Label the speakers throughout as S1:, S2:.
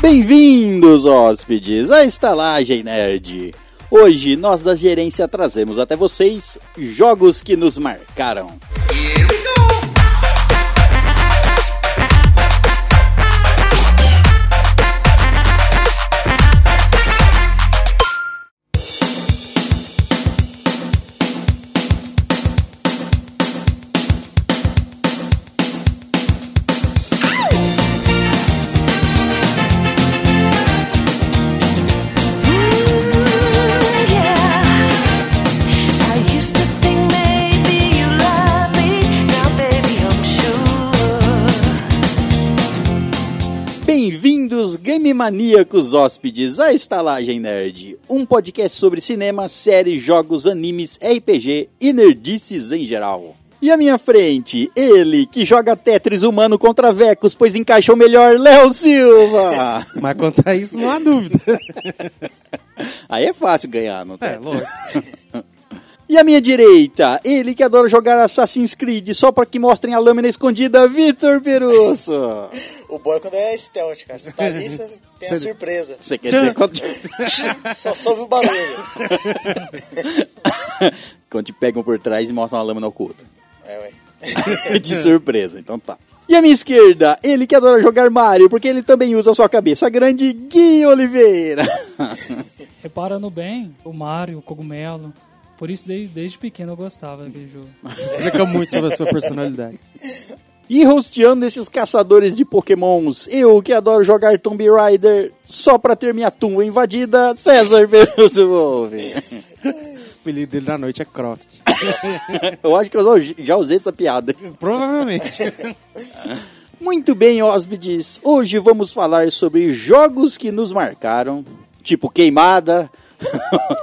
S1: Bem-vindos, hóspedes, à Estalagem Nerd. Hoje, nós da gerência trazemos até vocês jogos que nos marcaram.
S2: Mm,
S1: Bem-vindos, game maníacos hóspedes, à Estalagem Nerd, um podcast sobre cinema, séries, jogos, animes, RPG e nerdices em geral. E à minha frente, ele que joga Tetris humano contra Vecos, pois encaixa o melhor, Léo Silva!
S3: Mas quanto a isso, não há dúvida.
S1: Aí é fácil ganhar, não
S3: É, lógico.
S1: E à minha direita, ele que adora jogar Assassin's Creed só pra que mostrem a lâmina escondida, Vitor Perusso.
S4: O bom é quando é stealth, cara. Você tá ali, você tem a surpresa.
S1: Você quer dizer quando,
S4: Só sobe o barulho.
S1: quando te pegam por trás e mostram a lâmina oculta?
S4: É, ué.
S1: De surpresa, então tá. E à minha esquerda, ele que adora jogar Mario, porque ele também usa a sua cabeça grande, Gui Oliveira.
S5: Reparando bem, o Mario, o cogumelo. Por isso, desde, desde pequeno eu gostava daquele jogo.
S3: Explica muito sobre a sua personalidade.
S1: E hosteando esses caçadores de pokémons, eu que adoro jogar Tomb Raider só pra ter minha tumba invadida, César Peruso Wolf.
S3: O apelido dele na noite é Croft.
S1: Eu acho que eu já- já usei essa piada.
S3: Provavelmente.
S1: Muito bem, hóspedes. Hoje vamos falar sobre jogos que nos marcaram, tipo queimada,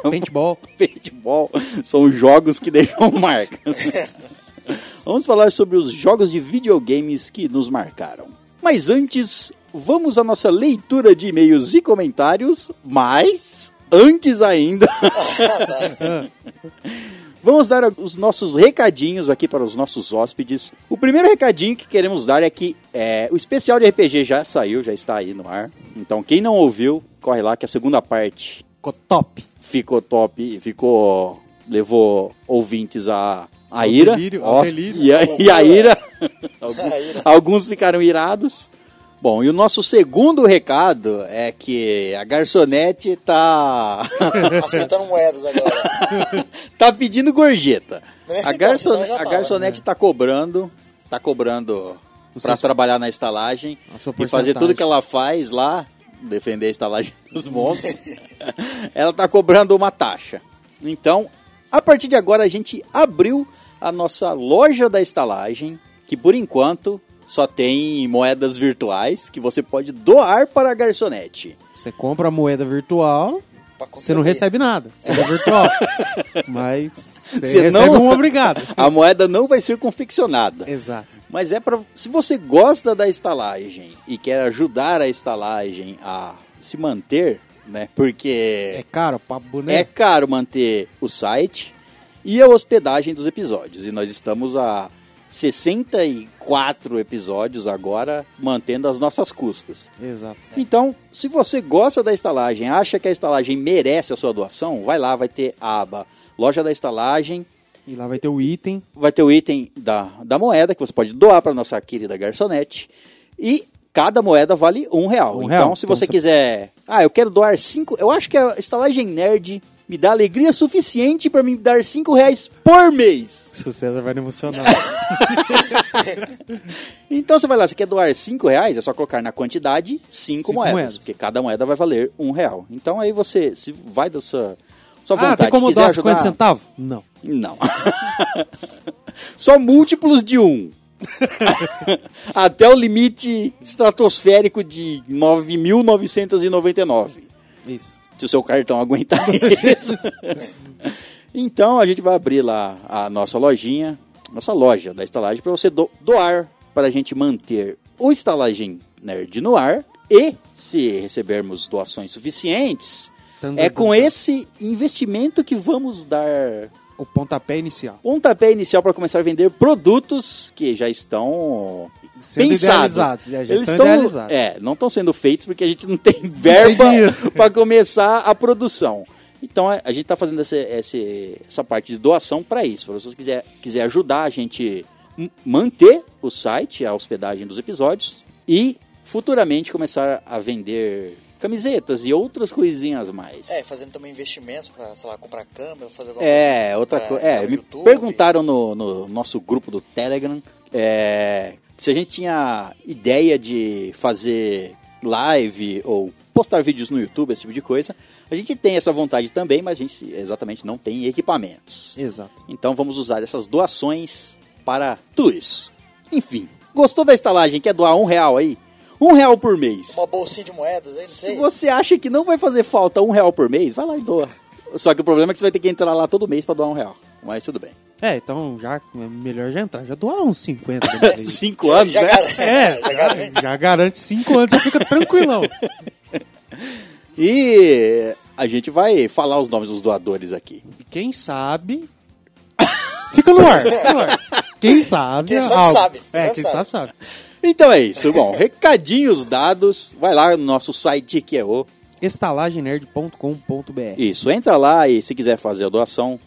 S3: Paintball.
S1: paintball, são jogos que deixam marcas. Vamos falar sobre os jogos de videogames que nos marcaram. Mas antes, vamos à nossa leitura de e-mails e comentários, mas antes ainda, Vamos dar os nossos recadinhos aqui para os nossos hóspedes. O primeiro recadinho que queremos dar é que é, o especial de RPG já saiu, já está aí no ar. Então quem não ouviu, corre lá que a segunda parte
S3: Ficou top.
S1: ficou top e ficou levou ouvintes a a
S3: Ao
S1: ira,
S3: delírio, ao
S1: Ó,
S3: delírio.
S1: e a, e a ira. Alguns-
S4: A ira.
S1: Alguns ficaram irados. Bom, e o nosso segundo recado é que a garçonete tá
S4: Aceitando moedas agora.
S1: tá pedindo gorjeta.
S4: Não é
S1: A,
S4: aceitado,
S1: garçon-
S4: senão já
S1: a
S4: tava. né?
S1: garçonete tá cobrando, tá cobrando
S3: Os
S1: pra
S3: seus-
S1: trabalhar na estalagem
S3: A sua
S1: e fazer
S3: porcentagem.
S1: tudo que ela faz lá, defender a estalagem dos montes. ela tá cobrando uma taxa. Então, a partir de agora a gente abriu a nossa loja da estalagem, que por enquanto só tem moedas virtuais que você pode doar para a garçonete.
S3: Você compra a moeda virtual,
S4: Pra
S3: você não
S4: contribuir.
S3: recebe nada. Ela é virtual. Mas você,
S1: Você não-
S3: recebe um obrigado.
S1: A moeda não vai ser confeccionada.
S3: Exato.
S1: Mas é para se você gosta da estalagem e quer ajudar a estalagem a se manter, né?
S3: É
S1: Porque
S3: caro, papo
S1: é,
S3: boneco.
S1: caro manter o site e a hospedagem dos episódios. E nós estamos a 64 episódios agora, mantendo as nossas custas.
S3: Exato.
S1: Então, se você gosta da estalagem, acha que a estalagem merece a sua doação, vai lá, vai ter a aba Loja da Estalagem,
S3: E lá vai ter o item.
S1: vai ter o item da, da moeda que você pode doar para nossa querida garçonete. E cada moeda vale um real.
S3: Um
S1: então,
S3: real.
S1: se
S3: Então
S1: você
S3: você-
S1: quiser. Ah, eu quero doar cinco. Eu acho que a estalagem nerd me dá alegria suficiente para me dar cinco reais por mês.
S3: Se o César vai me emocionar.
S1: Então você vai lá, você quer doar cinco reais, é só colocar na quantidade cinco,
S3: Cinco
S1: moedas,
S3: moedas.
S1: Porque cada moeda vai valer um real. Então aí você se vai da sua. Sua
S3: ah,
S1: vontade.
S3: tem como
S1: Quiser
S3: dar
S1: ajudar-
S3: 50 centavos? Não.
S1: Não. Só múltiplos de 1. Um. Até o limite estratosférico de 9.999.
S3: Isso.
S1: Se o seu cartão aguentar isso. então a gente vai abrir lá a nossa lojinha. nossa loja da estalagem para você do- doar para a gente manter o Estalagem Nerd no ar e se recebermos doações suficientes,
S3: Tum,
S1: é
S3: tum,
S1: com
S3: tum,
S1: esse investimento que vamos dar
S3: O pontapé inicial.
S1: pontapé inicial para começar a vender produtos que já estão
S3: Sendo
S1: pensados.
S3: idealizados, já- já
S1: Eles
S3: estão
S1: estão-
S3: idealizados.
S1: É, não estão sendo feitos porque a gente não tem verba para começar a produção. Então a a gente está fazendo essa, essa, essa parte de doação para isso. Pra Se você quiser, quiser ajudar a gente m- manter o site, a hospedagem dos episódios e futuramente começar a vender camisetas e outras coisinhas mais.
S4: É, fazendo também investimentos pra, sei lá, comprar câmera, fazer alguma
S1: É,
S4: coisa.
S1: outra
S4: pra
S1: coisa. É,
S4: entrar assim, tá no
S1: me
S4: YouTube.
S1: perguntaram no, no nosso grupo do Telegram é, se a gente tinha ideia de fazer live ou postar vídeos no YouTube, esse tipo de coisa. A gente tem essa vontade também, mas a gente exatamente não tem equipamentos.
S3: Exato.
S1: Então vamos usar essas doações para tudo isso. Enfim, gostou da estalagem? Quer doar um real aí? Um real por mês.
S4: Uma bolsinha de moedas aí, não
S1: Se
S4: sei.
S1: você acha que não vai fazer falta um real por mês, vai lá e doa. Só que o problema é que você vai ter que entrar lá todo mês pra doar um real. Mas tudo bem.
S3: É, então já é melhor já entrar. Já doar uns 50. de uma vez.
S1: Cinco anos,
S4: É já
S1: né?
S4: garante.
S3: É,
S4: já garante.
S3: já garante 5 anos, já fica tranquilão.
S1: E eh, a gente vai falar os nomes dos doadores aqui.
S3: E quem sabe. Fica no ar, fica no ar. Quem sabe.
S4: Quem sabe,
S3: algo.
S4: sabe. Quem
S3: É,
S4: sabe,
S3: quem sabe,
S4: sabe.
S3: sabe.
S1: Então é isso. Bom, recadinhos dados. Vai lá no nosso site que é o.
S3: estalagenerd.com.br.
S1: Isso, entra lá e se quiser fazer a doação,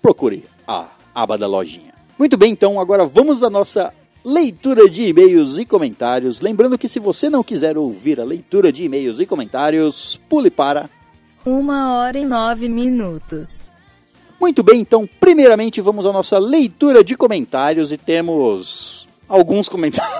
S1: procure a aba da lojinha. Muito bem, então agora vamos à nossa leitura de e-mails e comentários. Lembrando que se você não quiser ouvir a leitura de e-mails e comentários, pule para
S6: Uma hora e nove minutos.
S1: Muito bem, então, primeiramente vamos à nossa leitura de comentários e temos alguns comentários.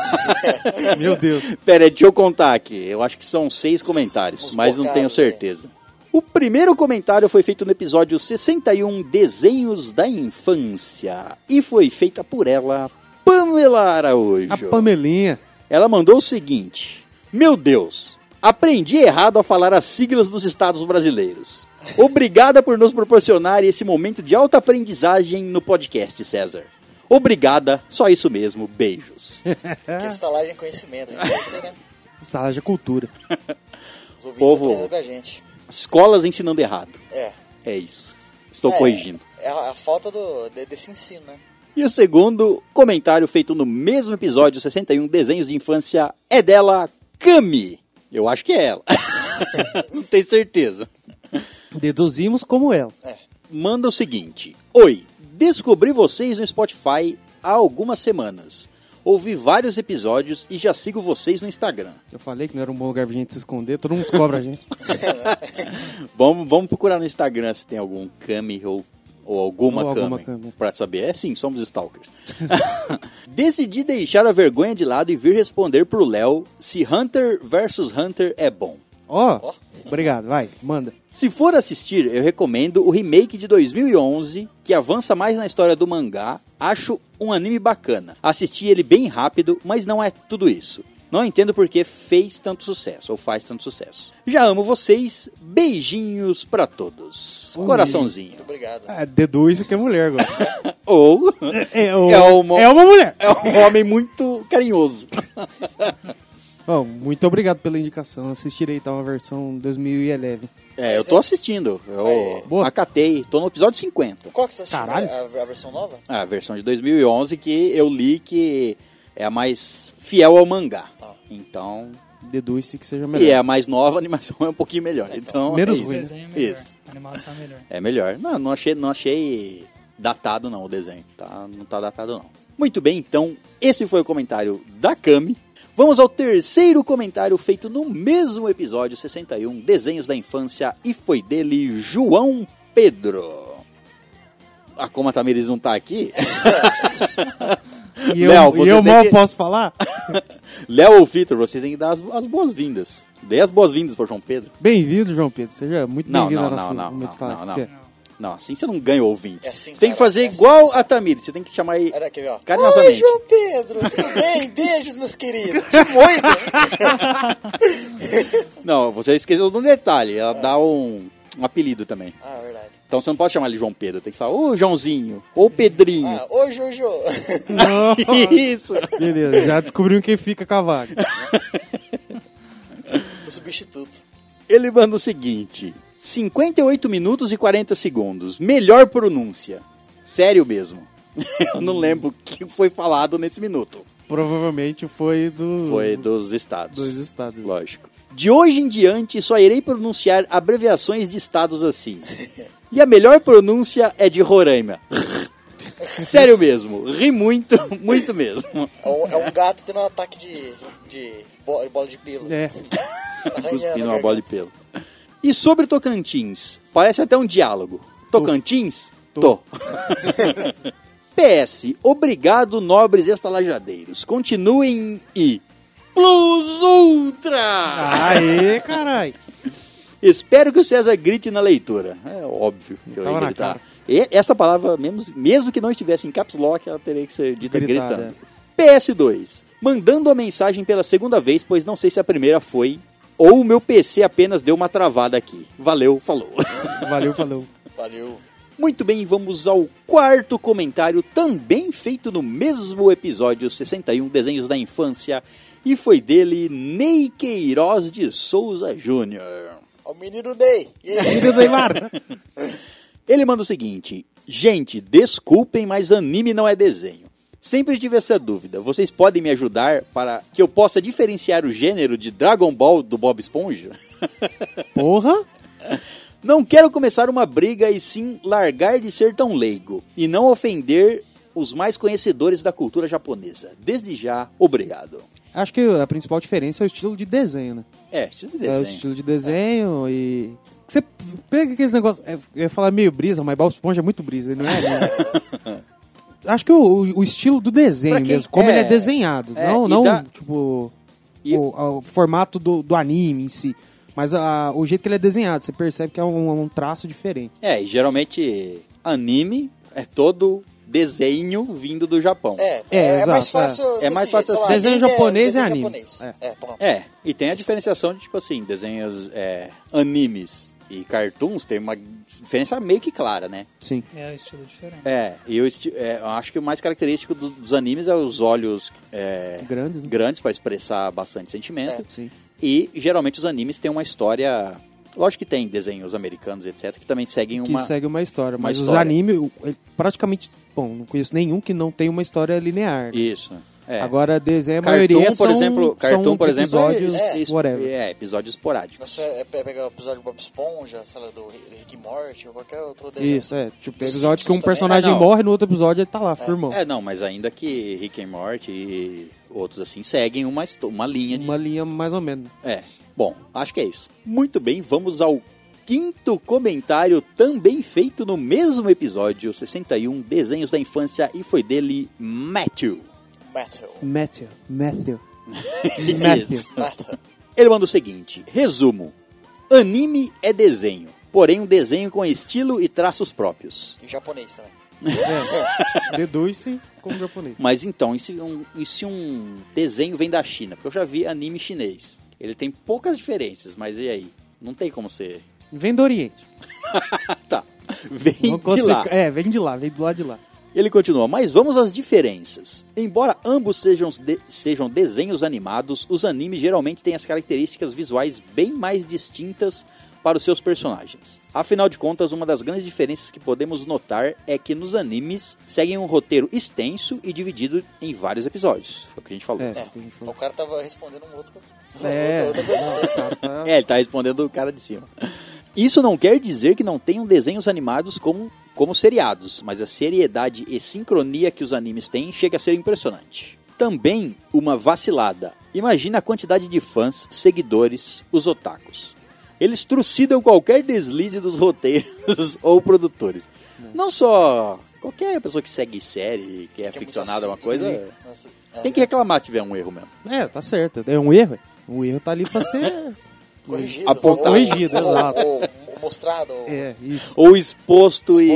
S3: Meu Deus.
S1: Pera, aí, deixa eu contar aqui. Eu acho que são seis comentários,
S4: Uns
S1: mas não
S4: bocados,
S1: tenho
S4: né?
S1: certeza. O primeiro comentário foi feito no episódio 61 Desenhos da Infância e foi feita por ela, Pamela Araújo.
S3: A Pamelinha.
S1: Ela mandou o seguinte: Meu Deus, aprendi errado a falar as siglas dos estados brasileiros. Obrigada por nos proporcionar esse momento de alta aprendizagem no podcast, César. Obrigada, só isso mesmo. Beijos.
S4: Que estalagem é conhecimento. A gente sempre, né?
S3: Estalagem é cultura.
S4: Os ouvintes
S1: Povo.
S4: aprendendo com a gente.
S1: Escolas ensinando errado.
S4: É.
S1: É isso. Estou
S4: É,
S1: corrigindo.
S4: É a, a falta do, de- desse ensino, né?
S1: E o segundo comentário feito no mesmo episódio 61 Desenhos de Infância é dela, Cami. Eu acho que é ela. Não tenho certeza.
S3: Deduzimos como é. ela.
S1: manda o seguinte: Oi, descobri vocês no Spotify há algumas semanas. Ouvi vários episódios e já sigo vocês no Instagram.
S3: Eu falei que não era um bom lugar pra gente se esconder, todo mundo descobre a gente.
S1: Vamos, vamos procurar no Instagram se tem algum Kami ou, ou alguma
S3: Ou alguma
S1: Kami
S3: Kami.
S1: pra saber. É sim, somos stalkers. Decidi deixar a vergonha de lado e vir responder pro Léo se Hunter vs Hunter é bom.
S3: Ó,
S4: Ó.
S3: obrigado, vai, manda.
S1: Se for assistir, eu recomendo o remake de 2011, que avança mais na história do mangá. Acho um anime bacana. Assisti ele bem rápido, mas não é tudo isso. Não entendo por que fez tanto sucesso, ou faz tanto sucesso. Já amo vocês. Beijinhos pra todos.
S3: Ui.
S1: Coraçãozinho.
S4: Muito obrigado.
S3: Ah, deduz que é mulher agora.
S1: Ou
S3: É, o-
S1: É uma-
S3: é uma mulher.
S1: é um homem muito carinhoso.
S3: Bom, muito obrigado pela indicação. Assistirei tá uma versão 2011.
S1: É, eu tô assistindo. Eu
S3: É. Boa.
S1: acatei. Tô no episódio 50.
S4: Qual que você assistiu?
S3: Caralho.
S4: A, a versão nova?
S1: A versão de 2011 que eu li que é a mais fiel ao mangá.
S4: Tá.
S1: Então,
S3: Deduz-se que seja melhor.
S1: e é a mais nova, a animação é um pouquinho melhor. Então,
S3: menos
S1: é isso.
S5: O
S3: ruim, né?
S5: desenho é melhor.
S1: Isso.
S5: A animação é melhor.
S1: É melhor. Não, não achei, não achei datado não o desenho. Tá, não tá datado não. Muito bem, então esse foi o comentário da Cami. Vamos ao terceiro comentário feito no mesmo episódio 61, Desenhos da Infância, e foi dele João Pedro. Ah, como a Tamires não tá aqui,
S3: E eu,
S1: é, Léo,
S3: e
S1: você
S3: eu
S1: tem
S3: mal
S1: que-
S3: posso falar?
S1: Léo ou Vitor, vocês têm que dar as, as boas-vindas. Dê as boas-vindas pro João Pedro.
S3: Bem-vindo, João Pedro. Seja muito
S1: Não,
S3: bem-vindo
S1: não,
S3: ao nosso
S1: não, não,
S3: momento de
S1: não,
S3: estar
S1: não,
S3: aqui.
S1: não. Não, assim você não ganha o ouvinte.
S4: É assim,
S1: você tem que
S4: cara,
S1: fazer
S4: é assim,
S1: igual
S4: assim.
S1: a Tamires, você tem que chamar ele.
S4: Era aqui, ó. Oi,
S1: Carinhosamente.
S4: João Pedro, tudo bem? Beijos, meus queridos. Te moido. assim. É.
S1: Não, você esqueceu de um detalhe. Ela dá um, um apelido também.
S4: Ah, verdade.
S1: Então você não pode chamar ele João Pedro, tem que falar ô Joãozinho, ou Pedrinho.
S4: Ah, ô Jojo.
S1: Isso!
S3: Beleza, já descobriu quem fica com a vaga.
S4: Do substituto.
S1: Ele manda o seguinte: 58 minutos e 40 segundos. Melhor pronúncia. Sério mesmo. Eu não lembro o que foi falado nesse minuto.
S3: Provavelmente foi do.
S1: Foi dos estados.
S3: Dos estados.
S1: Lógico. De hoje em diante, só irei pronunciar abreviações de estados assim. E a melhor pronúncia é de Roraima. Sério mesmo. Ri muito, muito mesmo.
S4: É um, é um gato tendo um ataque de, de bo- de bola de pelo.
S3: É.
S4: Tá arranhando a
S1: cuspindo uma
S4: garganta.
S1: bola de pelo. E sobre Tocantins, parece até um diálogo. Tocantins? Tô. PS, obrigado, nobres estalajadeiros. Continuem e. Plus Ultra!
S3: Aê, caralho.
S1: Espero que o César grite na leitura. É óbvio que eu
S3: Tava
S1: ia
S3: na
S1: gritar.
S3: cara.
S1: E essa palavra, mesmo, mesmo que não estivesse em caps lock, ela teria que ser dita
S3: Gritada. é.
S1: gritando. PS2. Mandando a mensagem pela segunda vez, pois não sei se a primeira foi ou o meu PC apenas deu uma travada aqui. Valeu, falou.
S3: Valeu, falou.
S4: Valeu.
S1: Muito bem, vamos ao quarto comentário, também feito no mesmo episódio 61 Desenhos da Infância, e foi dele Ney Queiroz de Souza Júnior.
S4: Ó, o menino Ney. E aí?
S3: Filho do Neymar.
S1: Ele manda o seguinte: Gente, desculpem, mas anime não é desenho. Sempre tive essa dúvida. Vocês podem me ajudar para que eu possa diferenciar o gênero de Dragon Ball do Bob Esponja?
S3: Porra.
S1: Não quero começar uma briga e sim largar de ser tão leigo e não ofender os mais conhecedores da cultura japonesa. Desde já, obrigado.
S3: Acho que a principal diferença é o estilo de desenho, né?
S1: É, estilo de
S3: É o
S1: desenho.
S3: estilo de desenho e. Você pega aqueles negócios. é, Eu ia falar meio brisa, mas Bob Esponja é muito brisa, ele não é? né? Acho que o, o- o estilo do desenho
S1: Pra quem-
S3: mesmo, como ele é
S1: é,
S3: desenhado.
S1: é,
S3: não,
S1: e
S3: não
S1: dá-
S3: tipo,
S1: e-
S3: o, o formato do, do anime em si. Mas a- o jeito que ele é desenhado, você percebe que é um, um traço diferente.
S1: É, e geralmente anime é todo desenho vindo do Japão.
S4: É,
S3: É,
S4: é, é
S3: exato,
S4: mais fácil.
S1: é. É mais fácil assim.
S3: Desenho japonês e anime.
S4: É, é pronto.
S1: É, e tem a diferenciação de, tipo assim, desenhos, é, animes e cartoons tem uma diferença meio que clara, né?
S3: Sim.
S5: É estilo diferente.
S1: É, e eu, esti- é, eu acho que o mais característico do- dos animes é os olhos é,
S3: Grandes, né?
S1: grandes para expressar bastante sentimento.
S3: Sim.
S1: E geralmente os animes têm uma história. Lógico que tem desenhos americanos, etc., que também seguem
S3: Que
S1: uma.
S3: segue uma história.
S1: uma
S3: mas os
S1: história.
S3: animes, o- ele- praticamente. Bom, não conheço nenhum que não tenha uma história linear. né?
S1: Isso. É.
S3: Agora, desenho, a
S1: Cartoon,
S3: maioria
S1: por
S3: são,
S1: exemplo,
S3: são
S1: cartoon, por exemplo, é-
S3: episódios,
S1: é, é-
S3: whatever.
S1: é, episódio esporádico.
S4: Você é, pe- pega o episódio do Bob Esponja, sei lá, do Rick Rick e Morty ou qualquer outro desenho.
S3: Isso, é. Tipo, tem
S4: Dos
S3: episódios que um
S4: Simpsons também.
S3: personagem
S1: É, não.
S3: morre, no outro episódio ele tá lá, firmão.
S1: É, não, mas ainda que Rick and Morty e outros assim seguem uma, histó- uma linha de.
S3: Uma linha mais ou menos.
S1: É. Bom, acho que é isso. Muito bem, vamos ao quinto comentário, também feito no mesmo episódio 61, Desenhos da Infância, e foi dele Matthew.
S4: Metal.
S3: Matthew. Matthew.
S1: Isso.
S4: Metal.
S1: Ele manda o seguinte: resumo. Anime é desenho, porém um desenho com estilo e traços próprios.
S4: Em japonês também.
S3: É. Deduz-se como japonês.
S1: Mas então, e se, um, e se um desenho vem da China? Porque eu já vi anime chinês. Ele tem poucas diferenças, mas e aí? Não tem como ser.
S3: Vem do Oriente.
S1: tá. Vem
S3: Vamos
S1: de lá.
S3: classificar- É, vem de lá, vem do lado de lá.
S1: Ele continua, mas vamos às diferenças. Embora ambos sejam, de- sejam desenhos animados, os animes geralmente têm as características visuais bem mais distintas para os seus personagens. Afinal de contas, uma das grandes diferenças que podemos notar é que nos animes seguem um roteiro extenso e dividido em vários episódios. Foi o que a gente falou.
S3: É,
S4: É.
S3: que a gente falou.
S4: O cara tava respondendo um outro.
S3: É,
S4: outra pergunta.
S3: não, esse cara tá-
S1: É, ele tá respondendo o cara de cima. Isso não quer dizer que não tenham desenhos animados como, como seriados, mas a seriedade e sincronia que os animes têm chega a ser impressionante. Também uma vacilada. Imagina a quantidade de fãs, seguidores, os otakus. Eles trucidam qualquer deslize dos roteiros ou produtores. Não só qualquer pessoa que segue série, que é
S4: Que muito
S1: ficcionada, uma
S4: assunto,
S1: coisa,
S4: né? Nossa, é.
S1: tem que reclamar se tiver um erro mesmo.
S3: É, tá certo. É um erro. Um erro tá ali pra ser.
S4: corrigido.
S1: apontar.
S4: ou-
S3: Corrigido,
S4: ou-
S3: exato.
S4: Ou, ou um mostrado. ou-
S3: É, isso.
S1: Ou exposto, e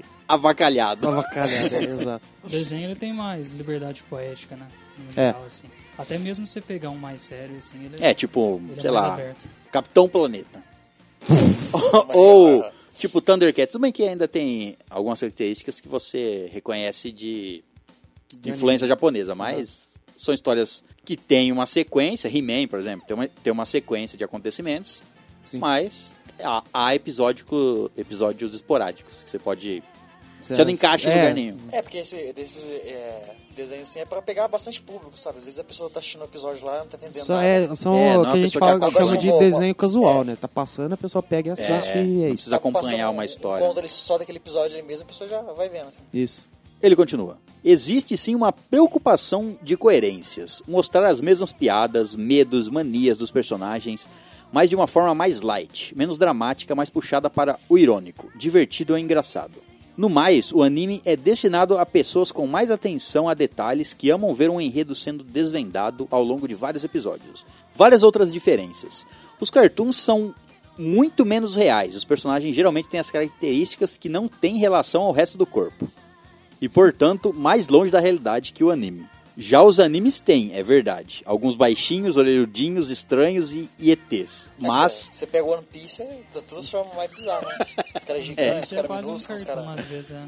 S4: Exposto,
S1: avacalhado.
S3: Avacalhado, é, exato.
S5: O desenho ele tem mais liberdade poética, né? No
S3: É.
S5: geral, assim. Até mesmo se pegar um mais sério, assim, ele
S1: É, tipo,
S5: ele
S1: sei
S5: é mais
S1: lá,
S5: aberto.
S1: Capitão Planeta. Ou, tipo, Thundercats. Tudo bem que ainda tem algumas características que você reconhece de, de influência japonesa, mas são histórias que têm uma sequência. He-Man, por exemplo, tem uma, tem uma sequência de acontecimentos,
S3: Sim.
S1: mas há, há episódico, episódios esporádicos que você pode.
S3: Você
S1: Você não encaixa em
S3: é,
S1: lugar nenhum.
S4: É, porque esse, esse é, desenho assim é pra pegar bastante público, sabe? Às vezes a pessoa tá assistindo o episódio lá, não tá entendendo
S3: Só
S4: nada.
S3: é, são
S1: É, não,
S3: o que
S1: a
S3: a gente
S1: pessoa que
S3: fala,
S1: acaba
S3: chama de
S4: com-
S3: desenho casual, né? Tá passando, a pessoa pega e assiste
S1: É,
S3: e é
S1: não
S3: isso.
S1: precisa
S4: Tá
S1: acompanhar
S4: passando
S1: uma
S4: um-
S1: história.
S4: Um conto ali só daquele episódio ali mesmo, a pessoa já vai vendo, assim.
S3: Isso.
S1: Ele continua. Existe sim uma preocupação de coerências, mostrar as mesmas piadas, medos, manias dos personagens, mas de uma forma mais light, menos dramática, mais puxada para o irônico, divertido e engraçado. No mais, o anime é destinado a pessoas com mais atenção a detalhes que amam ver um enredo sendo desvendado ao longo de vários episódios. Várias outras diferenças. Os cartoons são muito menos reais, os personagens geralmente têm as características que não têm relação ao resto do corpo e, portanto, mais longe da realidade que o anime. Já os animes têm, é verdade, alguns baixinhos, orelhudinhos, estranhos e, e ETs.
S4: É,
S1: Mas,
S4: Você você pega o One Piece, é, tá transforma mais bizarro, né? Os caras
S5: Isso
S4: gigantes,
S5: é
S4: os caras
S5: quase um
S4: minúsculos, os
S5: cartão
S4: caras.
S5: às vezes, é.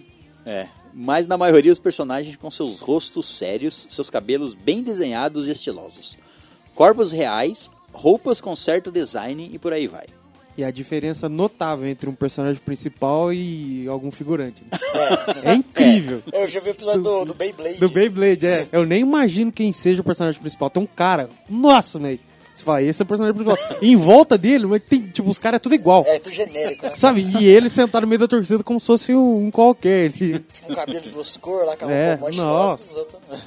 S1: é, mas na maioria os personagens com seus rostos sérios, seus cabelos bem desenhados e estilosos, corpos reais, roupas com certo design e por aí vai.
S3: E a diferença notável entre um personagem principal e algum figurante. né? É incrível.
S4: Eu já vi o episódio do, do Beyblade.
S3: Do Beyblade, é. Eu nem imagino quem seja o personagem principal. Tem um cara, nossa, né? Você fala, esse é o personagem principal. E em volta dele, mas tem, tipo, os caras é tudo igual.
S4: É, tudo genérico, né?
S3: Sabe? E ele sentado no meio da torcida como se fosse um qualquer. Ele-
S4: Com cabelo de duas cores lá, com a
S3: É,
S4: roupa mó
S3: nossa.
S4: estilosa, os outros-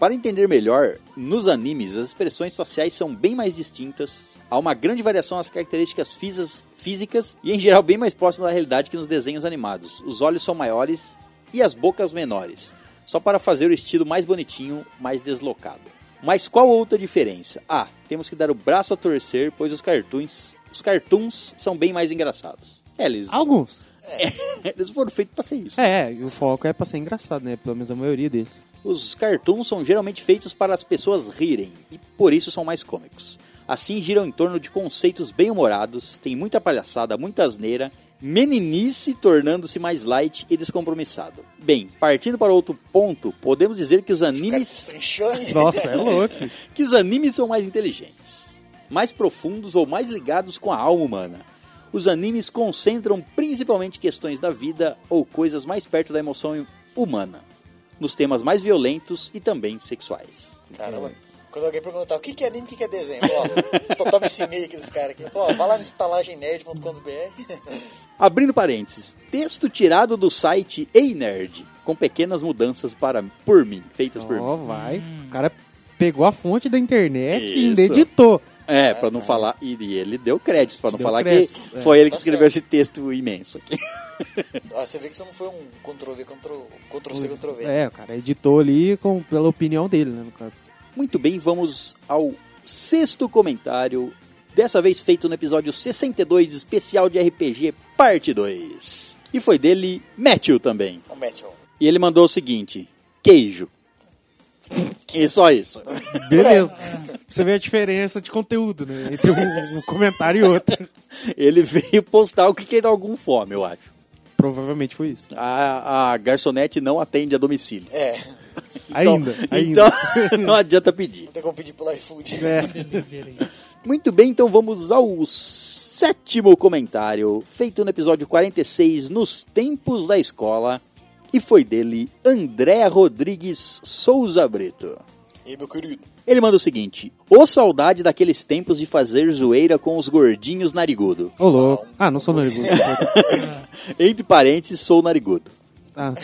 S1: Para entender melhor, nos animes as expressões faciais são bem mais distintas, há uma grande variação nas características fisas- físicas e em geral bem mais próximo da realidade que nos desenhos animados. Os olhos são maiores e as bocas menores, só para fazer o estilo mais bonitinho, mais deslocado. Mas qual outra diferença? Ah, temos que dar o braço a torcer, pois os cartoons, os cartoons são bem mais engraçados. É, eles,
S3: Alguns.
S1: eles foram feitos para ser isso.
S3: É, e o foco é pra ser engraçado, né? Pelo menos a maioria deles.
S1: Os cartoons são geralmente feitos para as pessoas rirem e por isso são mais cômicos. Assim giram em torno de conceitos bem humorados, tem muita palhaçada, muita asneira, meninice tornando-se mais light e descompromissado. Bem, partindo para outro ponto, podemos dizer que os
S4: O cara
S1: animes
S4: destrinchou, hein?
S3: Nossa, é louco.
S1: que os animes são mais inteligentes, mais profundos ou mais ligados com a alma humana. Os animes concentram principalmente questões da vida ou coisas mais perto da emoção humana, nos temas mais violentos e também sexuais.
S4: Caramba. Quando alguém perguntar o que que é anime, o que que é desenho, eu falo, ó, to- toma esse meio aqui desse cara aqui. Eu falo, ó, vai lá no estalagemnerd.com.br.
S1: Abrindo parênteses, texto tirado do site Ei Nerd, com pequenas mudanças para por mim, feitas por
S3: Ó,
S1: mim.
S3: vai. O cara pegou a fonte da internet e ainda
S1: Isso.
S3: editou.
S1: É, pra não falar e ele deu créditos pra não
S3: Deu
S1: falar
S3: créditos,
S1: que
S3: é.
S1: foi ele que
S4: Tá
S1: escreveu
S4: certo.
S1: esse texto imenso aqui.
S4: Ó, você vê que isso não foi um Ctrl-V, Ctrl- Ctrl-C, Ctrl-V.
S3: É, o cara editou ali com, pela opinião dele, né, no caso.
S1: Muito bem, vamos ao sexto comentário, dessa vez feito no episódio 62, especial de RPG, parte 2. E foi dele, Matthew também.
S4: O Metal.
S1: E ele mandou o seguinte, queijo. E só isso.
S3: Beleza. Pra você ver a diferença de conteúdo, né? Entre um, um comentário e outro.
S1: Ele veio postar o que quer dar algum fome, eu acho.
S3: Provavelmente foi isso.
S1: A, a garçonete não atende a domicílio.
S4: É,
S3: ainda,
S1: Então,
S3: ainda.
S1: não adianta pedir.
S4: não tem como pedir pelo iFood.
S3: É.
S5: Delivery.
S1: Muito bem, então vamos ao sétimo comentário, feito no episódio 46, nos tempos da escola, e foi dele, André Rodrigues Souza Brito.
S4: E meu querido,
S1: Ele manda o seguinte: Ô saudade daqueles tempos de fazer zoeira com os gordinhos narigudo.
S3: Ô, louco. Ah, não sou nervoso.
S1: Entre parênteses, sou narigudo.
S3: Ah,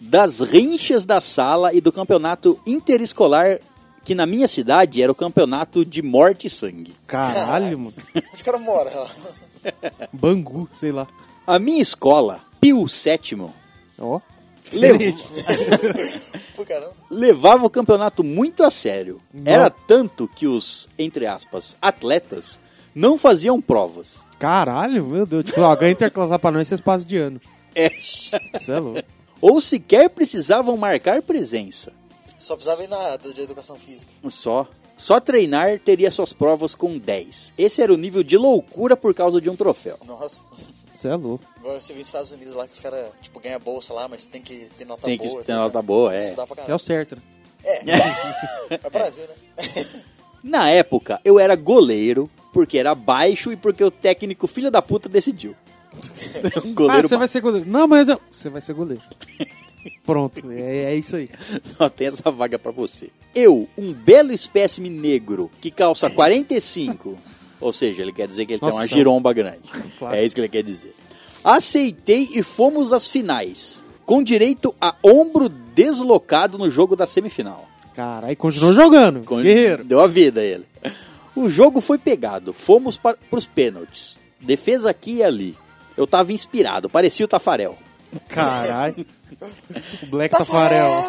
S1: das rinchas da sala e do campeonato interescolar, que na minha cidade era o campeonato de morte e sangue.
S3: caralho, mano.
S4: onde o cara mora?
S3: Bangu, sei lá.
S1: A minha escola, Pio VII,
S3: Ó.
S1: lev-
S4: Pô, caramba.
S1: levava o campeonato muito a sério. Era tanto que os, entre aspas, atletas não faziam provas.
S3: Caralho, meu Deus. Tipo, ó, ganha interclassar pra nós, vocês passam de ano. É. Isso é louco.
S1: Ou sequer precisavam marcar presença.
S4: Só precisava ir na área de educação física.
S1: Só. Só treinar teria suas provas com 10. Esse era o nível de loucura por causa de um troféu.
S4: Nossa.
S3: Você é louco.
S4: Agora você viu nos Estados Unidos lá que os caras, tipo, ganham bolsa lá, mas tem que ter nota
S1: Tem que
S4: boa. tá
S1: ter nota boa, é.
S4: Estudar pra
S3: É o
S4: caramba.
S3: certo. né?
S4: É o Brasil, né?
S1: Na época, eu era goleiro porque era baixo e porque o técnico filho da puta decidiu. Um
S3: Ah,
S1: goleiro
S3: você vai ser goleiro. Não, mas eu- você vai ser goleiro. Pronto, é, é isso aí.
S1: Só tem essa vaga pra você. Eu, um belo espécime negro que calça 45, ou seja, ele quer dizer que ele tem uma
S3: Nossa.
S1: giromba grande.
S3: Claro.
S1: É isso que ele quer dizer. Aceitei e fomos às finais, com direito a ombro deslocado no jogo da semifinal.
S3: Caralho, continuou jogando.
S1: Com-
S3: Guerreiro.
S1: Deu a vida a ele. O jogo foi pegado, fomos para os pênaltis. Defesa aqui e ali. Eu tava inspirado, parecia o Tafarel.
S3: Caralho. O Black tá Tafarel.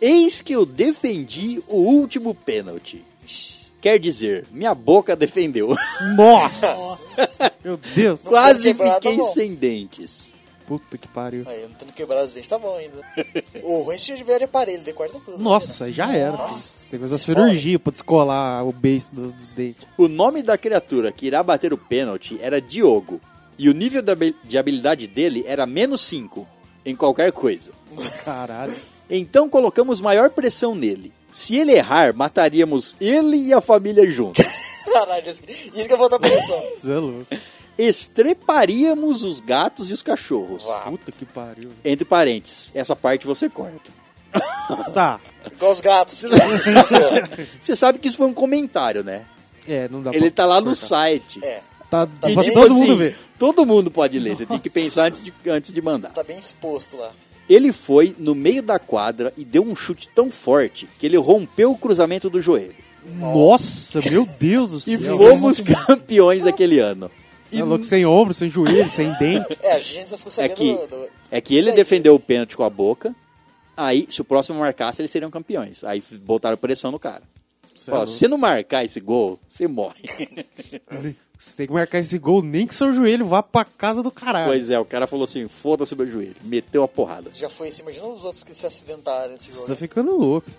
S1: Eis que eu defendi o último pênalti. Quer dizer, minha boca defendeu.
S3: Nossa! Meu Deus.
S1: Quase
S4: quebrado,
S1: fiquei
S4: tá bom.
S1: sem dentes.
S3: Puta que pariu.
S4: Aí, não tendo quebrado os dentes, tá bom ainda. o ruim é se tiver de aparelho, de quarta tudo. né?
S3: Nossa, já era.
S4: Nossa.
S3: Você fez uma cirurgia pra descolar o beijo dos, dos dentes.
S1: O nome da criatura que irá bater o pênalti era Diogo. E o nível da habi- de habilidade dele era menos 5 em qualquer coisa.
S3: Caralho.
S1: Então colocamos maior pressão nele. Se ele errar, mataríamos ele e a família juntos.
S4: Caralho, isso, isso que eu vou dar pressão.
S3: Você é louco.
S1: Estreparíamos os gatos e os cachorros.
S4: Vá.
S3: Puta que pariu.
S1: Entre parênteses, essa parte você corta.
S3: Tá.
S4: Igual os gatos. que você sacou.
S1: Você sabe que isso foi um comentário, né?
S3: É, não dá pra
S1: Ele tá lá no
S3: cortar.
S1: site.
S4: é,
S3: Tá, tá
S1: E,
S3: pra
S1: tipo
S3: todo
S1: assim,
S3: mundo ver.
S1: Todo mundo pode ler, você tem que pensar antes de, antes de mandar.
S4: tá bem exposto lá.
S1: Ele foi no meio da quadra e deu um chute tão forte que ele rompeu o cruzamento do joelho.
S3: Nossa, meu Deus do
S1: E
S3: céu.
S1: fomos campeões daquele ano.
S3: Você é louco, sem ombro, sem joelho, sem dente.
S4: É, a gente só ficou
S1: É
S4: sabendo
S1: que,
S4: do, do-
S1: é que ele
S4: Sei,
S1: defendeu o pênalti com a boca. Aí, se o próximo marcasse, eles seriam campeões. Aí f- botaram pressão no cara.
S3: Você, é
S1: Falaram,
S3: louco.
S1: se não marcar esse gol, você morre.
S3: Você tem que marcar esse gol, nem que seu joelho vá pra casa do caralho.
S1: pois é, o cara falou assim: foda-se meu joelho. Meteu a porrada.
S4: Já foi assim, imagina os outros que se acidentaram nesse
S3: Você
S4: jogo.
S3: tá ficando louco.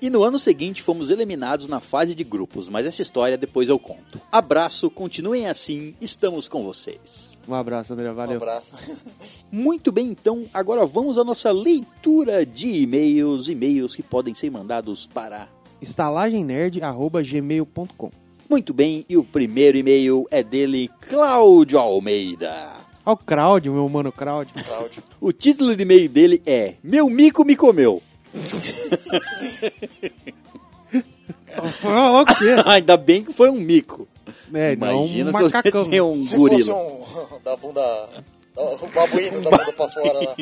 S1: E no ano seguinte fomos eliminados na fase de grupos, mas essa história depois eu conto. Abraço, continuem assim, estamos com vocês.
S3: Um abraço, André.
S4: Um
S3: Valeu.
S4: abraço.
S1: Muito bem, então, agora vamos à nossa leitura de e-mails, e-mails que podem ser mandados para.
S3: estalagemnerd.gmail.com
S1: Muito bem, e o primeiro e-mail é dele, Cláudio Almeida.
S3: Ó o Crowd, meu mano Crowd.
S4: Cláudio.
S1: O título de e-mail dele é Meu mico me comeu.
S3: Fala logo o quê?
S1: Ainda bem que foi um mico.
S3: É, não
S1: Imagina
S3: um
S1: se
S3: macacão.
S1: você tem um
S4: Se
S1: gorila.
S4: fosse um da bunda. da- O babuíno da bunda pra fora lá.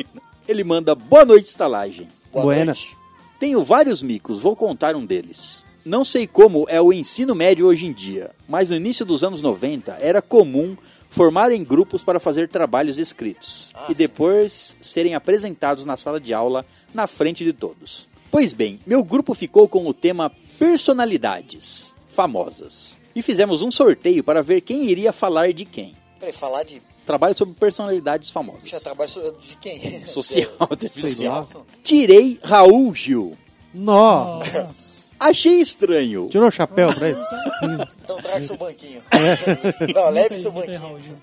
S1: Ele manda boa noite, estalagem.
S4: Boa
S3: Buenas.
S4: noite.
S1: Tenho vários micos, vou contar um deles. Não sei como é o ensino médio hoje em dia, mas no início dos anos 90 era comum formarem grupos para fazer trabalhos escritos
S4: Ah,
S1: e
S4: sim.
S1: depois serem apresentados na sala de aula na frente de todos. Pois bem, meu grupo ficou com o tema personalidades famosas e fizemos um sorteio para ver quem iria falar de quem.
S4: Peraí, falar de.
S1: Trabalho sobre personalidades famosas.
S4: Já trabalho so- de quem?
S1: Social, deve ser.
S3: Sei lá.
S1: Tirei Raul Gil.
S3: Nó.
S5: Nossa.
S1: Achei estranho.
S3: Tirou o chapéu pra ele?
S4: Então traga seu banquinho.
S3: É.
S4: Não, leve seu
S5: Não tem Raul
S4: banquinho.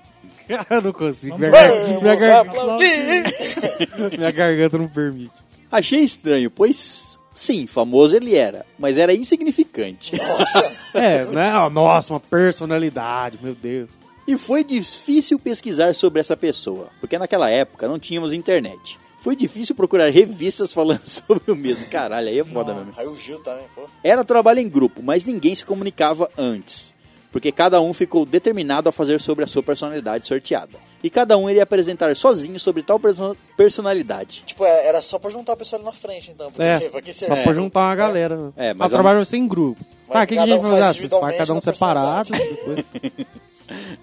S5: Gil.
S3: Eu não consigo. Minha,
S5: Vamos
S3: gar- minha
S4: Vamos
S3: gar-
S4: aplaudir!
S3: minha garganta não permite.
S1: Achei estranho, pois sim, famoso ele era, mas era insignificante.
S4: Nossa,
S3: É, né? Ó, Nossa, uma personalidade, meu Deus.
S1: e foi difícil pesquisar sobre essa pessoa, porque naquela época não tínhamos internet. Foi difícil procurar revistas falando sobre o mesmo. Caralho, aí é foda mesmo.
S4: aí o Gil também, pô.
S1: Era trabalho em grupo, mas ninguém se comunicava antes, porque cada um ficou determinado a fazer sobre a sua personalidade sorteada. E cada um iria apresentar sozinho sobre tal perso- personalidade.
S4: Tipo, era era só pra juntar o pessoal ali na frente, então. Porque,
S3: É,
S4: pra que
S3: só
S4: serve?
S3: pra juntar uma galera.
S1: É,
S3: É,
S1: mas
S3: mas
S1: é um-
S3: trabalham sem grupo.
S4: Mas
S3: Tá, o que, que a
S4: cada
S3: gente
S4: um
S3: vai
S4: faz
S3: fazer? Ah, vocês fazem
S4: individualmente
S3: cada um
S4: na
S3: separado. depois-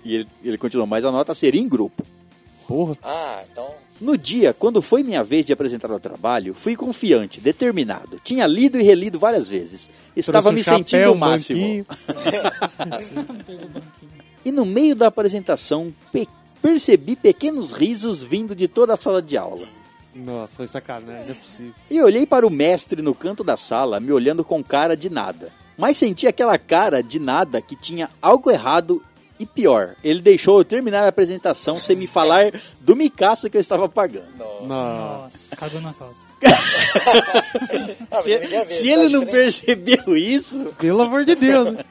S1: E ele, ele continuou, mas a nota seria em grupo.
S3: Porra.
S4: Ah, então.
S1: No dia, quando foi minha vez de apresentar o trabalho, fui confiante, determinado. Tinha lido e relido várias vezes.
S3: Trouxe
S1: Estava
S3: um
S1: me
S3: chapéu,
S1: sentindo o
S3: um
S1: máximo.
S3: banquinho.
S5: Pegou o banquinho.
S1: E no meio da apresentação, pe- percebi pequenos risos vindo de toda a sala de aula.
S3: Nossa, foi sacanagem, não é possível.
S1: E olhei para o mestre no canto da sala, me olhando com cara de nada. Mas senti aquela cara de nada que tinha algo errado e pior. Ele deixou eu terminar a apresentação sem me falar do micaço que eu estava pagando.
S4: Nossa.
S3: Nossa.
S5: Nossa, cagou na calça.
S4: Ah, mas ninguém ia ver,
S1: Se
S4: tá
S1: ele não
S4: diferente.
S1: percebeu isso,
S3: Pelo amor de Deus. né?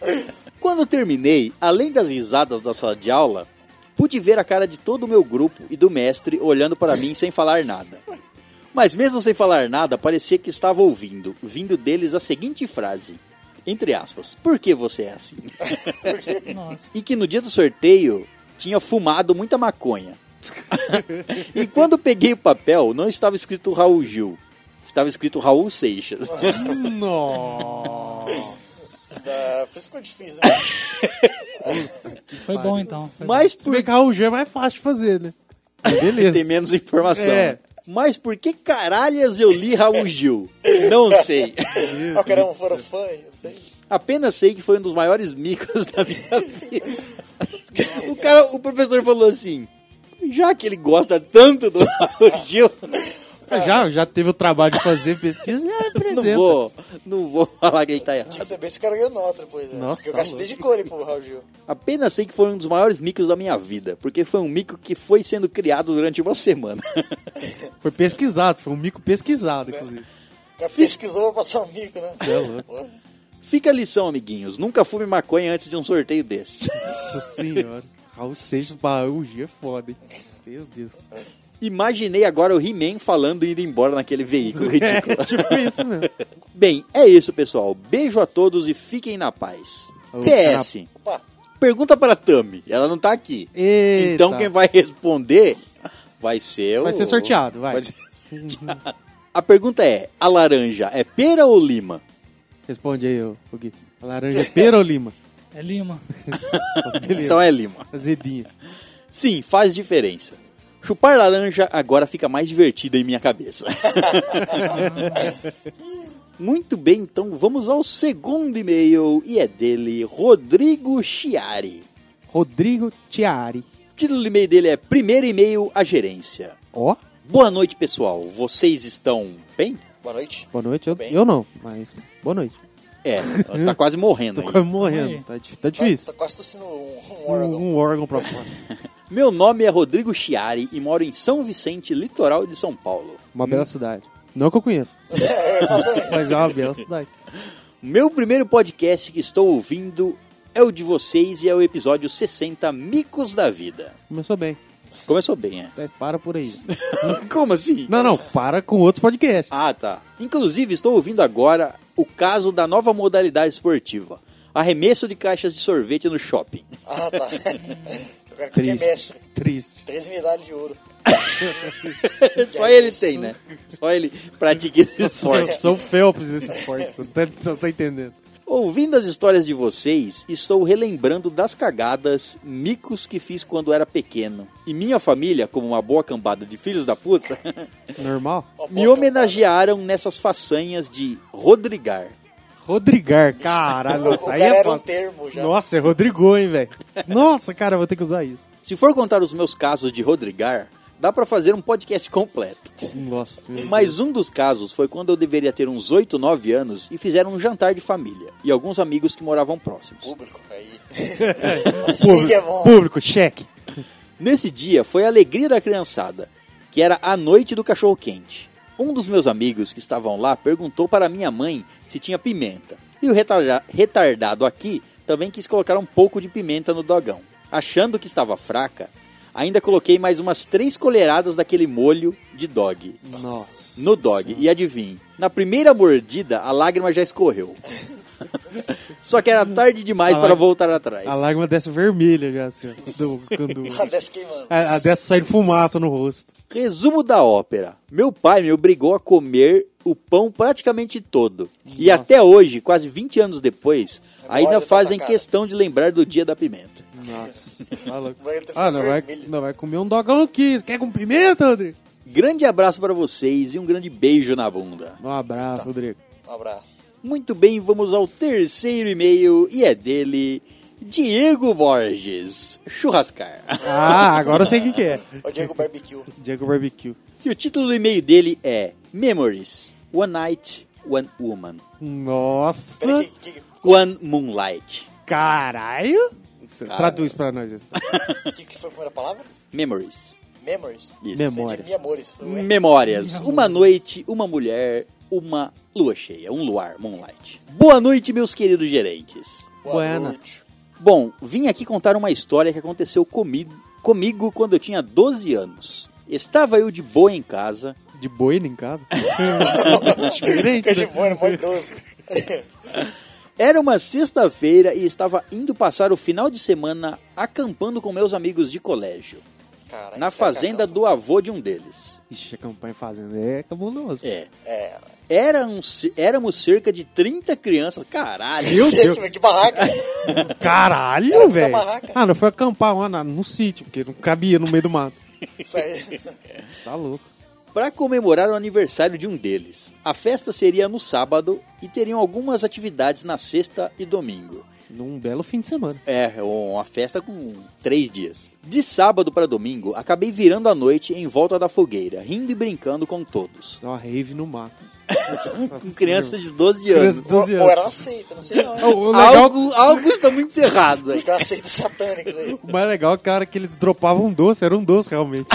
S1: Quando terminei, além das risadas da sala de aula, pude ver a cara de todo o meu grupo e do mestre olhando para mim sem falar nada. Mas mesmo sem falar nada, parecia que estava ouvindo, vindo deles a seguinte frase, entre aspas, por que você é assim?
S5: Nossa,
S1: E que no dia do sorteio tinha fumado muita maconha. e quando peguei o papel, não estava escrito Raul Gil, estava escrito Raul Seixas.
S3: Nossa.
S4: Ah, por isso ficou difícil. né?
S5: foi bom então. Foi bom.
S1: Mas
S3: Se bem que Raul Gil é mais fácil de fazer, né? Mas
S1: tem
S3: beleza.
S1: menos informação.
S3: É.
S1: né? Mas por que caralhas eu li Raul Gil? Não sei.
S4: Ah, o cara é um fã, eu não sei. Tipo,
S1: Apenas sei que foi um dos maiores micos da minha vida. O, cara, o professor falou assim: já que ele gosta tanto do Raul Gil,
S3: Já, já teve o trabalho de fazer pesquisa, já
S1: não
S3: apresenta.
S1: vou, não vou falar que ele tá errado.
S4: Pra saber se o cara ganhou nota depois. Né?
S3: Nossa,
S4: Porque o
S3: tá
S4: cara se
S3: louco.
S4: dedicou ali pro Raul Gil.
S1: Apenas sei que foi um dos maiores micos da minha vida, porque foi um mico que foi sendo criado durante uma semana.
S3: Foi pesquisado, foi um mico pesquisado, inclusive.
S4: O cara pesquisou pra passar um mico, né?
S3: Cê é louco.
S4: Pô,
S1: Fica a lição, amiguinhos: nunca fume maconha antes de um sorteio desse.
S3: Nossa senhora. Raul Seixas para Raul Gil é foda, hein? Meu Deus.
S1: Imaginei agora o He-Man falando e indo embora naquele veículo ridículo.
S3: É, tipo isso mesmo.
S1: Bem, é isso, pessoal. Beijo a todos e fiquem na paz.
S3: Ô,
S1: PS.
S4: Opa,
S1: Pergunta para a Tami. Ela não tá aqui.
S3: Eita.
S1: Então quem vai responder vai ser o...
S3: Vai ser sorteado, vai.
S1: ser sorteado. A pergunta é, a laranja é pera ou lima?
S3: Responde aí, ô, ô Gui. A laranja é pera ou lima?
S5: É Lima.
S3: Beleza.
S1: Então é lima.
S3: Azedinha.
S1: Sim, faz diferença. Chupar laranja agora fica mais divertido em minha cabeça. Muito bem, então vamos ao segundo e-mail e é dele, Rodrigo Chiari.
S3: Rodrigo Tiari.
S1: O título do e-mail dele é Primeiro e-mail à gerência.
S3: Ó,
S1: Boa noite, pessoal. Vocês estão bem?
S4: boa noite.
S3: boa noite. Eu,
S4: Bem.
S3: eu não, mas boa noite.
S1: É, tá quase morrendo
S3: Tô
S1: aí.
S3: quase
S5: Calma aí.
S3: morrendo, tá, di- tá
S4: Tá
S3: difícil.
S4: quase tossindo um, um órgão.
S3: Um, um órgão pra fora.
S1: Meu nome é Rodrigo Chiari e moro em São Vicente, litoral de São Paulo.
S4: Hum.
S3: Uma bela cidade. Não que eu conheço, mas é uma bela cidade.
S1: Meu primeiro podcast que estou ouvindo é o de vocês e é o episódio 60 Micos da Vida.
S3: Começou bem.
S1: Começou bem, é?
S3: É, para por aí.
S1: Como assim?
S3: Não, não, para com outros podcasts.
S1: Ah, tá. Inclusive, estou ouvindo agora o caso da nova modalidade esportiva: arremesso de caixas de sorvete no shopping.
S4: Ah, tá. o cara que é
S3: Triste.
S4: mestre.
S3: Triste.
S4: Três medalhas de ouro.
S1: Só ele tem, né? Só ele pratica esse
S3: Eu
S1: esporte.
S3: sou o Felps desse esporte, você não tá, você não tá entendendo.
S1: Ouvindo as histórias de vocês, estou relembrando das cagadas, micos que fiz quando era pequeno. E minha família, como uma boa cambada de filhos da puta,
S3: Normal?
S4: Uma
S1: me
S4: boa
S1: homenagearam nessas façanhas de Rodrigar.
S3: Rodrigar,
S4: campada.
S3: caralho,
S4: O
S3: nossa, aí
S4: cara
S3: é
S4: era um
S3: foda.
S4: termo já.
S3: Nossa, é Rodrigo, hein, velho. Nossa, cara, eu vou ter que usar isso.
S1: Se for contar os meus casos de Rodrigar, dá pra fazer um podcast completo.
S3: Nossa, meu Deus.
S1: Mas um dos casos foi quando eu deveria ter uns 8, 9 anos e fizeram um jantar de família e alguns amigos que moravam próximos.
S4: Público, aí. Assim que é bom.
S3: público, cheque.
S1: Nesse dia foi a alegria da criançada, que era a noite do cachorro quente. Um dos meus amigos que estavam lá perguntou para minha mãe se tinha pimenta. E o retarda- retardado aqui também quis colocar um pouco de pimenta no dogão. Achando que estava fraca, ainda coloquei mais umas três colheradas daquele molho de dog
S3: Nossa.
S1: no dog. E adivinhe, na primeira mordida a lágrima já escorreu. Só que era tarde demais
S3: A
S1: para
S3: lágrima-
S1: voltar atrás.
S3: A lágrima desce vermelha já, assim, ó. quando- quando-
S4: Ah, desce queimando.
S3: a, a dessa sai fumaça no rosto.
S1: Resumo da ópera. Meu pai me obrigou a comer o pão praticamente todo. E até hoje, quase 20 anos depois,
S4: Agora
S1: ainda
S4: ele tá
S1: fazem
S4: atacado.
S1: questão de lembrar do dia da pimenta.
S3: Nossa, tá louco.
S4: Vai, ele tá
S3: Ah, não vai,
S4: vermelho.
S3: não vai comer um dogão aqui. Você Quer com pimenta, Rodrigo?
S1: Grande abraço para vocês e um grande beijo na bunda.
S3: Um abraço,
S4: Tá.
S3: Rodrigo.
S4: Um abraço.
S1: Muito bem, vamos ao terceiro e-mail e é dele Diego Borges, churrascar.
S3: Ah, agora eu sei o que, que é.
S4: O Diego Barbecue.
S3: Diego Barbecue.
S1: E o título do e-mail dele é Memories, One Night, One Woman,
S3: Nossa.
S4: Peraí, que, que,
S1: One Moonlight.
S3: Caralho. Você
S1: Cara.
S3: Traduz pra nós isso.
S4: que, que foi a primeira palavra?
S1: Memories.
S4: Memories.
S1: Isso.
S3: Memo-
S4: Entendi,
S3: Memórias.
S4: Miamores. Falei,
S3: Hum,
S4: ué,
S1: Memórias. Uma noite, uma mulher, uma lua cheia, um luar, Moonlight. Boa noite, meus queridos gerentes.
S4: boa
S3: Buena.
S4: noite.
S1: Bom, vim aqui contar uma história que aconteceu comi comigo quando eu tinha 12 anos. Estava eu de boa em casa.
S3: De boina em casa? Diferente,
S4: Fica de
S3: né?
S4: boa, era mó idoso.
S1: Era uma sexta-feira e estava indo passar o final de semana acampando com meus amigos de colégio,
S4: Caralho,
S1: na
S4: esse cara é
S1: fazenda
S4: acaba.
S1: do avô de um deles.
S3: Ixi, a campanha fazendo é cabuloso.
S1: É.
S4: É,
S1: Era um ce- éramos cerca de 30 crianças. Caralho!
S3: Meu
S4: Cacete,
S3: Deus.
S4: mas que é barraca. Era
S3: Caralho,
S4: muita
S3: velho.
S4: É. barraca.
S3: Ah, não foi acampar lá na- no sítio, porque não cabia no meio do mato.
S4: Isso aí.
S3: Tá louco.
S1: Para comemorar o aniversário de um deles. A festa seria no sábado e teriam algumas atividades na sexta e domingo.
S3: Num belo fim de semana.
S1: É, uma festa com três dias. De sábado para domingo, acabei virando a noite em volta da fogueira, rindo e brincando com todos.
S3: Dá uma rave no mato.
S1: Com crianças de 12 anos.
S3: Criança de
S4: Ou,
S3: 12
S4: ou
S3: anos.
S4: era uma seita, não sei não.
S3: É O,
S4: Acho
S3: o legal,
S1: Algo, algo está muito errado aí.
S4: que é era uma seita satânica isso aí.
S3: o mais legal é que a hora que eles dropavam doce, era um doce realmente.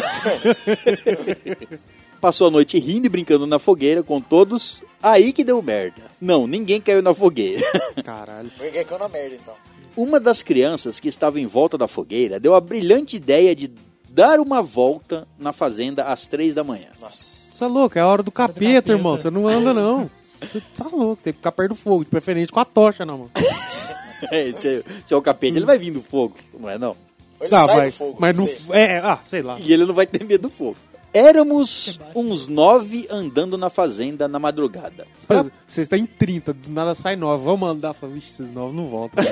S1: Passou a noite rindo e brincando na fogueira com todos. Aí que deu merda. Não, ninguém caiu na fogueira.
S3: Caralho.
S4: Briguei com na merda, então.
S1: Uma das crianças que estava em volta da fogueira deu a brilhante ideia de dar uma volta na fazenda às três da manhã.
S4: Nossa.
S3: Você é louco, é a hora do capeta,
S5: capeta.
S3: irmão. Você não anda, não. Você tá louco, você tem que ficar perto do fogo, de preferência com a tocha na mão.
S1: É, se, se é o capeta, ele vai vir do fogo, não é não?
S4: Ou ele
S3: Tá,
S4: sai
S3: mas,
S4: do fogo.
S3: mas
S4: não
S3: não.
S4: sei.
S3: É, ah, sei lá.
S1: E ele não vai ter medo do fogo. Éramos uns nove andando na fazenda na madrugada.
S3: Você está em 30, do nada sai 9. Vamos andar. Fala, Vixe, esses 9 não voltam. né?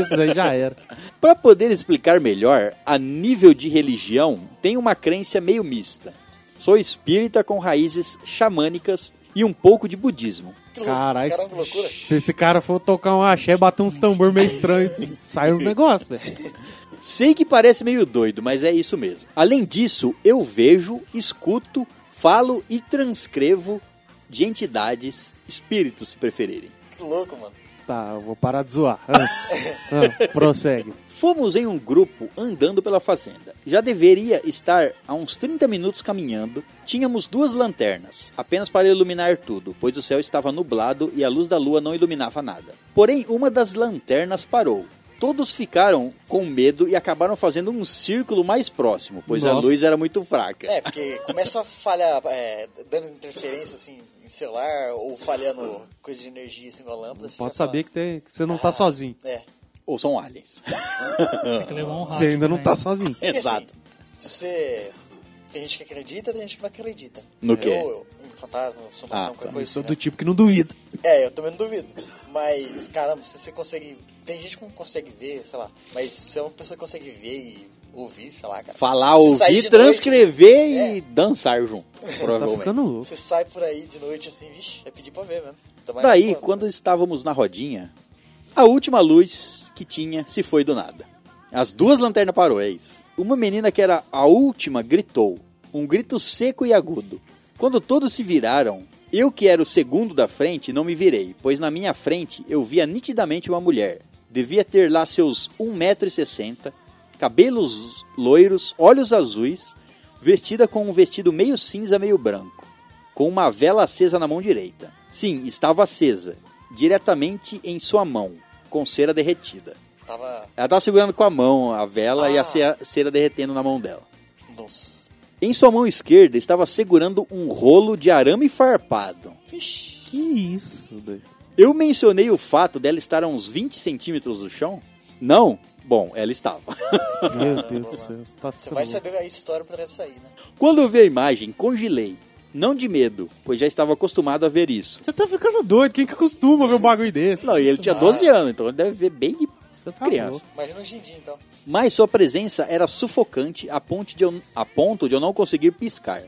S3: esses aí já era.
S1: Para poder explicar melhor, a nível de religião, tem uma crença meio mista. Sou espírita com raízes xamânicas e um pouco de budismo.
S4: Que louco,
S3: Caralho.
S4: Caramba, que é loucura.
S3: Se esse cara for tocar um axé, bater uns tambor meio estranho, sai uns negócios, velho.
S1: Sei que parece meio doido, mas é isso mesmo. Além disso, eu vejo, escuto, falo e transcrevo de entidades, espíritos, se preferirem.
S4: Que louco, mano.
S3: Tá, eu vou parar de zoar. Ah, ah, prossegue.
S1: Fomos em um grupo andando pela fazenda. Já deveria estar a uns 30 minutos caminhando. Tínhamos duas lanternas, apenas para iluminar tudo, pois o céu estava nublado e a luz da lua não iluminava nada. Porém, uma das lanternas parou. Todos ficaram com medo e acabaram fazendo um círculo mais próximo, pois a
S3: Nossa.
S1: luz era muito fraca.
S4: É, porque começa a falhar, é, dando interferência, assim, em celular, ou falhando coisa de energia, assim, com a lâmpada.
S3: Pode
S4: você já fala,
S3: saber que, tem- que você não tá sozinho.
S4: É.
S1: Ou são aliens.
S5: Tem que levar um
S4: Ah,
S5: rato.
S3: Você ainda não
S5: também.
S3: tá sozinho.
S4: Porque,
S1: Exato.
S4: Assim, se você... Tem gente que acredita, tem gente que não acredita.
S1: No quê?
S4: Eu, eu, em fantasma,
S1: Ah,
S4: somação, qualquer
S1: tá.
S4: coisa assim,
S3: Sou
S4: né?
S3: do tipo que não duvida.
S4: É, eu também não duvido. Mas, caramba, se você consegue. Tem gente que não consegue ver, sei lá. Mas se é uma pessoa que consegue ver e ouvir, sei lá, cara.
S1: Falar,
S4: Você sai
S1: ouvir,
S4: de noite, É.
S1: transcrever e dançar junto,
S3: Tá
S1: provavelmente.
S3: ficando louco.
S4: Você sai por aí de noite assim, vixe, é pedir pra ver mesmo. Ainda mais
S1: Daí,
S4: fora.
S1: quando estávamos na rodinha, a última luz que tinha se foi do nada. As duas lanternas parou, é isso. Uma menina que era a última gritou, um grito seco e agudo. Quando todos se viraram, eu que era o segundo da frente não me virei, pois na minha frente eu via nitidamente uma mulher. Devia ter lá seus 1,60m, cabelos loiros, olhos azuis, vestida com um vestido meio cinza, meio branco com uma vela acesa na mão direita. Sim, estava acesa, diretamente em sua mão, com cera derretida.
S4: Tava.
S1: Ela estava segurando com a mão a vela e a
S4: Ah.
S1: cera, cera derretendo na mão dela.
S4: Nossa.
S1: Em sua mão esquerda estava segurando um rolo de arame farpado.
S4: Vixe.
S3: Que isso, doido.
S1: Eu mencionei o fato dela estar a uns 20 centímetros do chão? Não? Bom, ela estava.
S3: Meu Deus do céu. Você, tá
S4: Você
S3: ficando
S4: vai
S3: louco.
S4: saber a história pra trás sair, né?
S1: Quando eu vi a imagem, congelei. Não de medo, pois já estava acostumado a ver isso.
S3: Você tá ficando doido. Quem que costuma ver um bagulho desse?
S1: Não, e ele tinha 12 anos, então ele deve ver bem de
S3: Você tá
S1: criança.
S3: louco.
S4: Imagina hoje em dia então.
S1: mas sua presença era sufocante a ponto, de eu, a ponto de eu não conseguir piscar.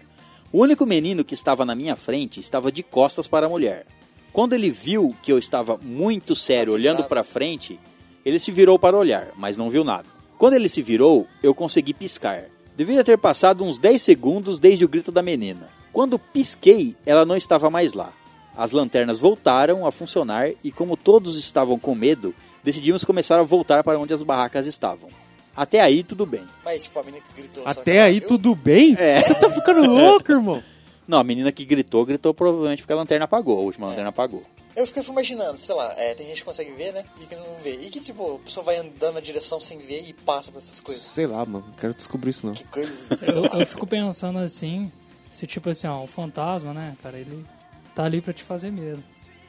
S1: O único menino que estava na minha frente estava de costas para a mulher. Quando ele viu que eu estava muito sério olhando para frente, Ele se virou para olhar, mas não viu nada. Quando ele se virou, eu consegui piscar. Devia ter passado uns 10 segundos desde o grito da menina. Quando pisquei, ela não estava mais lá. As lanternas voltaram a funcionar e, como todos estavam com medo, decidimos começar a voltar para onde as barracas estavam. Até aí, tudo bem.
S4: Mas, tipo, a menina que gritou. só que
S3: Até
S4: ela
S3: aí
S4: viu?
S3: tudo bem?
S1: É.
S3: Você tá ficando louco, irmão?
S1: Não, a menina que gritou, gritou provavelmente porque a lanterna apagou, a última lanterna apagou.
S4: Eu fico imaginando, sei lá, é, tem gente que consegue ver, né? E que não vê. E que, tipo, a pessoa vai andando na direção sem ver e passa por essas coisas.
S3: Sei lá, mano. Não quero descobrir isso, não.
S4: Que coisa.
S5: Eu, eu fico pensando assim, se tipo assim, ó, o fantasma, né, cara, ele tá ali pra te fazer medo.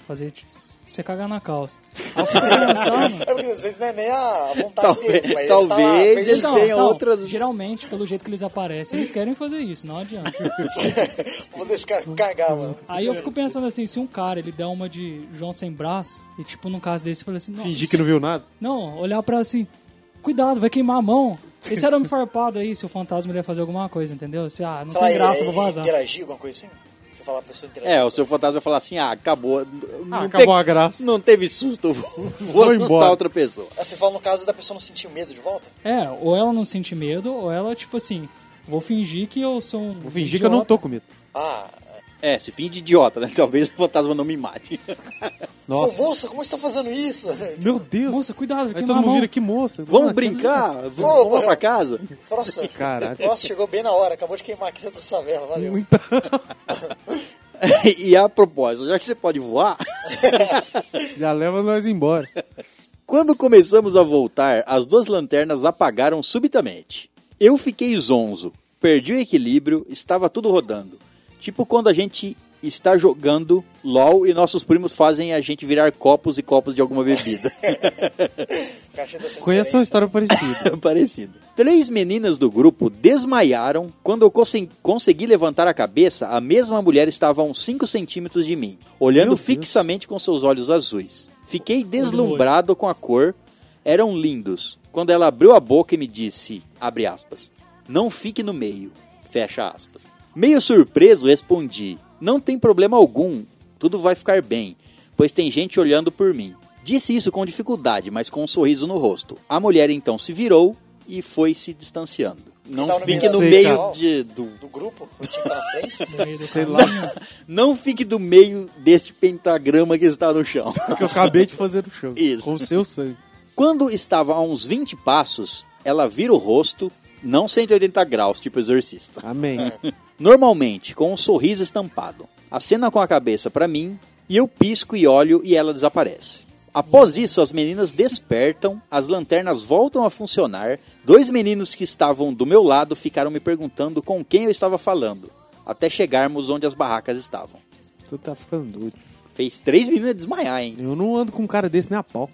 S5: Fazer te- você cagar na calça. Aí eu fico pensando.
S4: É porque às vezes não é nem a vontade
S1: Talvez-
S4: deles, mas eles tá lá,
S1: talvez
S4: perdido.
S1: ele
S5: Então,
S1: tenha
S5: então,
S1: outras-
S5: geralmente, pelo jeito que eles aparecem, eles querem fazer isso, não adianta.
S4: Vou fazer esse cara cagar, mano.
S5: Aí eu fico pensando assim, se um cara, ele der uma de João sem braço, e tipo, num caso desse, fala assim, não,
S3: Fingir que não viu nada.
S5: Não, olhar pra assim, cuidado, vai queimar a mão. Esse arame farpado aí, se o fantasma ele ia fazer alguma coisa, entendeu? Se, ah, não
S4: Sei lá,
S5: tem graça,
S4: é,
S5: vou vazar.
S4: interagir, alguma coisa assim? Se eu falar pra pessoa interagir.
S1: É, o seu fantasma vai falar assim: ah, acabou. Não
S3: Ah, acabou a graça.
S1: Não teve susto, eu vou, vou assustar
S3: embora.
S1: outra pessoa.
S4: Ah, Você fala no caso da pessoa não sentir medo de volta?
S5: É, ou ela não sente medo, ou ela, tipo assim, vou fingir que eu sou um.
S3: Vou fingir que eu não tô com medo.
S4: Ah,
S1: É, se fim de idiota, né? Talvez o fantasma não me mate.
S3: Nossa.
S4: Pô, moça, como você tá fazendo isso?
S3: Meu Deus.
S5: Moça, cuidado, vai
S3: Aí
S5: queimar
S3: todo
S5: a
S3: mundo
S5: mão.
S3: vira que moça.
S1: Vamos
S3: Ah,
S1: brincar? Vamos,
S4: Pô,
S1: vamos pra
S4: mano.
S1: casa?
S4: Nossa,
S3: Caralho.
S4: Nossa, chegou bem na hora, acabou de queimar aqui Santa Savela,
S3: que-
S4: valeu.
S3: Muita...
S1: e a propósito, já que você pode voar,
S3: Já leva nós embora.
S1: quando começamos a voltar, as duas lanternas apagaram subitamente. Eu fiquei zonzo, perdi o equilíbrio, estava tudo rodando. Tipo quando a gente está jogando LOL e nossos primos fazem a gente virar copos e copos de alguma bebida.
S4: Caixa dessa
S3: Conheço uma história parecida.
S1: Parecido. Três meninas do grupo desmaiaram quando eu conse- consegui levantar a cabeça. A mesma mulher estava a uns 5 centímetros de mim, olhando fixamente com seus olhos azuis. Fiquei deslumbrado com a cor. Eram lindos. Quando ela abriu a boca e me disse, abre aspas, não fique no meio, fecha aspas. Meio surpreso, respondi, não tem problema algum, tudo vai ficar bem, pois tem gente olhando por mim. Disse isso com dificuldade, mas com um sorriso no rosto. A mulher então se virou e foi se distanciando. Não
S4: tal no
S1: fique no
S3: meio
S1: meio
S4: da-
S1: de- do,
S4: Do grupo, o time tá na frente. não sei.
S3: Sei lá o
S1: não fique do meio deste pentagrama que está no chão.
S3: que eu acabei de fazer no chão.
S1: Isso.
S3: Com o seu sangue.
S1: Quando estava a uns 20 passos, ela vira o rosto, não 180 graus, tipo exorcista.
S3: Amém.
S1: Normalmente, com um sorriso estampado, acena com a cabeça pra mim e eu pisco e olho e ela desaparece. Após isso, as meninas despertam, as lanternas voltam a funcionar. Dois meninos que estavam do meu lado ficaram me perguntando com quem eu estava falando, até chegarmos onde as barracas estavam.
S3: Tu tá ficando doido.
S1: Fez três meninas desmaiar, hein?
S3: Eu não ando com um cara desse nem a pau.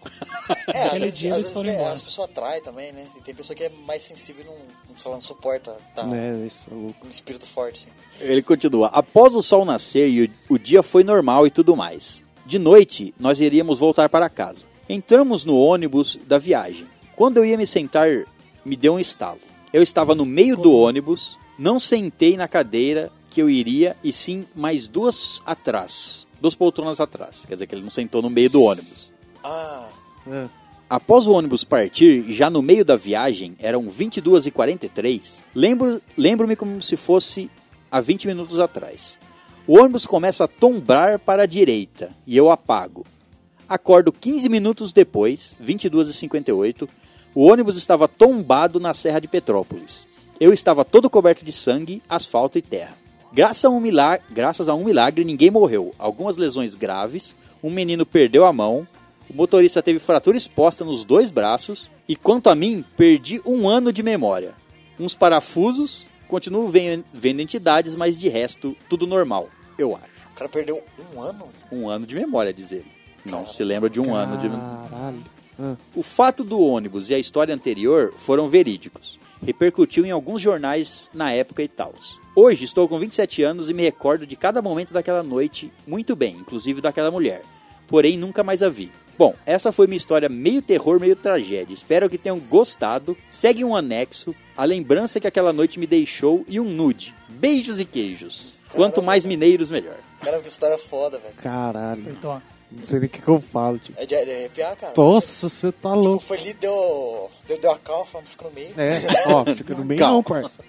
S4: É, às
S5: Aquele
S4: vezes,
S5: dia
S4: às
S5: eles
S4: vezes
S5: foram
S4: tem-
S5: embora.
S4: as pessoas atraem também, né? E tem pessoa que é mais sensível e não, não, sei lá, não suporta
S1: Ah.
S4: tá,
S3: É, isso é louco.
S4: um espírito forte, assim.
S1: Ele continua. Após o sol nascer e o, o dia foi normal e tudo mais. De noite, nós iríamos voltar para casa. Entramos no ônibus da viagem. Quando eu ia me sentar, me deu um estalo. Eu estava no meio do ônibus, não sentei na cadeira que eu iria, e sim mais duas atrás. Duas poltronas atrás. Quer dizer que ele não sentou no meio do ônibus.
S4: Ah,
S3: É.
S1: Após o ônibus partir, já no meio da viagem, eram 22h43, lembro- lembro-me como se fosse há 20 minutos atrás. O ônibus começa a tombrar para a direita e eu apago. Acordo 15 minutos depois, 22h58, o ônibus estava tombado na Serra de Petrópolis. Eu estava todo coberto de sangue, asfalto e terra. Graças a um milagre, graças a um milagre ninguém morreu. Algumas lesões graves, um menino perdeu a mão, o motorista teve fratura exposta nos dois braços e, quanto a mim, perdi um ano de memória. Uns parafusos, continuo ven- vendo entidades, mas de resto, tudo normal, eu acho.
S4: o cara perdeu um ano?
S1: Um ano de memória, diz ele. Não se lembra de um ano de memória.
S3: Caralho. Ah,
S1: O fato do ônibus e a história anterior foram verídicos. Repercutiu em alguns jornais na época e tal. Hoje estou com 27 anos e me recordo de cada momento daquela noite muito bem, inclusive daquela mulher. Porém, nunca mais a vi. Bom, essa foi minha história meio terror, meio tragédia. Espero que tenham gostado. Segue um anexo, a lembrança que aquela noite me deixou e um nude. Beijos e queijos. Quanto mais mineiros, melhor.
S4: Cara, que história foda, velho.
S3: caralho.
S5: Então, ó,
S3: Não sei nem o que, que eu falo, tipo.
S4: É de arrepiar, cara.
S3: Nossa, você tá
S4: Tipo,
S3: louco.
S4: foi ali, deu, deu, deu a calma, ficou no meio.
S3: É, ó, fica no meio
S1: Calma.
S3: não, parça.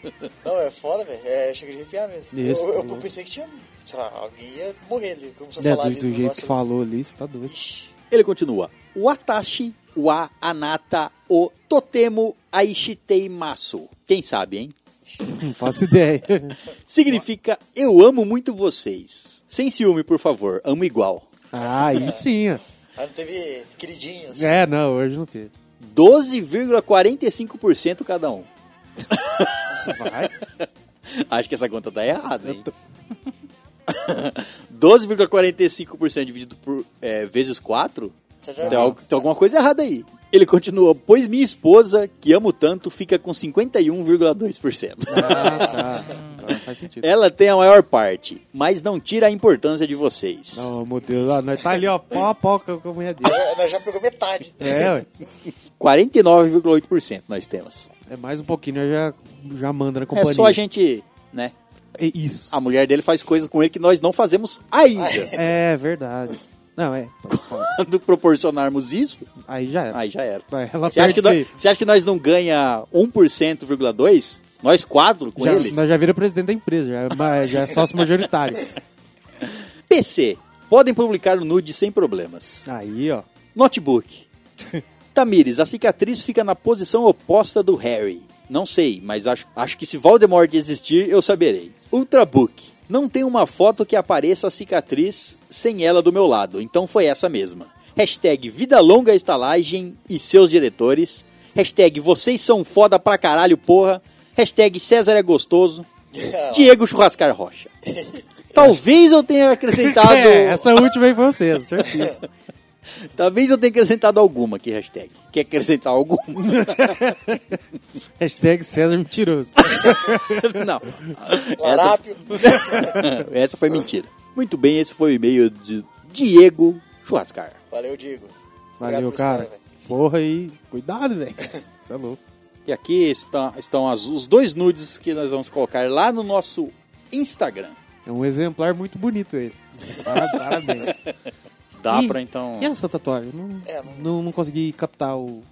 S4: Não, é foda, velho. É, chega de arrepiar mesmo.
S3: Isso,
S4: eu, eu
S3: louco.
S4: pensei que tinha, sei lá, alguém ia morrer ali. Começou a
S3: É, do,
S4: falar ali
S3: do jeito que falou ali, você tá doido.
S4: Ixi,
S1: Ele continua. Watashi wa anata o totemo aishiteimasu. Quem sabe, hein?
S3: Não faço ideia.
S1: Significa eu amo muito vocês. Sem ciúme, por favor. Amo igual.
S3: Ah, aí sim, ó.
S4: aí não teve queridinhos.
S3: É, não, hoje não teve.
S1: 12,45% cada um.
S3: Vai.
S1: Acho que essa conta tá errada, hein? 12,45% dividido por é, vezes 4?
S4: Você já
S1: Tem, al- tem alguma coisa errada aí. Ele continua, pois minha esposa, que amo tanto, fica com 51,2%.
S3: Ah, tá. Agora faz sentido.
S1: Ela tem a maior parte, mas não tira a importância de vocês.
S3: Não, meu Deus, ó, nós tá ali, ó, pau a pau com a com a mulher dele.
S4: Já- Nós já pegou metade.
S3: É, ué.
S1: 49,8% nós temos.
S3: É mais um pouquinho, nós já, já manda na
S1: É
S3: companhia.
S1: só a gente, né?
S3: É isso.
S1: A mulher dele faz coisas com ele que nós não fazemos ainda.
S3: É verdade. Não, é. pode falar.
S1: Quando proporcionarmos isso,
S3: Aí já era.
S1: aí já era.
S3: Vai, Ela
S1: Você acha, que nós,
S3: perde-
S1: você acha que nós não ganha 1,2%? Nós quatro com
S3: já,
S1: ele?
S3: Nós já vira presidente da empresa, já, é ma- já é sócio majoritário.
S1: PC. Podem publicar o nude sem problemas.
S3: Aí, ó.
S1: Notebook. Tamires, a cicatriz fica na posição oposta do Harry. Não sei, mas acho, acho que se Voldemort existir, eu saberei. Ultrabook. Não tem uma foto que apareça a cicatriz sem ela do meu lado, então foi essa mesma. Hashtag Vida Longa Estalagem e seus diretores. Hashtag Vocês são foda pra caralho, porra. Hashtag César é gostoso. Diego Churrascar Rocha. Talvez eu tenha acrescentado...
S3: É, essa última aí foi você, certeza.
S1: Talvez eu tenha acrescentado alguma aqui, hashtag. Quer acrescentar alguma?
S3: Hashtag César mentiroso.
S1: Não. Essa,
S4: Larápio.
S1: essa foi mentira. Muito bem, esse foi o e-mail de Diego Churrascar.
S4: Valeu, Diego.
S3: Valeu,
S4: por
S3: cara.
S4: estar, velho.
S3: Porra aí. Cuidado, velho. Você é louco.
S1: E aqui está- estão as- os dois nudes que nós vamos colocar lá no nosso Instagram.
S3: É um exemplar muito bonito ele. Para- Parabéns.
S1: Dá
S3: E-
S1: pra então.
S3: E essa tatuagem? Não,
S4: É, não-
S3: não... Não, consegui captar o.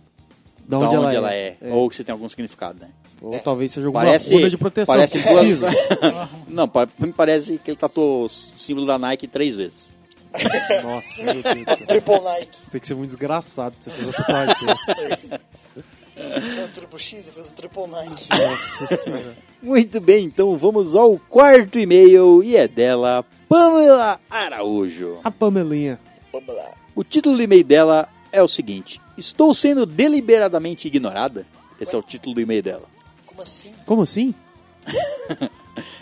S3: Da
S1: Da
S3: onde, ela,
S1: é. Ou se tem algum significado, né?
S3: Ou talvez seja alguma
S1: Parece.
S3: funda de proteção.
S1: parece
S3: que precisa.
S1: Não, pa- me parece que ele tatuou o símbolo da Nike três vezes.
S3: Nossa, meu Deus. do céu.
S4: Triple Nike.
S3: Você tem que ser muito desgraçado pra você fazer uma tatuagem dessa.
S4: Tem um triplo X e fez o triple Nike.
S3: Nossa senhora.
S1: Muito bem, então vamos ao quarto e-mail e é dela, Pamela Araújo.
S3: A Pamelinha.
S4: Vamos lá.
S1: O título do e-mail dela é o seguinte: Estou sendo deliberadamente ignorada? Esse é o título do e-mail dela.
S4: Como assim?
S3: Como assim?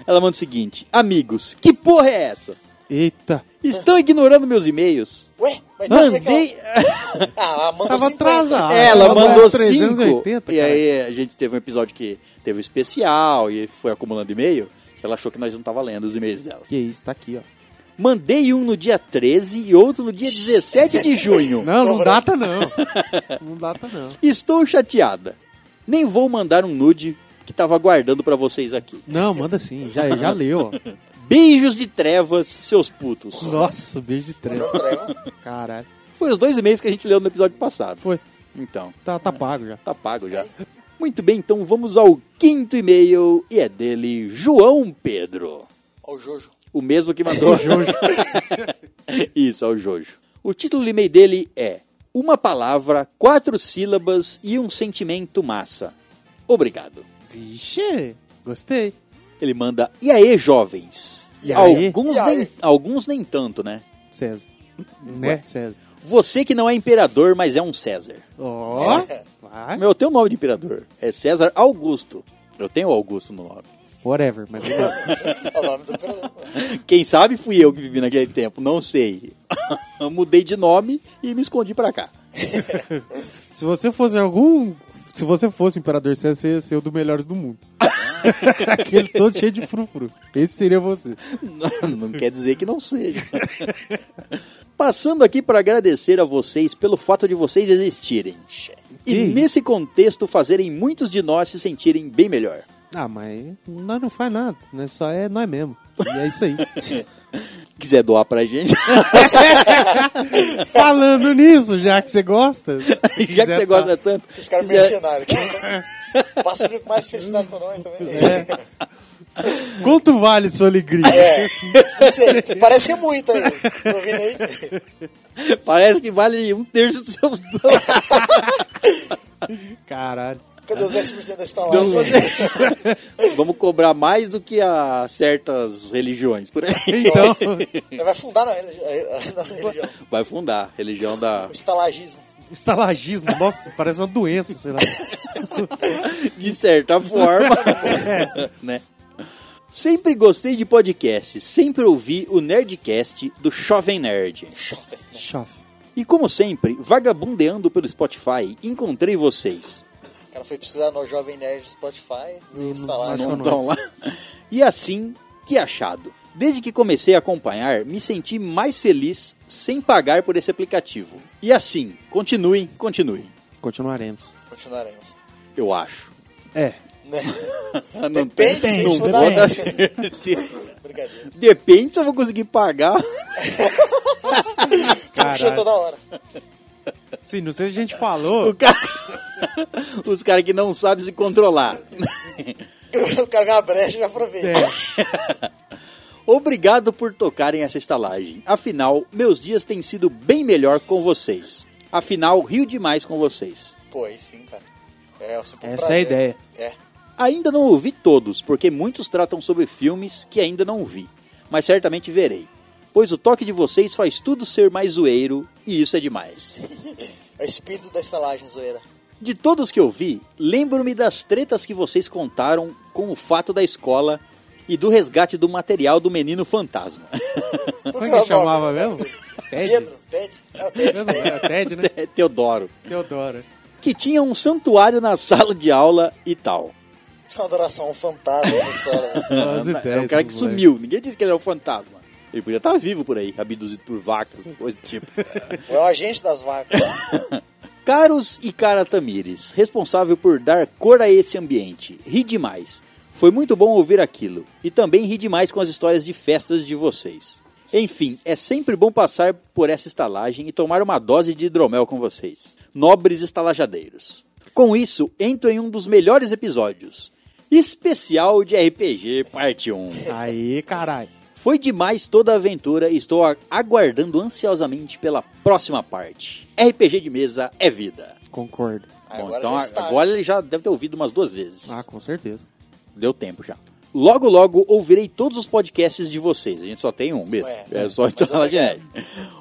S1: Ela manda o seguinte: Amigos, que porra é essa?
S3: Eita.
S1: Estão ignorando meus e-mails?
S4: Ué, mas não é
S1: Mandei.
S4: aquela... Ah, ela mandou
S3: Tava
S4: 50.
S3: atrasado.
S1: é, Ela
S3: tá, Nossa, é
S1: mandou
S3: 380,
S1: cinco. E aí a gente teve um episódio que teve um especial e foi acumulando e-mail. que Ela achou que nós não tava lendo os e-mails dela.
S3: Que isso, tá aqui, ó.
S1: Mandei um no dia 13 e outro no dia 17 de junho.
S3: Não, não
S4: Cobra.
S3: data não. Não data não.
S1: Estou chateada. Nem vou mandar um nude que tava guardando pra vocês aqui.
S3: Não, manda sim. Já, já leu, ó.
S1: Beijos de trevas, seus putos.
S3: Nossa, beijo de trem.
S4: É, Não, treva.
S3: Caralho.
S1: Foi os dois e-mails que a gente leu no episódio passado.
S3: Foi.
S1: Então,
S3: Tá, tá pago já.
S1: tá pago já. Muito bem, então vamos ao quinto e-mail e é dele, João Pedro.
S4: Ó o Jojo.
S1: O mesmo que mandou. Jojo. Isso, é o Jojo. O título do e-mail dele é Uma palavra, quatro sílabas e um sentimento massa. Obrigado.
S3: Vixe, gostei.
S1: Ele manda, e aí, jovens?
S3: E aí?
S1: alguns,
S4: E aí?
S1: Nem, alguns nem tanto, né?
S3: César. Né, César?
S1: Você que não é imperador, mas é um César.
S3: Ó, vai.
S1: Meu, eu tenho o nome de imperador. É César Augusto. Eu tenho Augusto no nome.
S3: Whatever, mas
S4: Ó o nome do programa.
S1: Quem sabe fui eu que vivi naquele tempo, não sei. Eu Mudei de nome e me escondi pra cá.
S3: se você fosse algum... Se você fosse Imperador César, você ia ser o do Melhores do Mundo. Aquele todo cheio de frufru. Esse seria você.
S1: Não, não quer dizer que não seja. Passando aqui para agradecer a vocês pelo fato de vocês existirem. E
S3: Que isso?
S1: nesse contexto fazerem muitos de nós se sentirem bem melhor.
S3: Ah, mas nós não faz nada. Nós só é nós mesmo. E é isso aí.
S1: Quiser doar pra gente,
S3: Falando nisso, já que você gosta. se
S1: já que
S3: quiser tá.
S1: você gosta tanto.
S4: Esse cara é mercenário aqui. então, Passa mais felicidade pra nós também.
S3: É. tá- Quanto vale sua alegria?
S4: É. Não sei, parece que é muito aí. Tô vendo aí.
S1: Parece que vale um terço dos seus dólares.
S3: Caralho.
S4: Cadê os 10% da
S1: Então,
S4: estalagem?
S1: você- Vamos cobrar mais do que a certas religiões por aí.
S3: Então,
S4: Nossa. Ela Vai fundar a, a- a nossa religião.
S1: Vai fundar, religião da
S4: O estalagismo.
S3: estalagismo, nossa, parece uma doença, sei lá.
S1: de certa forma, né? Sempre gostei de podcasts, sempre ouvi o Nerdcast do Jovem Nerd.
S4: Jovem. né?
S3: Chave.
S1: E como sempre, vagabundeando pelo Spotify, encontrei vocês.
S4: O cara foi pesquisar no Jovem Nerd do Spotify, no estalagem.
S3: acho
S1: Não
S3: que
S1: tão lá. E assim, que achado. Desde que comecei a acompanhar, me senti mais feliz sem pagar por esse aplicativo. E assim, continuem, continuem.
S3: Continuaremos.
S4: Continuaremos.
S1: Eu acho.
S3: É.
S4: Né?
S1: Ah, Não
S4: Depende,
S1: tem-
S4: se
S1: não
S4: isso
S1: vou
S4: for da
S1: dar
S4: renda.
S1: certeza.
S4: Brincadeira.
S1: Depende se eu vou conseguir pagar.
S4: Puxa toda hora.
S3: Sim, não sei se a gente falou.
S1: O cara... Os caras que não sabem se controlar.
S4: O cara ganha a brecha e já aproveita.
S3: É.
S1: Obrigado por tocarem essa estalagem. Afinal, meus dias têm sido bem melhor com vocês. Afinal, rio demais com vocês.
S4: Pô, aí sim, cara. É, assim, por
S3: Essa é a
S4: prazer.
S3: ideia.
S4: É.
S1: Ainda não ouvi todos, porque muitos tratam sobre filmes que ainda não vi, mas certamente verei. Pois o toque de vocês faz tudo ser mais zoeiro, e isso é demais.
S4: É o espírito da estalagem, zoeira.
S1: De todos que eu vi, lembro-me das tretas que vocês contaram com o fato da escola e do resgate do material do menino fantasma.
S4: Como
S3: Como é
S4: que era
S3: que
S4: o nome
S3: chamava
S4: dele?
S3: mesmo?
S4: né? Pedro? Ted? É o Ted.
S3: Era Ted, né?
S1: Teodoro,
S3: Teodora.
S1: que tinha um santuário na sala de aula e tal.
S4: Tem uma adoração, um fantasma na escola. né?
S3: As
S1: Era um cara que sumiu, ninguém disse que ele era um fantasma. Ele podia estar vivo por aí, abduzido por vacas, coisa do tipo.
S4: É o agente das vacas.
S1: Caros e Cara Tamires, responsável por dar cor a esse ambiente. Ri demais. Foi muito bom ouvir aquilo. E também ri demais com as histórias de festas de vocês. Enfim, é sempre bom passar por essa estalagem e tomar uma dose de hidromel com vocês. Nobres estalajadeiros. Com isso, entro em um dos melhores episódios. Especial de RPG Parte 1.
S3: Aí, caralho.
S1: Foi demais toda a aventura e estou a- aguardando ansiosamente pela próxima parte. RPG de mesa é vida.
S3: Concordo.
S1: Bom,
S4: Agora
S1: então
S4: já
S1: a-
S4: está.
S1: agora ele já deve ter ouvido umas duas vezes.
S3: Ah, com certeza.
S1: Deu tempo já. Logo, logo ouvirei todos os podcasts de vocês. A gente só tem um mesmo.
S4: Ué,
S1: é só então
S4: mas obrigado.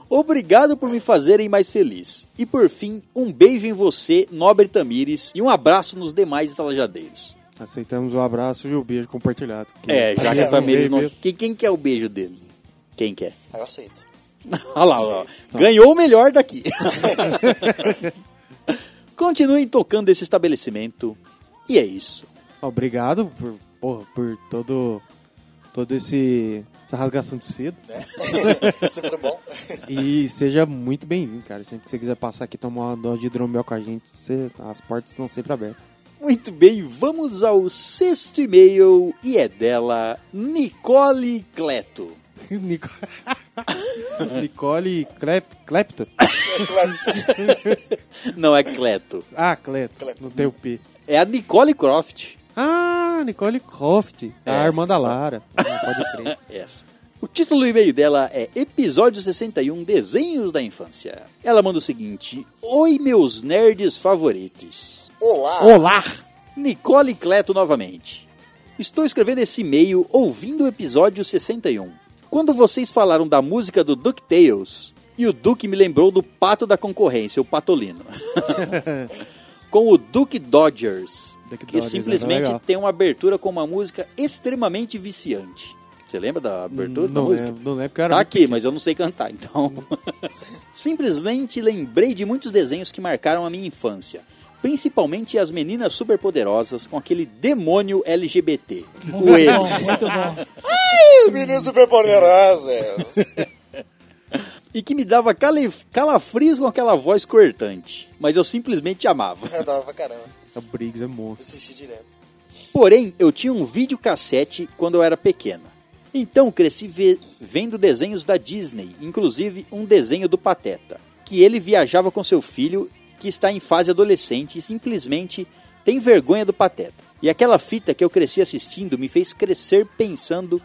S1: Obrigado por me fazerem mais feliz. E por fim, um beijo em você, nobre Tamires, e um abraço nos demais estalajadeiros.
S3: Aceitamos o abraço e o beijo compartilhado.
S1: É, já que a
S4: Beijo,
S1: Tamires não.
S3: beijo.
S1: Quem, quem quer o beijo dele? Quem quer?
S4: Aí eu aceito.
S1: Olha lá, olha lá.
S3: tá.
S1: ganhou o melhor daqui. Continuem tocando esse estabelecimento. E é isso.
S3: Obrigado por, porra, por todo, todo esse essa rasgação de cedo.
S4: Sempre bom.
S3: E seja muito bem-vindo, cara. Sempre que você quiser passar aqui e tomar uma dose de hidromel com a gente, você- as portas estão sempre abertas.
S1: Muito bem, vamos ao sexto e-mail e é dela Nicole Cleto.
S3: Nico- Nicole Clep... Clepto?
S1: Não é Cleto,
S3: Ah, Cleto.
S4: Clepto.
S3: Não tem o P.
S1: é a Nicole Croft.
S3: Ah, Nicole Croft.
S1: É,
S3: a irmã da
S1: só-
S3: Lara. Não, pode crer.
S1: É Essa. O título do e-mail dela é Episódio 61 Desenhos da Infância. Ela manda o seguinte: Oi, meus nerds favoritos.
S4: Olá.
S3: Olá!
S1: Nicole Cleto novamente. Estou escrevendo esse e-mail ouvindo o episódio 61. Quando vocês falaram da música do DuckTales, e o Duke me lembrou do pato da concorrência, o Patolino. com o Duke Dodgers,
S3: Duke
S1: que
S3: Dodgers, é
S1: simplesmente
S3: legal.
S1: tem uma abertura com uma música extremamente viciante. Você lembra da abertura da
S3: Hum, Não
S1: música?
S3: lembro, não lembro porque eu era
S1: Tá
S3: muito
S1: aqui, mas eu não sei cantar, então. Simplesmente lembrei de muitos desenhos que marcaram a minha infância. Principalmente as meninas superpoderosas com aquele demônio LGBT.
S5: Muito
S1: O ele.
S5: bom, muito bom.
S4: Os meninos super poderosos.
S1: E que me dava calif- calafrios com aquela voz cortante. Mas eu simplesmente amava.
S4: Eu adoro pra caramba.
S3: A Briggs é monstro.
S4: Assisti direto.
S1: Porém, eu tinha um videocassete quando eu era pequena. Então cresci ve- vendo desenhos da Disney, inclusive um desenho do Pateta, que ele viajava com seu filho que está em fase adolescente e simplesmente tem vergonha do Pateta. E aquela fita que eu cresci assistindo me fez crescer pensando: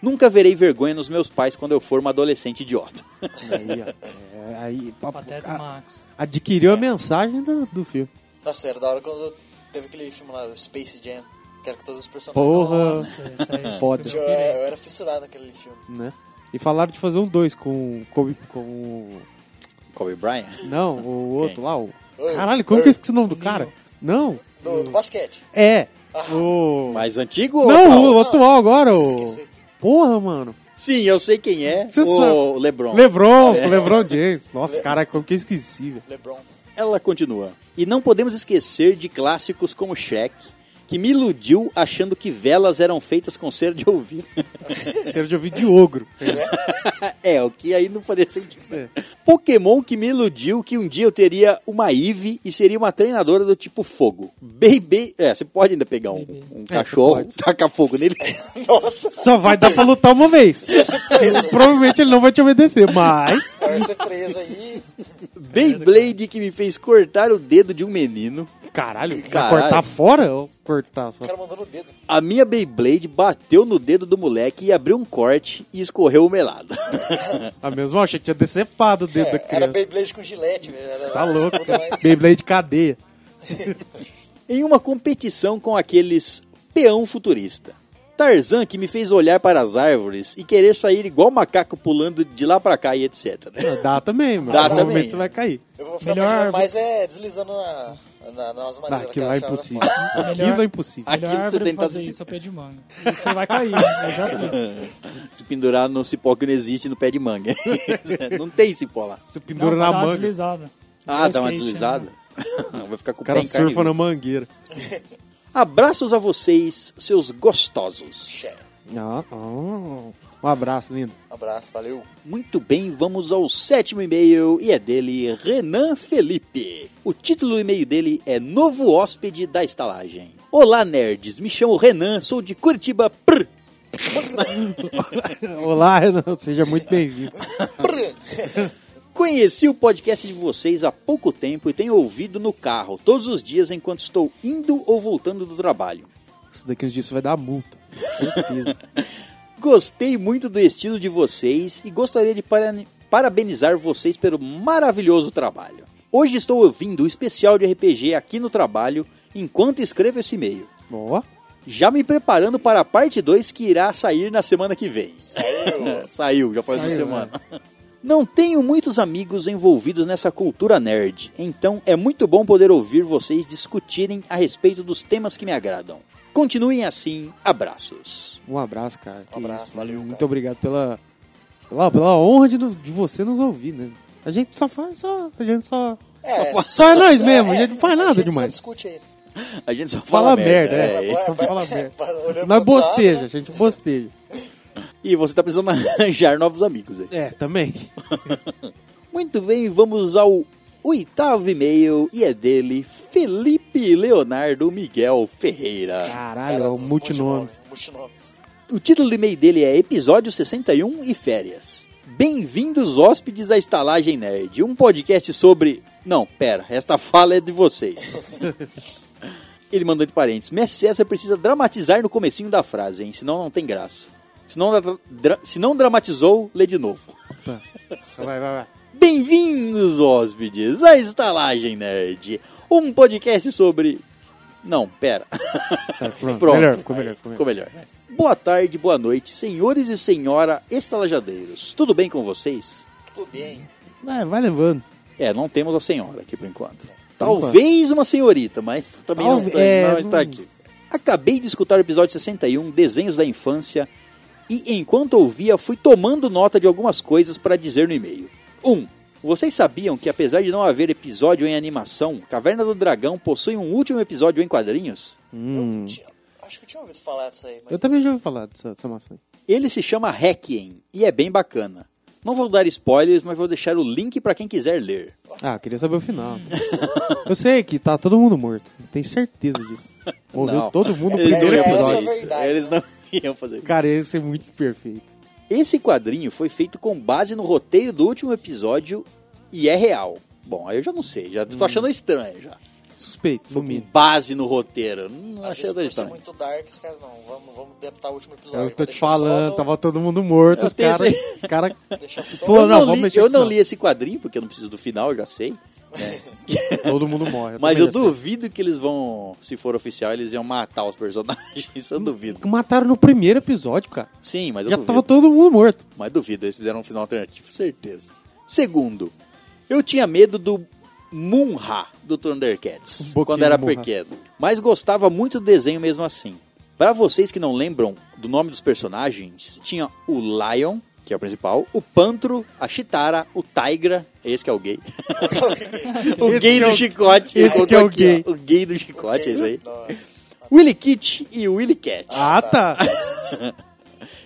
S1: nunca verei vergonha nos meus pais quando eu for uma adolescente idiota.
S3: né? Aí, ó. É, aí, papo-
S5: Pateta e
S3: a-
S5: Max.
S3: adquiriu a mensagem do, do filme.
S4: Nossa, era Tá da hora quando teve aquele filme lá, o Space Jam, que era com todos os personagens.
S3: Porra.
S5: Nossa, isso aí. esse é
S3: Foda.
S4: Eu,
S5: filme eu pirei.
S4: eu era fissurado naquele filme.
S3: Né? E falaram de fazer um 2 com o Kobe. Com. o-
S1: Kobe Bryant?
S3: Não, o outro lá. O...
S4: Oi,
S3: Caralho, como
S4: oi.
S3: que eu esqueci o nome do cara? Não.
S4: Do, do basquete.
S3: É.
S4: Ah.
S3: O.
S1: Mais antigo? ou
S3: Não,
S1: atual?
S3: o atual agora, o.
S4: Esqueci.
S3: Porra, mano.
S1: Sim, eu sei quem é.
S3: Você
S1: o
S3: sabe.
S1: LeBron. É.
S3: Lebron, o Lebron James.
S4: É.
S3: Nossa, caralho, como que eu esqueci, velho.
S4: LeBron.
S1: Ela continua. E não podemos esquecer de clássicos como Shrek, que me iludiu achando que velas eram feitas com cera de ouvido.
S3: Cera de ouvir de ogro.
S1: é, o que aí não faria sentido.
S3: É.
S1: Pokémon que me iludiu que um dia eu teria uma Eve e seria uma treinadora do tipo fogo. Baby. É, você pode ainda pegar um, um cachorro, tacar fogo nele.
S4: Nossa,
S3: Só vai dar pra lutar uma vez.
S4: preso.
S3: Provavelmente ele não vai te obedecer, mas.
S4: eu ia ser preso aí.
S1: Beyblade que me fez cortar o dedo de um menino.
S3: Caralho, vai
S1: Caralho.
S3: cortar fora ou cortar só?
S4: O cara mandou no dedo.
S1: A minha Beyblade bateu no dedo do moleque e abriu um corte e escorreu o melado.
S3: A mesma, eu achei que tinha decepado o dedo da
S4: É, era
S3: criança.
S4: Beyblade com gilete, velho. Era-
S3: Tá louco.
S4: puta, mas-
S3: Beyblade cadeia.
S1: em uma competição com aqueles peão futurista. Tarzan que me fez olhar para as árvores e querer sair igual macaco pulando de lá pra cá e etc.
S5: É,
S3: Dá também, mano.
S1: Dá
S3: Provavelmente
S1: também.
S3: você vai cair.
S4: Eu vou ficar
S5: Melhor-
S4: imaginando mais é deslizando na, na, nas
S3: Dá,
S4: madeiras.
S3: aquilo
S4: aquela
S3: lá é
S4: chave
S3: impossível.
S4: foda.
S3: Aquilo é impossível.
S1: Aquilo
S5: Melhor
S1: você
S5: árvore
S1: tenta
S5: fazer
S1: se-
S5: isso é o pé de manga. Você vai cair, eu já fiz.
S1: Se pendurar no cipó que não existe no pé de manga. não tem cipó lá.
S3: Você
S5: Não,
S3: pendura
S5: pra
S3: na
S5: dar uma
S3: manga.
S5: deslizada.
S1: Ah,
S5: Depois
S1: dá uma
S5: skate, né?
S1: deslizada. Vai ficar com
S3: O
S1: o pé
S3: cara
S1: em carne
S3: surfa na
S1: viva.
S3: mangueira.
S1: Abraços a vocês, seus gostosos.
S4: Che,
S3: Ah, ah. Um abraço, lindo.
S4: Um abraço, valeu.
S1: Muito bem, vamos ao sétimo e-mail e é dele Renan Felipe. O título do e-mail dele é Novo Hóspede da Estalagem. Olá, nerds. Me chamo Renan, sou de Curitiba. Prr.
S3: Olá, Renan. Seja muito bem-vindo.
S1: Conheci o podcast de vocês há pouco tempo e tenho ouvido no carro todos os dias enquanto estou indo ou voltando do trabalho.
S3: Isso daqui uns dias você vai dar multa. Certeza.
S1: Gostei muito do estilo de vocês e gostaria de para- parabenizar vocês pelo maravilhoso trabalho. Hoje estou ouvindo o especial de RPG aqui no trabalho enquanto escrevo esse e-mail.
S3: Ó,
S1: Já me preparando para a parte 2 que irá sair na semana que vem.
S4: Saiu.
S1: Saiu, já faz uma semana. Não tenho muitos amigos envolvidos nessa cultura nerd, então é muito bom poder ouvir vocês discutirem a respeito dos temas que me agradam. Continuem assim, abraços.
S3: um abraço, cara. Que
S4: Um abraço,
S3: isso.
S4: valeu,
S3: Muito
S4: cara.
S3: obrigado pela, pela, pela honra de, no- de você nos ouvir, né? A gente só faz, só. A gente só.
S4: É,
S3: Só é nós mesmo, a gente não faz nada
S4: gente
S3: demais.
S4: Só discute aí.
S1: A gente só
S3: Fala
S1: fala,
S3: merda,
S1: merda.
S3: é.
S1: é.
S3: Só
S4: Vai-
S3: fala
S4: vai-
S3: merda.
S4: vai olhando
S3: Nós
S4: pro outro lado,
S3: bosteja,
S4: né?
S3: a é gente bosteja.
S1: E você tá precisando arranjar novos amigos aí.
S3: É, também.
S1: Muito bem, vamos ao oitavo e-mail e é dele Felipe Leonardo Miguel Ferreira.
S3: Caralho, é
S4: Cara,
S3: um multinome.
S4: multinome, Multinomes.
S1: O título do e-mail dele é Episódio 61 e Férias. Bem-vindos, hóspedes, à Estalagem Nerd, um podcast sobre. Não, pera, esta fala é de vocês. Ele mandou entre parênteses: Mestre César precisa dramatizar no comecinho da frase, hein? Senão não tem graça. Se não, dra- dra- se não dramatizou, lê de novo.
S3: Vai, vai, vai.
S1: Bem-vindos, hóspedes, à Estalagem Nerd, um podcast sobre. Não, pera.
S3: pronto, melhor, ficou melhor, ficou melhor.
S1: Boa tarde, boa noite, senhores e senhora estalajadeiros. Tudo bem com vocês?
S4: Tudo bem.
S3: Vai, vai levando.
S1: É, não temos a senhora aqui por enquanto. Talvez uma senhorita, mas também não,
S3: Talvez-
S1: tá-
S3: é,
S1: não está
S3: não-
S1: aqui. Acabei de escutar o episódio 61, Desenhos da Infância, e enquanto ouvia, fui tomando nota de algumas coisas para dizer no e-mail. 1. Um, vocês sabiam que, apesar de não haver episódio em animação, Caverna do Dragão possui um último episódio em quadrinhos?
S4: Eu tinha- acho que eu tinha ouvido falar disso aí. Mas...
S3: Hum. Eu também já ouvi falar dessa, dessa maçã. aí.
S1: Ele se chama Hackien e é bem bacana. Não vou dar spoilers, mas vou deixar o link pra quem quiser ler.
S3: Ah, queria saber o final. Eu sei que tá todo mundo morto. Tenho certeza disso. Morreu
S1: Não.
S3: todo mundo no
S1: Eles
S3: primeiro
S1: não iam
S4: Essa é a
S3: episódio.
S1: fazer isso.
S4: verdade,
S1: Eles não, iam fazer.
S3: Cara, ia ser muito perfeito.
S1: Esse quadrinho foi feito com base no roteiro do último episódio e é real. Bom, aí eu já não sei, já
S3: Hum.
S1: tô achando estranho já.
S3: Suspeito, no
S1: Com
S3: mínimo.
S1: base no roteiro, não
S4: Às
S1: achei
S4: vezes por ser
S1: estranho.
S4: muito dark, os caras, não, vamos, vamos adaptar o último episódio.
S3: É o que tá. eu tô
S4: vou
S3: te
S4: deixar só
S3: falando,
S4: no-
S3: tava todo mundo morto,
S1: Eu
S3: os
S1: tenho
S3: caras.
S1: esse-
S3: Os cara...
S4: Deixa só.
S3: Pô,
S1: Eu não,
S3: não, vamos
S1: li,
S3: mexer
S1: eu
S3: com isso
S1: não
S3: não.
S1: li esse quadrinho, porque eu não preciso do final, eu já sei.
S3: Todo mundo morre.
S1: Mas
S3: também assim.
S1: eu
S3: já sei.
S1: duvido que eles vão, se for oficial, eles iam matar os personagens. Isso eu duvido.
S3: Mataram no primeiro episódio, cara.
S1: Sim, mas eu
S3: Já
S1: duvido.
S3: tava todo mundo morto.
S1: Mas duvido, eles fizeram um final alternativo, certeza. Segundo, eu tinha medo do Munha do Thundercats
S3: Um pouquinho
S1: quando era
S3: do Munha.
S1: pequeno, mas gostava muito do desenho mesmo assim. Pra vocês que não lembram do nome dos personagens, tinha o Lion, que é o principal, o Pantro, a Chitara, o Tigra, esse que é o gay. o
S3: Esse
S1: gay
S3: que é
S1: do
S3: o-
S1: chicote,
S3: esse
S1: ele
S3: que é o
S1: botou aqui,
S3: gay.
S1: ó, o gay do chicote, esse aí.
S4: Nossa.
S1: Willy Kit e Willy Cat.
S3: Ah, tá.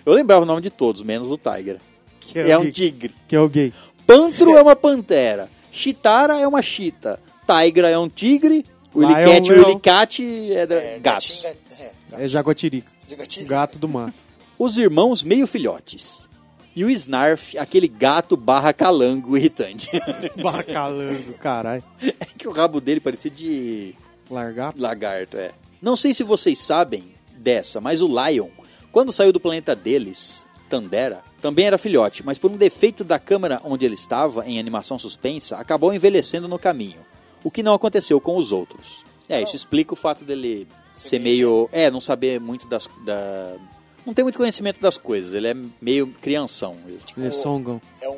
S1: Eu lembrava o nome de todos, menos do Tigra.
S3: Que
S1: é um
S3: gay.
S1: tigre.
S3: Que é o gay.
S1: Pantro é uma pantera. Chitara é uma chita. Tigra é um tigre. O
S3: Lion
S1: Ilicat e
S3: é um-
S1: o Ilicat é,
S4: É,
S1: é gato.
S4: gatinho, ga- é, gato.
S3: É jaguatirica.
S4: Jaguatirica.
S3: O gato do mato.
S1: Os irmãos meio filhotes. E o Snarf, aquele gato barra calango irritante.
S3: Bacalango, caralho.
S1: é que o rabo dele parecia de
S3: Largar?
S1: lagarto, é. Não sei se vocês sabem dessa, mas o Lion, quando saiu do planeta deles, Tandera, também era filhote, mas por um defeito da câmera onde ele estava, em animação suspensa, acabou envelhecendo no caminho, o que não aconteceu com os outros. É, isso explica o fato dele ser meio... É, não saber muito das... Da, não tem muito conhecimento das coisas, ele é meio crianção.
S3: Ele é songão.
S4: É um,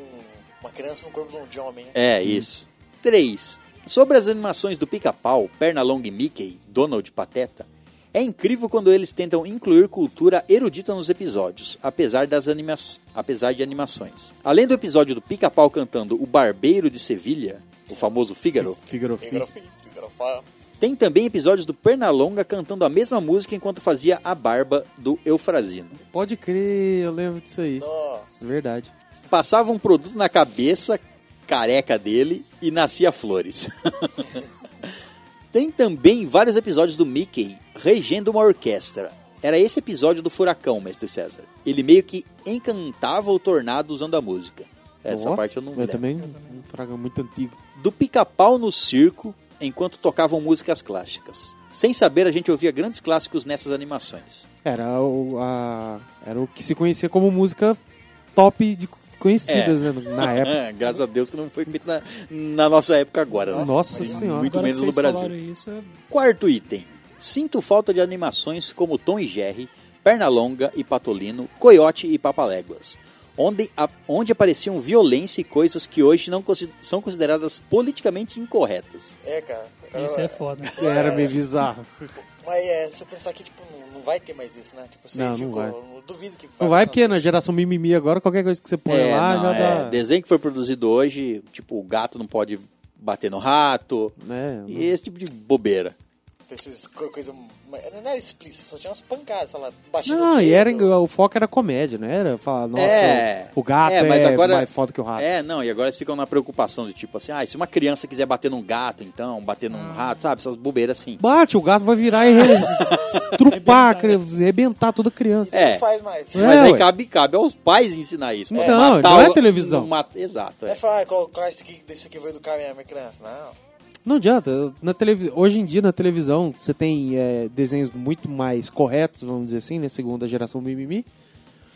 S4: uma criança no corpo de um de um homem, né?
S1: É, isso. 3. Sobre as animações do Pica-Pau, Pernalong e Mickey, Donald e Pateta, é incrível quando eles tentam incluir cultura erudita nos episódios, apesar, das anima apesar de animações. Além do episódio do Pica-Pau cantando O Barbeiro de Sevilha, o famoso Fígaro,
S3: Figaro
S4: Figaro
S3: Fi.
S4: Figaro Fá.
S1: tem também episódios do Pernalonga cantando a mesma música enquanto fazia a barba do Eufrazino.
S3: Pode crer, eu lembro disso aí. É
S4: Nossa.
S3: Verdade.
S1: Passava um produto na cabeça careca dele e nascia flores. Tem também vários episódios do Mickey regendo uma orquestra. Era esse episódio do Furacão, Mestre César. Ele meio que encantava o tornado usando a música. É, Essa
S3: Ó,
S1: parte eu não
S3: Eu
S1: lembro.
S3: também, um fragão muito antigo.
S1: Do pica-pau no circo, enquanto tocavam músicas clássicas. Sem saber, a gente ouvia grandes clássicos nessas animações.
S3: Era o, a, era o que se conhecia como música top de
S1: É.
S3: conhecidas, né? Na época.
S1: Graças a Deus que não foi feito na, na nossa época agora. né?
S3: Nossa senhora.
S1: muito
S5: Agora
S1: menos
S5: que
S1: no
S5: vocês
S1: Brasil.
S5: falaram isso, é-
S1: Quarto item. Sinto falta de animações como Tom e Jerry, Pernalonga e Patolino, Coyote e Papaléguas, onde, a- onde apareciam violência e coisas que hoje não consi- são consideradas politicamente incorretas.
S4: É, cara.
S5: isso
S4: Eu-
S5: é foda.
S3: Era meio bizarro.
S4: Mas é, se eu pensar que, tipo, não, não vai ter mais isso, né? Tipo, você
S3: Não, não
S4: ficou.
S3: vai.
S4: eu duvido que
S3: Não vai porque na geração mimimi agora, qualquer coisa que você põe lá
S1: não,
S3: já tá-
S1: é,
S3: dá.
S1: Desenho que foi produzido hoje, tipo, o gato não pode bater no rato,
S3: né?
S1: e esse tipo de bobeira.
S4: Tem essas co- coisas. mas Não era explícito, só tinha umas pancadas, sei lá, baixinho.
S3: Não, e era, o foco era comédia, né? Era falar, nossa,
S1: É.
S3: o gato é,
S1: mas agora-
S3: mais foda que o rato.
S1: É, não, e agora eles ficam na preocupação de tipo assim, ah, e se uma criança quiser bater num gato, então, bater
S3: Ah.
S1: num rato, sabe? Essas bobeiras assim.
S3: Bate, o gato vai virar e res- estrupar, cre- arrebentar toda criança.
S1: É.
S4: Não faz mais.
S3: É.
S1: Mas aí
S3: ué.
S1: cabe, cabe aos pais ensinar isso.
S3: Então,
S1: Matar
S3: não é
S1: o-
S3: televisão.
S1: não mata- exato.
S4: Não
S1: É.
S4: é falar, ah, colocar isso aqui, desse aqui eu vou educar minha, minha criança. Não.
S3: Não adianta. Na televi... Hoje em dia, na televisão, você tem é, desenhos muito mais corretos, vamos dizer assim, né? Segundo a geração mimimi.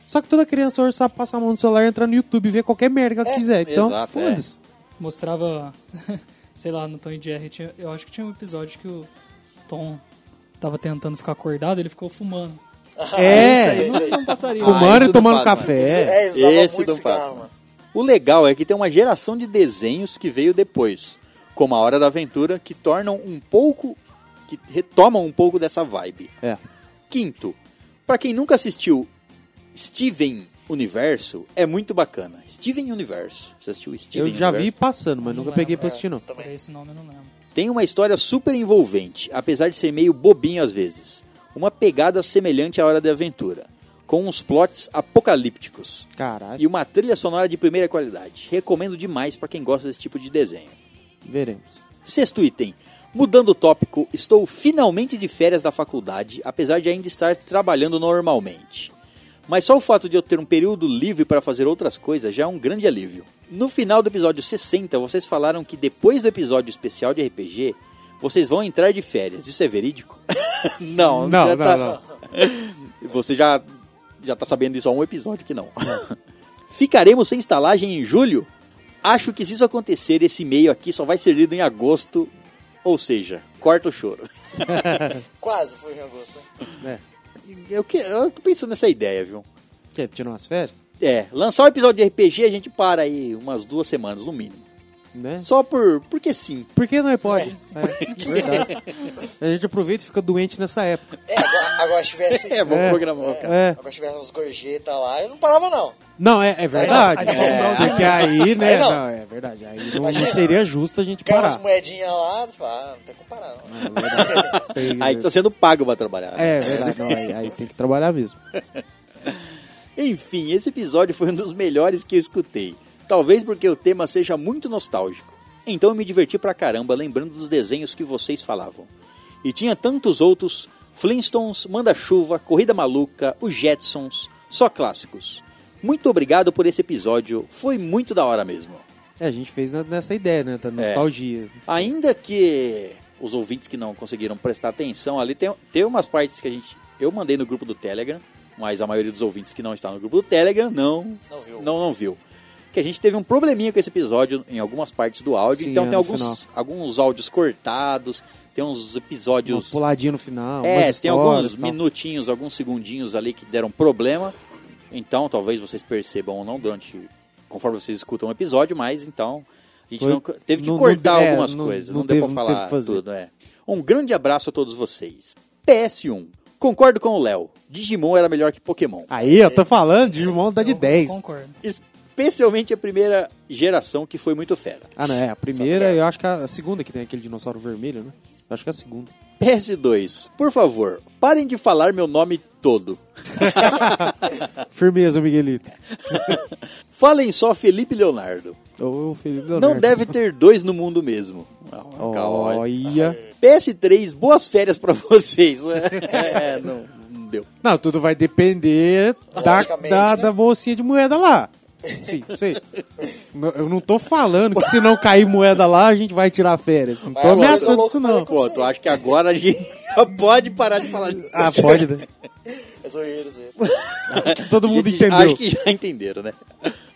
S3: Só que toda criança hoje sabe passar a mão no celular, entrar no YouTube e ver qualquer merda que ela quiser. Então,
S1: É, exato,
S3: foda-se.
S5: mostrava, sei lá, no Tom e Jerry, tinha, eu acho que tinha um episódio que o Tom tava tentando ficar acordado, ele ficou fumando.
S3: É,
S4: Isso aí.
S5: Não passaria.
S1: Ah,
S3: fumando
S1: isso
S3: e tomando
S1: não faz,
S3: café.
S4: É, eles usavam
S1: Esse
S4: muito
S1: não passa,
S4: cigarro,
S1: não.
S4: mano.
S1: O legal é que tem uma geração de desenhos que veio depois, como a Hora da Aventura, que tornam um pouco, que retomam um pouco dessa vibe.
S3: É.
S1: Quinto, pra quem nunca assistiu Steven Universo, é muito bacana. Steven Universo. Você assistiu Steven
S3: Eu já vi
S1: Universo?
S3: passando, mas nunca peguei
S1: É,
S3: pra assistir, não.
S5: Cara,
S4: Também.
S5: esse nome eu não lembro.
S1: Tem uma história super envolvente, apesar de ser meio bobinho às vezes. Uma pegada semelhante à Hora da Aventura, com uns plots apocalípticos
S3: Caralho,
S1: e uma trilha sonora de primeira qualidade. Recomendo demais pra quem gosta desse tipo de desenho.
S3: veremos.
S1: Sexto item. Mudando o tópico, estou finalmente de férias da faculdade, apesar de ainda estar trabalhando normalmente. Mas só o fato de eu ter um período livre para fazer outras coisas já é um grande alívio. No final do episódio 60, vocês falaram que depois do episódio especial de RPG, vocês vão entrar de férias. Isso é verídico? não,
S3: Não,
S1: já
S3: não,
S1: tá-
S3: não.
S1: Você já, já tá sabendo disso há um episódio que não. Ficaremos sem estalagem em julho? Acho que se isso acontecer, esse e-mail aqui só vai ser lido em agosto. Ou seja, corta o choro.
S4: Quase foi em agosto, né?
S3: É.
S1: Eu, que, eu tô pensando nessa ideia, viu?
S3: Quer tirar umas férias?
S1: É, lançar o episódio de RPG a gente para aí umas duas semanas, no mínimo.
S3: Né?
S1: Só por. porque sim.
S3: Por que não é pode? É, verdade. A gente aproveita e fica doente nessa época.
S4: É, agora, agora se tivesse.
S1: É, vamos
S3: É.
S1: programar. cara.
S3: É.
S4: Agora se tivesse uns gorjetas lá, eu não parava, não.
S3: Não, é, é verdade.
S5: Aí não, aí não.
S3: É, porque aí, né?
S4: Aí não.
S3: não, é verdade. Aí não, não
S4: Imagina.
S3: seria justo a gente
S4: Caiu
S3: parar.
S4: umas moedinhas lá, tu fala, ah, não tem como parar, não.
S3: É verdade. Tem-
S1: Aí que tá sendo pago pra trabalhar. né?
S3: É verdade, não, aí, aí tem que trabalhar mesmo.
S1: Enfim, esse episódio foi um dos melhores que eu escutei. Talvez porque o tema seja muito nostálgico. Então eu me diverti pra caramba lembrando dos desenhos que vocês falavam. E tinha tantos outros: Flintstones, Manda-Chuva, Corrida Maluca, os Jetsons, só clássicos. Muito obrigado por esse episódio, foi muito da hora mesmo.
S3: É, a gente fez na- nessa ideia, né? Da nostalgia.
S1: Ainda que os ouvintes que não conseguiram prestar atenção ali, tem, tem umas partes que a gente. Eu mandei no grupo do Telegram, mas a maioria dos ouvintes que não está no grupo do Telegram não
S4: Não viu.
S1: não, não viu. Que a gente teve um probleminha com esse episódio em algumas partes do áudio,
S3: Sim,
S1: então
S3: é,
S1: tem
S3: no
S1: alguns, alguns áudios cortados, tem uns
S3: Uma
S1: episódios.
S3: puladinha no final,
S1: É,
S3: umas
S1: tem
S3: histórias
S1: alguns
S3: e tal.
S1: minutinhos, alguns segundinhos ali que deram problema. Então, talvez vocês percebam ou não durante. conforme vocês escutam o episódio, mas então. A gente
S3: Foi-
S1: não- teve que
S3: não- não-
S1: cortar
S3: é,
S1: algumas
S3: não-
S1: coisas,
S3: não
S1: não, deu
S3: teve-
S1: pra
S3: não teve
S1: falar
S3: que fazer.
S1: tudo, é. Um grande abraço a todos vocês. PS1. Concordo com o Léo. Digimon era melhor que Pokémon.
S3: Aí, eu tô falando, Digimon dá Tá de
S5: Eu
S3: 10.
S5: Concordo.
S1: Especialmente a primeira geração que foi muito fera.
S3: Ah, não, é. A primeira, eu acho que a a segunda que tem aquele dinossauro vermelho, né? Eu acho que é a segunda.
S1: PS2, por favor, parem de falar meu nome todo.
S3: Firmeza, Miguelito.
S1: Falem só Felipe Leonardo.
S3: Ô, Felipe Leonardo.
S1: Não deve ter dois no mundo mesmo. Ah, calma, né? olha.
S3: Olha.
S1: PS3, boas férias pra vocês. É, não, não deu.
S3: Não, tudo vai depender da,
S4: Logicamente,
S3: da,
S4: né?
S3: da bolsinha de moeda lá. Sim, sim. Não, Eu não tô falando que se não cair moeda lá, a gente vai tirar férias. Não tô
S4: Mas agora eu sou
S3: ameaçando
S4: louco
S3: isso,
S4: pra
S3: não.
S4: ver
S1: Pô, tu acha que agora a gente já pode parar de falar disso?
S3: Ah, pode, né?
S4: É zoeira, zoeira.
S3: Todo mundo
S1: Gente,
S3: entendeu.
S1: Acho que já entenderam, né?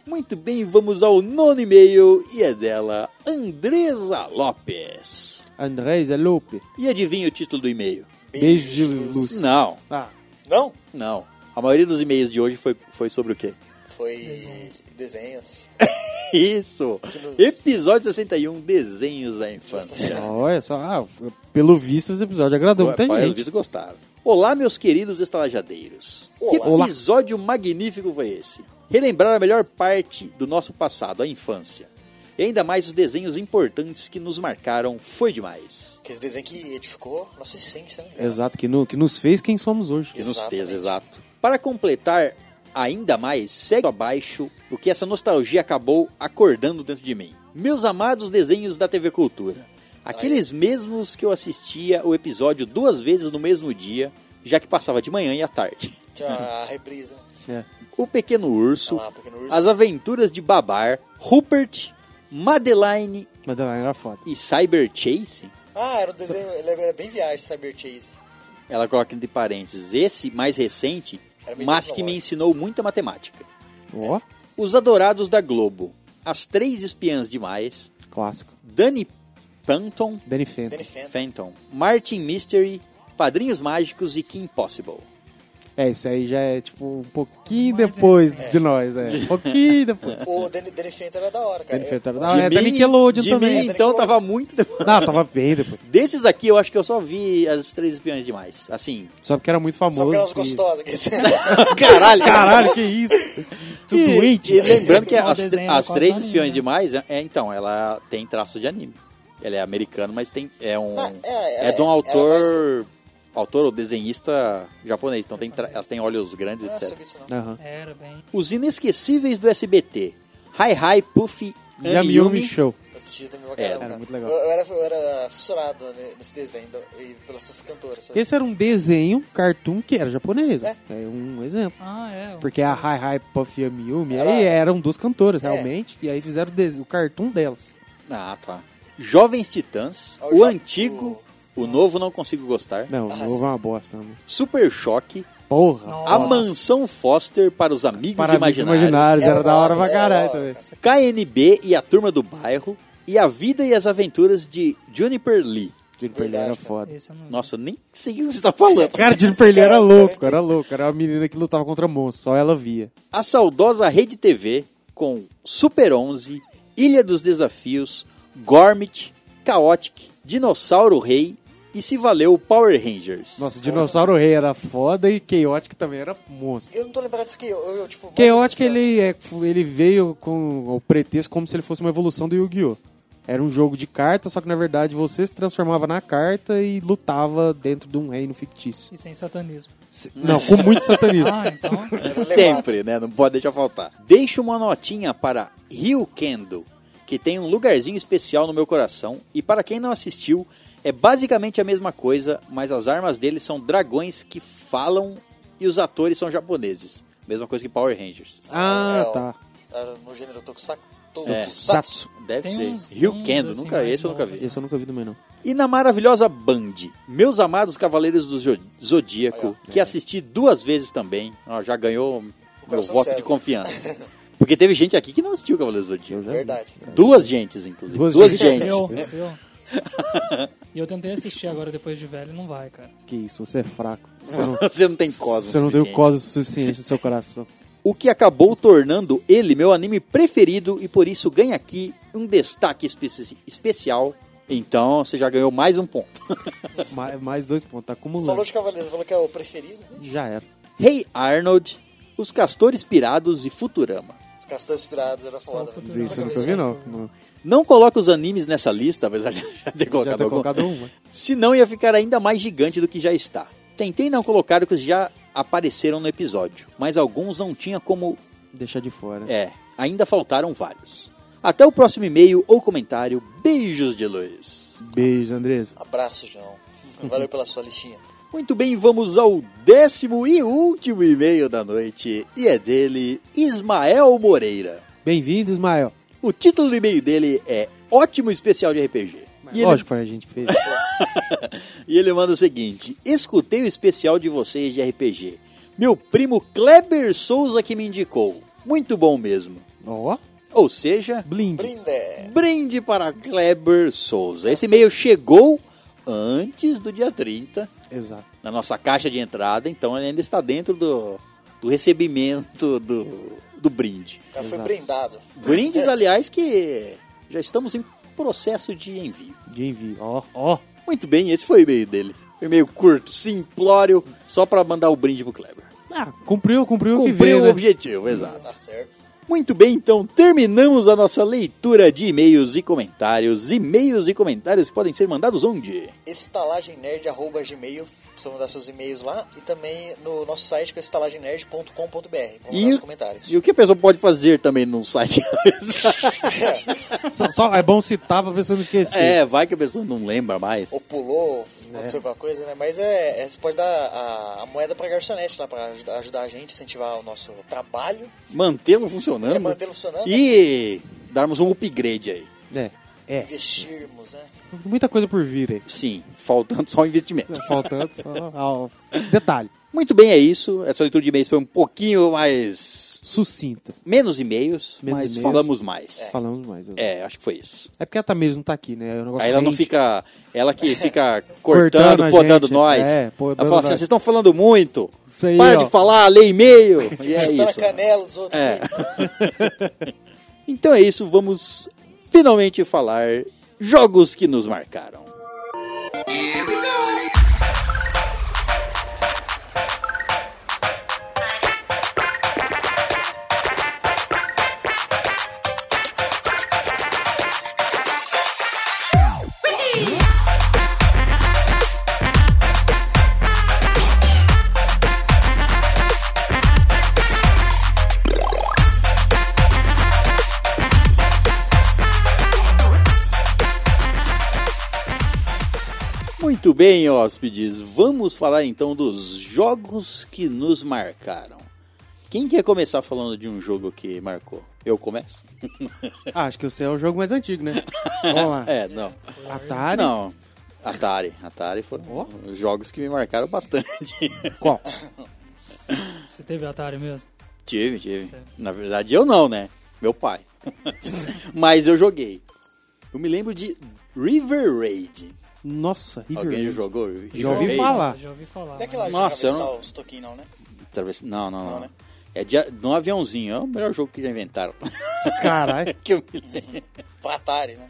S1: Muito bem, vamos ao nono e-mail e é dela, Andresa Lopes.
S3: Andrés é Lupe.
S1: E adivinha o título do e-mail?
S3: Beijo de luz.
S1: Não,
S3: Ah,
S4: Não?
S1: não. A maioria dos e-mails de hoje foi, foi sobre o quê?
S4: Foi desenhos.
S1: Isso!
S4: nos-
S1: Episódio 61, desenhos da infância.
S3: olha só. Ah, pelo visto, esse episódio agradou muita
S1: Rapaz,
S3: gente.
S1: Os gostaram. Olá, meus queridos estalajadeiros. Que
S4: Olá.
S1: episódio magnífico foi esse? Relembrar a melhor parte do nosso passado, a infância. E ainda mais os desenhos importantes que nos marcaram, foi demais.
S4: Aqueles desenhos que edificou nossa essência, né?
S3: Exato, que, no- que nos fez quem somos hoje.
S1: que nos fez,
S4: Exatamente.
S1: exato. Para completar ainda mais, segue abaixo o que essa nostalgia acabou acordando dentro de mim. Meus amados desenhos da TV Cultura. Aqueles mesmos que eu assistia o episódio duas vezes no mesmo dia, já que passava de manhã e à tarde.
S4: Tinha a reprisa, né?
S3: É.
S1: O Pequeno Urso,
S4: Ah lá, Pequeno Urso.
S1: As Aventuras de Babar, Rupert, Madeline
S3: Mas ela era foda.
S1: e Cyber Chase.
S4: Ah, era um desenho, ele era bem viagem, Cyber Chase.
S1: Ela coloca entre parênteses, esse mais recente,
S4: Era bem
S1: mas que me
S4: tecnológico.
S1: ensinou muita matemática.
S3: Ó,
S1: Os Adorados da Globo, As Três Espiãs Demais,
S3: clássico.
S1: Danny Panton,
S3: Danny Fenton.
S4: Danny Phantom.
S1: Phantom, Martin Mystery, Padrinhos Mágicos e Kim Possible.
S3: É, isso aí já é tipo um pouquinho
S5: Mais
S3: depois
S4: recente.
S3: de nós, é. Um pouquinho depois.
S4: O Danny, Danny Phantom era da hora, cara.
S3: Danny Phantom era
S4: Eu-
S3: da hora. Ah, é da Nickelodeon
S1: de
S3: também.
S1: mim,
S4: É, da
S1: então,
S4: Nickelodeon.
S1: tava muito... depois.
S3: Não, tava bem depois.
S1: Desses aqui, eu acho que eu só vi As Três Espiãs Demais. Assim,
S3: Só porque era muito famoso.
S4: Só porque elas
S3: e-
S4: gostosas. que-
S1: caralho,
S3: Caralho, que isso? Tu
S1: E-
S3: doente.
S1: E lembrando que
S5: Não,
S1: as,
S5: o desenho
S1: as
S5: era
S1: três
S5: quase um
S1: espiões
S5: anime,
S1: demais, é, é, então, ela tem traços de anime. Ela é americana, mas tem é um
S4: Ah,
S1: é,
S4: é,
S1: de um
S4: ela- é
S1: autor autor ou desenhista japonês, então tem tra- elas têm olhos grandes,
S4: Não é
S1: etc.
S4: sobre isso, não.
S3: Aham.
S5: Era bem.
S1: Os inesquecíveis do SBT. Hi Hi Puffy
S3: E a
S1: Ami Yumi,
S3: Miumi Show.
S4: Eu assistia também pra
S1: Era,
S4: caramba.
S3: era
S4: cara.
S3: muito legal.
S4: Eu, eu era, eu era fissurado né, nesse desenho do- e pelas suas cantoras. sabe?
S3: Esse era um desenho, cartoon, que era japonês.
S4: É.
S3: É, um exemplo.
S5: Ah, é.
S3: Porque a Hi Hi Puff Yumi Yumi
S4: Ela-
S3: aí eram duas cantoras,
S4: É.
S3: realmente. E aí fizeram o, des- o cartoon delas.
S1: Ah, tá. Jovens Titãs,
S4: Ah, o
S1: o,
S4: jo-
S1: antigo, o... novo não consigo gostar,
S3: Não,
S4: Ah,
S3: não houve uma bosta. Não.
S1: Super Choque,
S3: Porra,
S5: Nossa.
S1: A
S3: foda.
S1: Mansão Foster para os Amigos
S3: Para amigos
S1: Imaginários,
S3: imaginários, era,
S4: Era
S3: da
S4: da
S3: hora
S4: hora,
S3: pra
S4: era da
S3: caralho
S4: hora,
S3: também.
S1: KNB e a Turma do Bairro e A Vida e as Aventuras de Juniper Lee.
S3: Juniper Lee era
S4: Verdade, cara.
S3: foda.
S5: Esse eu não vi.
S1: Nossa, eu nem sei o que você está falando.
S3: Cara, Juniper Lee era
S4: Cara,
S3: louco,
S4: cara,
S3: era louco. Era uma menina que lutava contra monstros, só ela via.
S1: A saudosa Rede TV com Super 11, Ilha dos Desafios, Gormit, Chaotic, Dinossauro Rei e se valeu Power Rangers.
S3: Nossa, Dinossauro Rei era foda e Chaotic também era monstro.
S4: Eu não tô lembrado disso que eu, eu, tipo... mais ou menos
S3: Chaotic, ele, é, ele veio com o pretexto como se ele fosse uma evolução do Yu-Gi-Oh! Era um jogo de cartas, só que na verdade você se transformava na carta e lutava dentro de um reino fictício.
S5: E sem satanismo.
S3: Se- Não, com muito satanismo.
S5: Ah, então.
S4: tipo, Era
S1: Sempre, né? Não pode deixar faltar. Deixo uma notinha para Rio Kendo, que tem um lugarzinho especial no meu coração. E para quem não assistiu, é basicamente a mesma coisa, mas as armas deles são dragões que falam e os atores são japoneses. Mesma coisa que Power Rangers.
S3: Ah,
S4: É, ó,
S3: tá.
S4: era no gênero Tokusatsu.
S1: É.
S4: Tokusatsu.
S1: Deve
S5: Tem
S1: ser.
S5: uns-
S1: Rio
S5: uns,
S1: Kendo,
S5: assim,
S1: nunca,
S5: mais
S1: esse eu nunca
S5: novos,
S1: vi.
S5: né?
S3: Esse eu nunca vi também, não.
S1: E na maravilhosa Band, meus amados Cavaleiros do Zo- Zodíaco, que
S3: é.
S1: assisti duas vezes também, ó, já ganhou meu
S4: coração
S1: voto
S4: César.
S1: de confiança. Porque teve gente aqui que não assistiu Cavaleiros do
S3: Eu
S1: Zodíaco.
S3: já vi.
S4: Verdade.
S1: Duas gentes, inclusive.
S3: Duas
S1: Duas,
S3: gentes.
S1: gentes.
S5: Eu, eu. E eu tentei assistir agora depois de velho, não vai, cara.
S3: Que isso, você é fraco. Você não,
S1: Você não tem cosmo.
S3: você não tem o
S1: suficiente.
S3: cosmo suficiente no seu coração.
S1: O que acabou tornando ele meu anime preferido e por isso ganha aqui um destaque espe- especial. Então você já ganhou mais um ponto.
S3: mais, mais dois pontos, tá
S4: Falou
S3: acumulando.
S4: de Cavaleiros, falou que é o preferido.
S3: Já era.
S1: Hey Arnold, Os Castores Pirados e Futurama.
S4: Os castores pirados era
S5: Só
S4: foda.
S5: o futuro.
S3: Isso eu nunca vi, não. Não.
S1: Não coloca os animes nessa lista, apesar de já ter colocado, um.
S3: Já ter
S1: algum.
S3: colocado uma.
S1: Senão ia ficar ainda mais gigante do que já está. Tentei não colocar o que já apareceram no episódio, mas alguns não tinha como
S3: Deixar de fora.
S1: É, ainda faltaram vários. Até o próximo e-mail ou comentário. Beijos de luz.
S3: Beijo, Andresa.
S4: Abraço, João. Valeu pela sua listinha.
S1: Muito bem, vamos ao décimo e último e-mail da noite. E é dele, Ismael Moreira.
S3: Bem-vindo, Ismael.
S1: O título do e-mail dele é Ótimo Especial de RPG. E ele,
S3: Lógico, foi a gente que fez.
S1: e ele manda o seguinte: Escutei o especial de vocês de RPG. Meu primo Kleber Souza que me indicou. Muito bom mesmo.
S3: Ó,
S1: Ou seja,
S3: blind.
S4: Brinde!
S1: Brinde para Kleber Souza. Esse e-mail chegou antes do dia 30,
S3: Exato.
S1: na nossa caixa de entrada, então ele ainda está dentro do, do recebimento do, do brinde.
S4: O cara foi
S3: Exato.
S4: brindado.
S1: Brindes, aliás, que já estamos em processo de envio.
S3: De envio. Ó, ó.
S1: Muito bem, esse foi o e-mail dele. Foi meio curto, simplório, só para mandar o brinde pro Kleber.
S3: Ah, cumpriu, cumpriu o que
S1: Cumpriu
S3: veio,
S1: o
S3: né?
S1: objetivo, exato.
S4: Tá certo.
S1: Muito bem, então terminamos a nossa leitura de e-mails e comentários. E-mails e comentários podem ser mandados onde?
S4: estalagemnerd.gmail Precisa mandar seus e-mails lá e também no nosso site que é estalagemnerd.com.br. Vamos mandar os comentários.
S1: e o que a pessoa pode fazer também num site?
S3: Só, só- é bom citar pra pessoa não esquecer.
S1: é, vai que a pessoa não lembra mais.
S4: Ou pulou, aconteceu alguma coisa, né? Mas é, é, você pode dar a, a moeda pra garçonete lá pra ajudar, ajudar a gente, incentivar o nosso trabalho.
S1: Mantê-lo funcionando.
S4: É, mantê-lo funcionando,
S1: E darmos um upgrade aí.
S3: É. É.
S4: Investirmos, né?
S3: Muita coisa por vir aí.
S1: Sim, faltando só o investimento.
S3: É, Faltando só... ó, detalhe.
S1: Muito bem, é isso. Essa leitura de e-mails foi um pouquinho mais.
S3: Sucinta.
S1: menos e-mails,
S3: Menos
S1: mas
S3: e-mails.
S1: falamos mais.
S3: Falamos mais. exato.
S1: É, acho que foi isso.
S3: É porque a Tamires não tá aqui, né? O negócio
S1: Aí ela não
S3: rende.
S1: fica. Ela que fica
S3: Cortando
S1: cortando,
S3: a
S1: podando
S3: gente,
S1: nós.
S3: é, podando
S1: ela fala assim:
S3: nós.
S1: vocês estão falando muito.
S3: Isso aí,
S1: Para
S3: ó.
S1: de falar, lê e-mail. E é
S4: Chutando
S1: isso.
S4: a canela dos outros
S1: É.
S4: aqui.
S1: Então é isso, vamos finalmente falar jogos que nos marcaram. Muito bem, hóspedes. Vamos falar então dos jogos que nos marcaram. Quem quer começar falando de um jogo que marcou? Eu começo?
S3: Ah, acho que o seu é o jogo mais antigo, né? Vamos lá.
S1: É, não.
S3: Atari.
S1: Não. Atari. Atari foram
S3: Ó.
S1: os jogos que me marcaram bastante.
S3: Qual?
S5: Você teve Atari mesmo?
S1: Tive, tive.
S3: Tá.
S1: Na verdade, eu não, né? Meu pai. Mas eu joguei. Eu me lembro de River Raid.
S3: Nossa, River
S1: Alguém
S3: Raid.
S1: jogou? River
S3: Já ouvi
S1: Raid?
S3: falar.
S5: Eu já ouvi falar.
S4: Não é aquela de
S1: Nossa,
S4: atravessar
S1: eu
S4: os toquinhos, não, né?
S1: Atravess- Não, não, não.
S4: né?
S1: É de, a- de um aviãozinho. É o melhor jogo que já inventaram.
S3: Caralho,
S1: que eu me lembro.
S4: Pra Atari, né?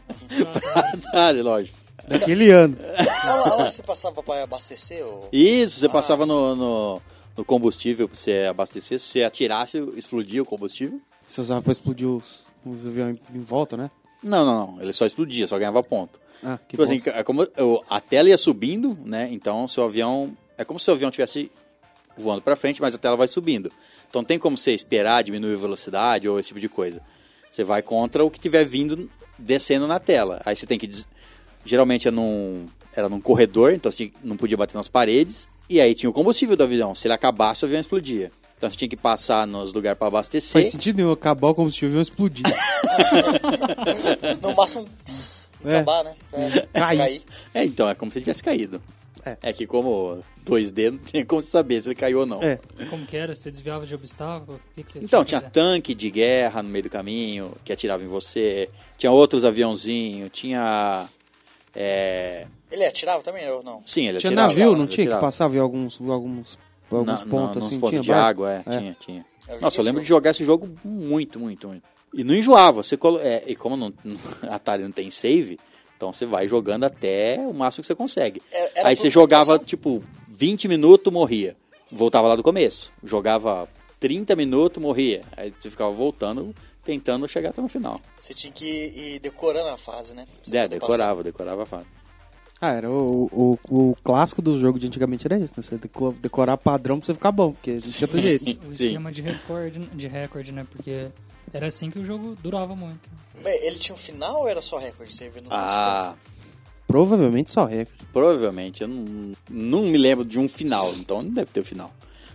S1: Atari, lógico.
S3: daquele ano.
S4: Ah, lá, lá que você passava pra abastecer ou...
S1: Isso, você
S4: Ah,
S1: passava
S4: sim.
S1: no, no, no combustível pra você abastecer. Se você atirasse, explodia o combustível.
S3: Você usava pra explodir os, os aviões em em volta, né?
S1: Não, não, não. Ele só explodia, só ganhava ponto.
S3: Ah, que
S1: tipo assim,
S3: bosta.
S1: é como eu- a tela ia subindo, né? Então seu avião. É como se o avião estivesse voando pra frente, mas a tela vai subindo. Então não tem como você esperar diminuir a velocidade ou esse tipo de coisa. Você vai contra o que tiver vindo descendo na tela. Aí você tem que. des- Geralmente era num, era num corredor, então assim, não podia bater nas paredes. E aí tinha o combustível do avião. Se ele acabasse, o avião explodia. Então você tinha que passar nos lugares pra abastecer.
S3: Faz sentido nenhum acabar o combustível e explodir.
S4: No máximo, um tss,
S3: É.
S4: acabar, né? É,
S3: Cair.
S1: É, então, é como se ele tivesse caído.
S3: É.
S1: É. que como 2D não tem como saber se ele caiu ou não.
S3: É.
S5: Como que era? Você desviava de obstáculo? O que, que você
S1: Então,
S5: tinha
S1: tinha
S5: que fazer?
S1: tanque de guerra no meio do caminho que atirava em você, tinha outros aviãozinhos, tinha. É...
S4: Ele atirava também ou não?
S1: Sim, ele
S3: tinha
S1: atirava.
S3: navio, não tinha?
S1: ele
S3: Que
S1: atirava.
S3: passava em alguns, alguns, alguns
S1: Não, não,
S3: pontos
S1: nos
S3: assim.
S1: pontos
S3: tinha
S1: de
S3: vários?
S1: água, é,
S3: É.
S1: tinha, tinha.
S4: Eu joguei
S1: Nossa, eu
S4: esse
S1: lembro
S4: jogo.
S1: de jogar esse jogo muito, muito, muito. E não enjoava. Você colo... é, e como não, Atari não tem save, então você vai jogando até o máximo que você consegue.
S4: Era- era
S1: Aí
S4: por
S1: você jogava,
S4: pontuação?
S1: tipo, 20 minutos, morria. Voltava lá do começo. Jogava 30 minutos, morria. Aí você ficava voltando, tentando chegar até no final.
S4: Você tinha que ir decorando a fase, né? Pra você
S1: é,
S4: poder
S1: decorava, decorava a fase.
S3: Ah, era o, o, o clássico do jogo de antigamente era isso, né? Você deco- decorar padrão pra você ficar bom, porque não tinha outro jeito.
S5: O
S1: Sim.
S5: esquema de recorde, de recorde, né? Porque era assim que o jogo durava muito.
S4: passar. Mas Ele tinha um final ou era só recorde? Você vê no
S1: Ah,
S3: Provavelmente só recorde.
S1: Provavelmente, eu não, não me lembro de um final, então não deve ter o final.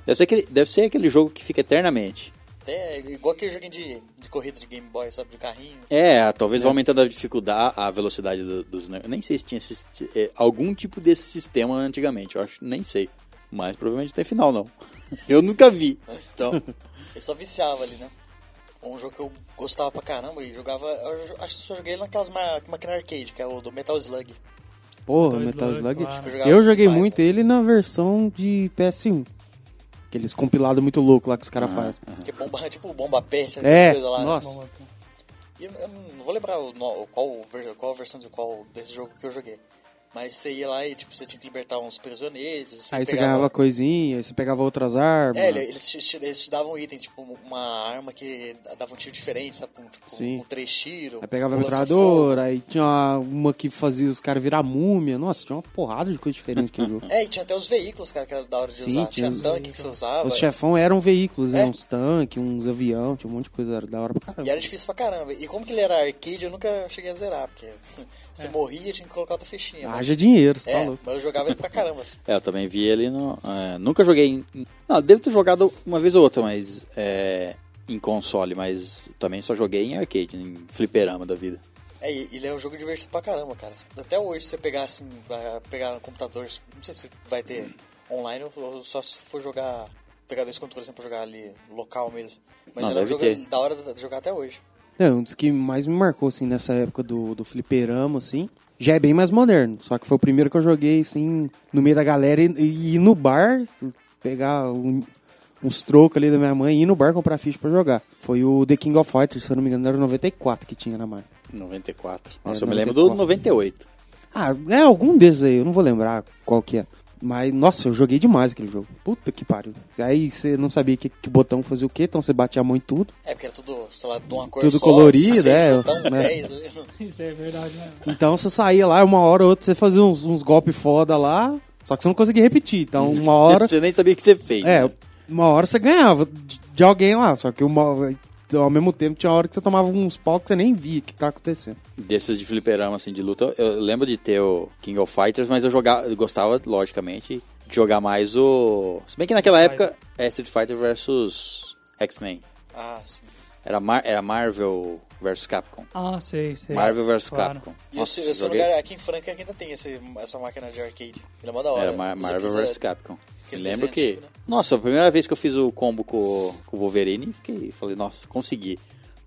S1: Deve ser, aquele, deve ser aquele jogo que fica eternamente.
S4: Até igual aquele joguinho de, de corrida de Game Boy, sabe? De carrinho.
S1: É, talvez vá aumentando a dificuldade, a velocidade do- dos. ne- Nem sei se tinha esse- é, algum tipo desse sistema antigamente, eu acho, nem sei. Mas provavelmente tem final, não. Eu nunca vi. Então,
S4: Ele só viciava ali, né? Um jogo que eu gostava pra caramba e jogava. Eu jo- acho que só joguei ele naquelas ma- máquina arcade, que é o do Metal Slug.
S3: Porra,
S5: Metal
S3: Metal
S5: Slug,
S3: Slug.
S5: claro.
S4: Eu
S3: Eu,
S4: jogava
S3: joguei
S4: demais, né?
S3: muito
S4: velho.
S3: ele na versão de PS1. Aqueles compilados muito louco lá que os
S1: Ah,
S3: caras fazem.
S4: Que é bomba, tipo bomba pet, aquelas
S3: É,
S4: coisas lá. né?
S3: nossa.
S4: E eu, eu não vou lembrar o, no- qual, ver- qual versão de qual desse jogo que eu joguei. Mas você ia lá e tipo, você tinha que libertar uns prisioneiros. Você
S3: Aí você
S4: pegava-
S3: ganhava coisinha, aí você pegava outras armas.
S4: É, ele- eles, te- te- eles te davam item, tipo uma arma que dava um tiro diferente, sabe? Um, tipo,
S3: Sim.
S4: um três tiros.
S3: Aí pegava a
S4: um
S3: metralhadora, aí tinha uma, uma que fazia os caras virar múmia. Nossa, tinha uma porrada de coisa diferente que jogo.
S4: É, e tinha até os veículos, cara, que era da hora de
S3: Sim,
S4: usar.
S3: tinha
S4: Tinha,
S3: os
S4: tanque que você usava.
S3: Os chefão eram veículos, né?
S4: Ah, É.
S3: Uns tanques, uns avião, tinha um monte de coisa era da hora pra
S4: E
S3: caramba.
S4: era difícil pra caramba. E como que ele era arcade, eu nunca cheguei a zerar, porque você
S3: É.
S4: morria e tinha que colocar outra fichinha. mas-
S3: Haja dinheiro, você
S4: é,
S3: tá louco.
S4: mas eu jogava ele pra caramba. assim.
S1: é, eu também vi ele no. é, nunca joguei em. Não, devo ter jogado uma vez ou outra, mas. é, em console, mas também só joguei em arcade, em fliperama da vida.
S4: É, e ele é um jogo divertido pra caramba, cara. Até hoje, se você pegar assim, vai pegar no computador, não sei se vai ter online ou- ou só se for jogar, pegar dois controles assim, pra jogar ali local mesmo. Mas
S1: Não,
S4: era um
S1: deve
S4: jogo
S1: ter.
S4: da hora de jogar até hoje.
S3: É, um dos que mais me marcou, assim, nessa época do, do fliperama, assim. Já é bem mais moderno, só que foi o primeiro que eu joguei, assim, no meio da galera e, e ir no bar, pegar um- uns trocos ali da minha mãe e ir no bar comprar ficha pra jogar. Foi o The King of Fighters, se eu não me engano, era o 94 que tinha na marca.
S1: 94.
S3: É,
S1: Nossa, eu me lembro do 98.
S3: Ah, é algum desses aí, eu não vou lembrar qual que é. Mas, nossa, eu joguei demais aquele jogo. Puta que pariu. Aí você não sabia que, que botão fazia o quê, então você batia a mão em tudo.
S4: É, porque era tudo, sei lá, de uma cor
S3: Tudo
S4: só,
S3: colorido,
S4: seis
S3: é,
S4: botão,
S3: né?
S4: dez, ali.
S5: Isso é verdade, né?
S3: Então você saía lá, uma hora ou outra, você fazia uns, uns golpes foda lá, só que você não conseguia repetir. Então uma hora.
S1: Você nem sabia o que você fez.
S3: é,
S1: né?
S3: uma hora você ganhava de, de alguém lá, só que uma, ao mesmo tempo tinha hora que você tomava uns pau que você nem via que tá acontecendo.
S1: Desses de fliperama, assim, de luta, eu eu lembro de ter o King of Fighters, mas eu jogava, eu gostava, logicamente, de jogar mais o... Se bem que naquela
S5: Street
S1: época, é Street Fighter versus X-Men.
S4: Ah, sim.
S1: Era, Mar- era Marvel versus Capcom.
S5: Ah, sei, sei.
S1: Marvel versus
S5: Claro.
S1: Capcom.
S4: E
S1: Nossa, é
S4: esse, esse
S1: joguei-
S4: lugar é aqui em Franca ainda tem esse, essa máquina de arcade. Ele é mó da hora.
S1: Era Mar-
S4: Os
S1: Marvel
S4: episódios-
S1: vs Capcom.
S4: aqueles
S1: Lembro
S4: desenhos
S1: que.
S4: antigos, né?
S1: Nossa, a primeira vez que eu fiz o combo com, o- com o Wolverine, fiquei, falei, nossa, consegui.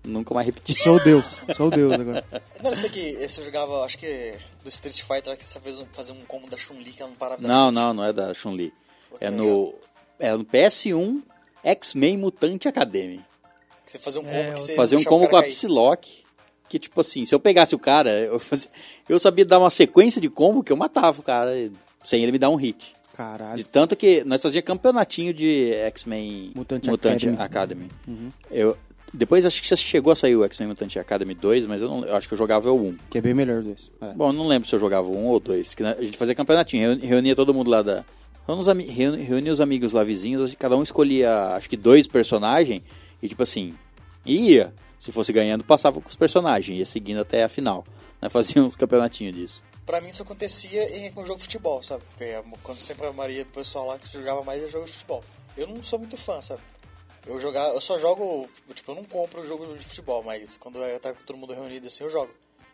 S1: Nunca mais repeti.
S3: Sou Deus, sou Deus agora.
S4: Não, eu sei que você jogava, acho que do Street Fighter, lá que você fez um- fazer um combo da Chun-Li que ela não parava da
S1: Não,
S4: Chun-Li.
S1: não, não é da Chun-Li.
S4: Outro
S1: É no. É no PS1 X-Men Mutante Academy.
S4: Que você fazia um combo
S5: É,
S4: que você
S1: Fazer um
S4: deixava o
S1: combo com
S4: cara
S1: a
S4: cair.
S1: Psylocke. Que tipo assim, se eu pegasse o cara, eu, fazia- eu sabia dar uma sequência de combo que eu matava o cara sem ele me dar um hit. De
S3: Caralho.
S1: tanto que nós fazíamos campeonatinho de X-Men
S3: Mutante
S1: Mutante,
S3: Academy.
S1: Academy. Eu, depois acho que já chegou a sair o X-Men Mutante Academy 2, mas eu, não, eu acho que eu jogava o 1.
S3: Que é bem melhor dos dois. É.
S1: Bom, eu não lembro se eu jogava o 1 ou 2. Que na- a gente fazia campeonatinho, reuni- reunia todo mundo lá da. Reunia os, ami- reuni- reunia os amigos lá vizinhos, acho que cada um escolhia acho que dois personagens e tipo assim, ia. Se fosse ganhando, passava com os personagens, ia seguindo até a final. Nós fazíamos uns campeonatinhos disso.
S4: Pra mim isso acontecia em, com jogo de futebol, sabe? Porque a- quando sempre a maioria do pessoal lá que jogava mais é jogo de futebol. Eu não sou muito fã, sabe? Eu, jogar, eu só jogo, tipo, eu não compro o jogo de futebol, mas quando eu tá com todo mundo reunido assim, eu jogo.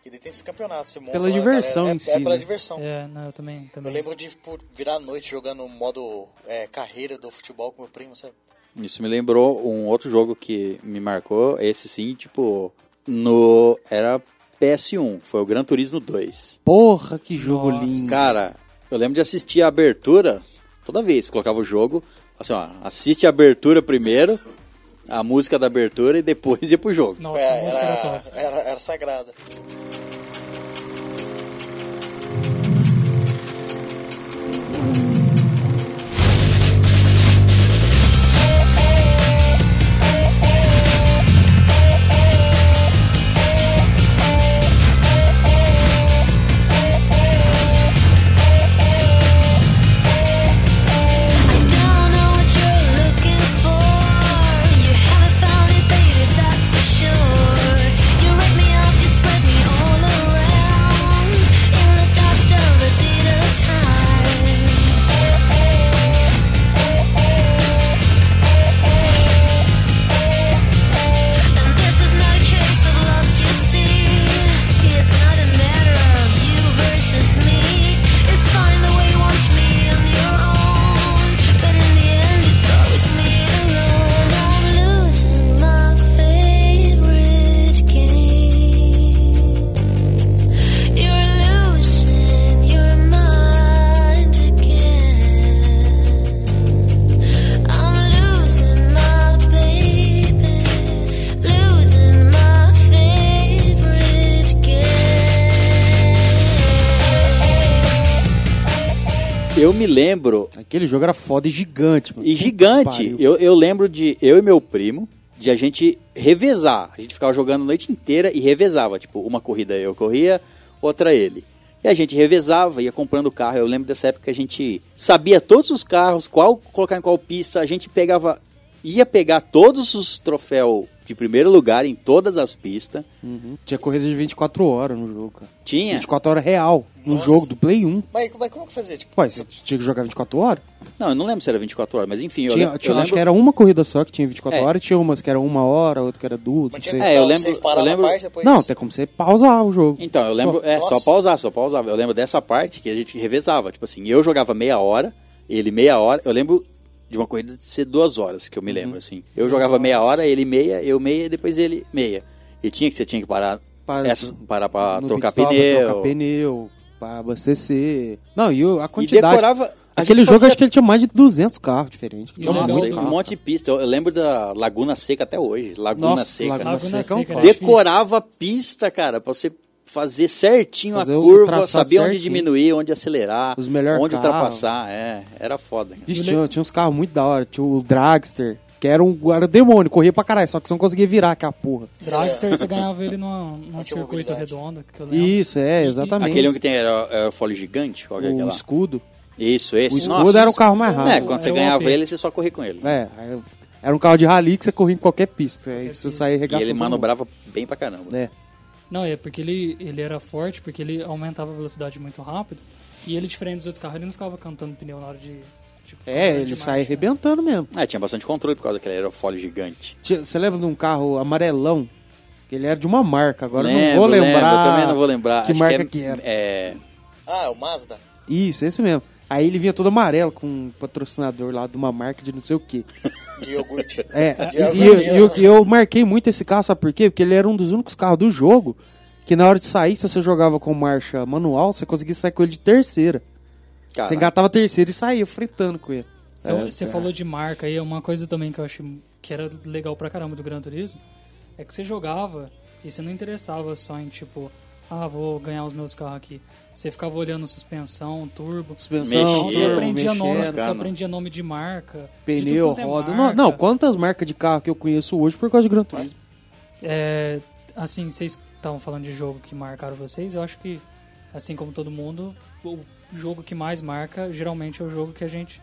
S4: E daí tem esse campeonato, você monta...
S3: Pela
S4: lá, a
S3: diversão
S4: galera-
S3: em
S4: é,
S3: si,
S4: É pela
S3: né?
S4: diversão.
S5: É, não, eu também.
S4: Eu
S5: também.
S4: lembro de pô, virar a noite jogando o modo é, carreira do futebol com meu primo, sabe?
S1: Isso me lembrou um outro jogo que me marcou, esse sim, tipo, no era PS1, foi o Gran Turismo 2.
S3: Porra, que jogo
S5: Nossa.
S3: lindo.
S1: Cara, eu lembro de assistir a abertura toda vez, colocava o jogo, assim, ó, assiste a abertura primeiro, a música da abertura e depois ia pro jogo.
S4: Tipo,
S5: Nossa,
S4: é,
S5: a música era top.
S4: era, era, era sagrada.
S2: Don't know what you're looking for. You haven't found it, baby, that's for sure. You rip me up, you spread me all around in the dust of the deed of time. And this is not a case of lost, you see. It's not a matter of you versus me. It's fine the way you want me on your own. But in the end, it's always me alone. I'm losing my favorite game. You're losing your mind again. I'm losing my baby, losing my favorite game.
S1: Eu me lembro,
S3: Aquele jogo era foda e gigante, mano.
S1: e
S3: Puta que
S1: gigante,
S3: pariu.
S1: eu, eu lembro de eu e meu primo, de a gente revezar, a gente ficava jogando a noite inteira e revezava, tipo, uma corrida eu corria, outra ele. E a gente revezava, ia comprando carro. Eu lembro dessa época que a gente sabia todos os carros, qual colocar em qual pista. A gente pegava, ia pegar todos os troféus de primeiro lugar em todas as pistas.
S3: Uhum. Tinha corrida de 24 horas no jogo, cara.
S1: Tinha.
S3: 24 horas real. No
S4: Nossa.
S3: jogo do Play 1.
S4: Mas, mas como que fazia? Tipo,
S3: Ué, você tinha que jogar 24 horas?
S1: Não, eu não lembro se era 24 horas, mas enfim, eu,
S3: tinha,
S1: lem-
S3: tinha-
S1: eu
S3: acho que era
S1: lembro.
S3: uma corrida só que tinha 24
S1: É.
S3: horas, tinha umas que era uma hora, outra que era duas, não
S4: mas
S3: sei.
S4: tinha que
S1: É,
S4: dar
S1: eu
S4: um
S1: lembro-
S4: save, parar
S1: eu
S4: na
S1: lembro-
S4: parte, depois...
S3: Não, até como você pausar o jogo.
S1: Então, eu lembro,
S3: Só.
S1: é, só
S4: Nossa.
S1: pausar, só pausar. Eu lembro dessa parte que a gente revezava. Tipo assim, eu jogava meia hora, ele meia hora. Eu lembro de uma corrida de ser duas horas, que eu me
S3: Uhum.
S1: lembro, assim. Eu jogava meia hora, ele meia, eu meia, depois ele meia. E tinha que você tinha que parar.
S3: Para-
S1: essas- parar pra
S3: No
S1: trocar
S3: pit stop,
S1: pneu.
S3: Trocar pneu, pra abastecer. Não, e o- a
S1: E
S3: quantidade.
S1: decorava. a
S3: Aquele
S1: gente
S3: jogo,
S1: fazia-
S3: acho que ele tinha mais de 200 carros diferentes.
S5: E
S3: Tinha
S5: legal
S1: Nossa,
S3: muito
S1: um
S5: do-
S3: carro,
S1: monte de pista. Eu, eu lembro da Laguna Seca até hoje. Laguna
S3: Nossa,
S1: Seca. né?
S3: Laguna
S5: Laguna
S3: Seca é um
S5: Seca, né?
S3: clássico.
S5: difícil.
S1: decorava a pista, cara, pra você fazer certinho
S3: Fazer
S1: a
S3: o
S1: curva,
S3: traçado
S1: sabia onde
S3: certinho.
S1: diminuir, onde acelerar,
S3: Os melhor
S1: onde
S3: carro.
S1: ultrapassar, é, era foda. cara.
S3: Vixe, tinha, tinha uns carros muito da hora. Tinha o Dragster, que era um era o demônio, corria pra caralho, só que você não conseguia virar aquela porra.
S5: Dragster, você ganhava ele numa- num circuito
S4: mobilidade.
S5: redondo, que eu lembro.
S3: Isso, é, exatamente.
S1: Aquele um que tem aero- aerofólio gigante, qual que é
S3: o
S1: aquela?
S3: escudo.
S1: Isso, esse.
S3: O escudo
S1: Nossa.
S3: era o carro mais
S1: É,
S3: rápido.
S1: quando você
S5: Era o
S1: ganhava
S5: OP.
S1: ele, você só corria com ele.
S3: É, aí eu- Era um carro de rally que você corria em qualquer pista. Aí você saía
S1: E
S3: regaçando.
S1: ele
S3: todo mundo.
S1: manobrava bem pra caramba.
S3: É.
S5: Não, é porque ele, ele era forte, porque ele aumentava a velocidade muito rápido. E ele, diferente dos outros carros, ele não ficava cantando pneu na hora de. Tipo, ficar
S3: É,
S5: na hora
S3: ele
S5: de
S3: sai
S5: marcha, né?
S3: arrebentando mesmo.
S1: Ah, tinha bastante controle por causa daquele aerofólio gigante.
S3: Tinha- Você lembra de um carro amarelão? Que ele era de uma marca, agora eu não
S1: Lembro,
S3: vou
S1: lembro,
S3: lembrar.
S1: eu também não vou lembrar.
S3: Que
S1: Acho
S3: marca
S1: é-
S3: que era.
S1: É,
S4: Ah, o Mazda?
S3: Isso, esse mesmo. Aí ele vinha todo amarelo com um patrocinador lá de uma marca de não sei o quê.
S4: De iogurte.
S3: É,
S4: De
S3: e, e
S4: iogurte.
S3: eu, e eu- e eu marquei muito esse carro, sabe por quê? Porque ele era um dos únicos carros do jogo que na hora de sair, se você jogava com marcha manual, você conseguia sair com ele de terceira.
S1: cara,
S3: Você engatava a terceira e saía fritando com ele.
S5: Então,
S3: É,
S1: um
S5: você
S3: cara.
S5: falou de marca aí, uma coisa também que eu achei que era legal pra caramba do Gran Turismo é que você jogava e você não interessava só em tipo, ah, vou ganhar os meus carros aqui. Você ficava olhando suspensão, turbo.
S3: Suspensão,
S5: Então,
S1: Mexia,
S5: você
S1: turbo,
S5: aprendia nome,
S3: mexendo,
S5: você
S1: bacana.
S5: aprendia nome de marca. de tudo
S3: pneu,
S5: quanto é
S3: roda. Não,
S5: marca.
S3: não, quantas marcas de carro que eu conheço hoje por causa de Gran Turismo?
S5: É, assim, vocês estavam falando de jogo que marcaram vocês, eu acho que, assim como todo mundo, o jogo que mais marca geralmente é o jogo que a gente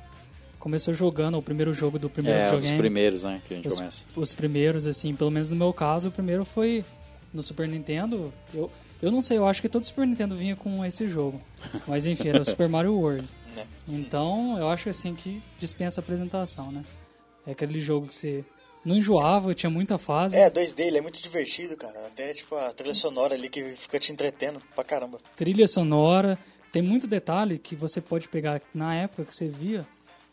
S5: começou jogando, o primeiro jogo do primeiro
S1: é, os
S5: videogame.
S1: primeiros, né, que a gente
S5: os,
S1: começa.
S5: os primeiros, assim, pelo menos no meu caso, o primeiro foi no Super Nintendo. Eu, eu não sei, eu acho que todo Super Nintendo vinha com esse jogo. Mas enfim, era o Super Mario World.
S4: Né?
S5: Então eu acho assim que dispensa apresentação, né? É aquele jogo que você não enjoava, tinha muita fase.
S4: É, 2D, ele é muito divertido, cara. Até, tipo, a trilha sonora ali que fica te entretendo pra caramba.
S5: trilha sonora, tem muito detalhe que você pode pegar na época que você via,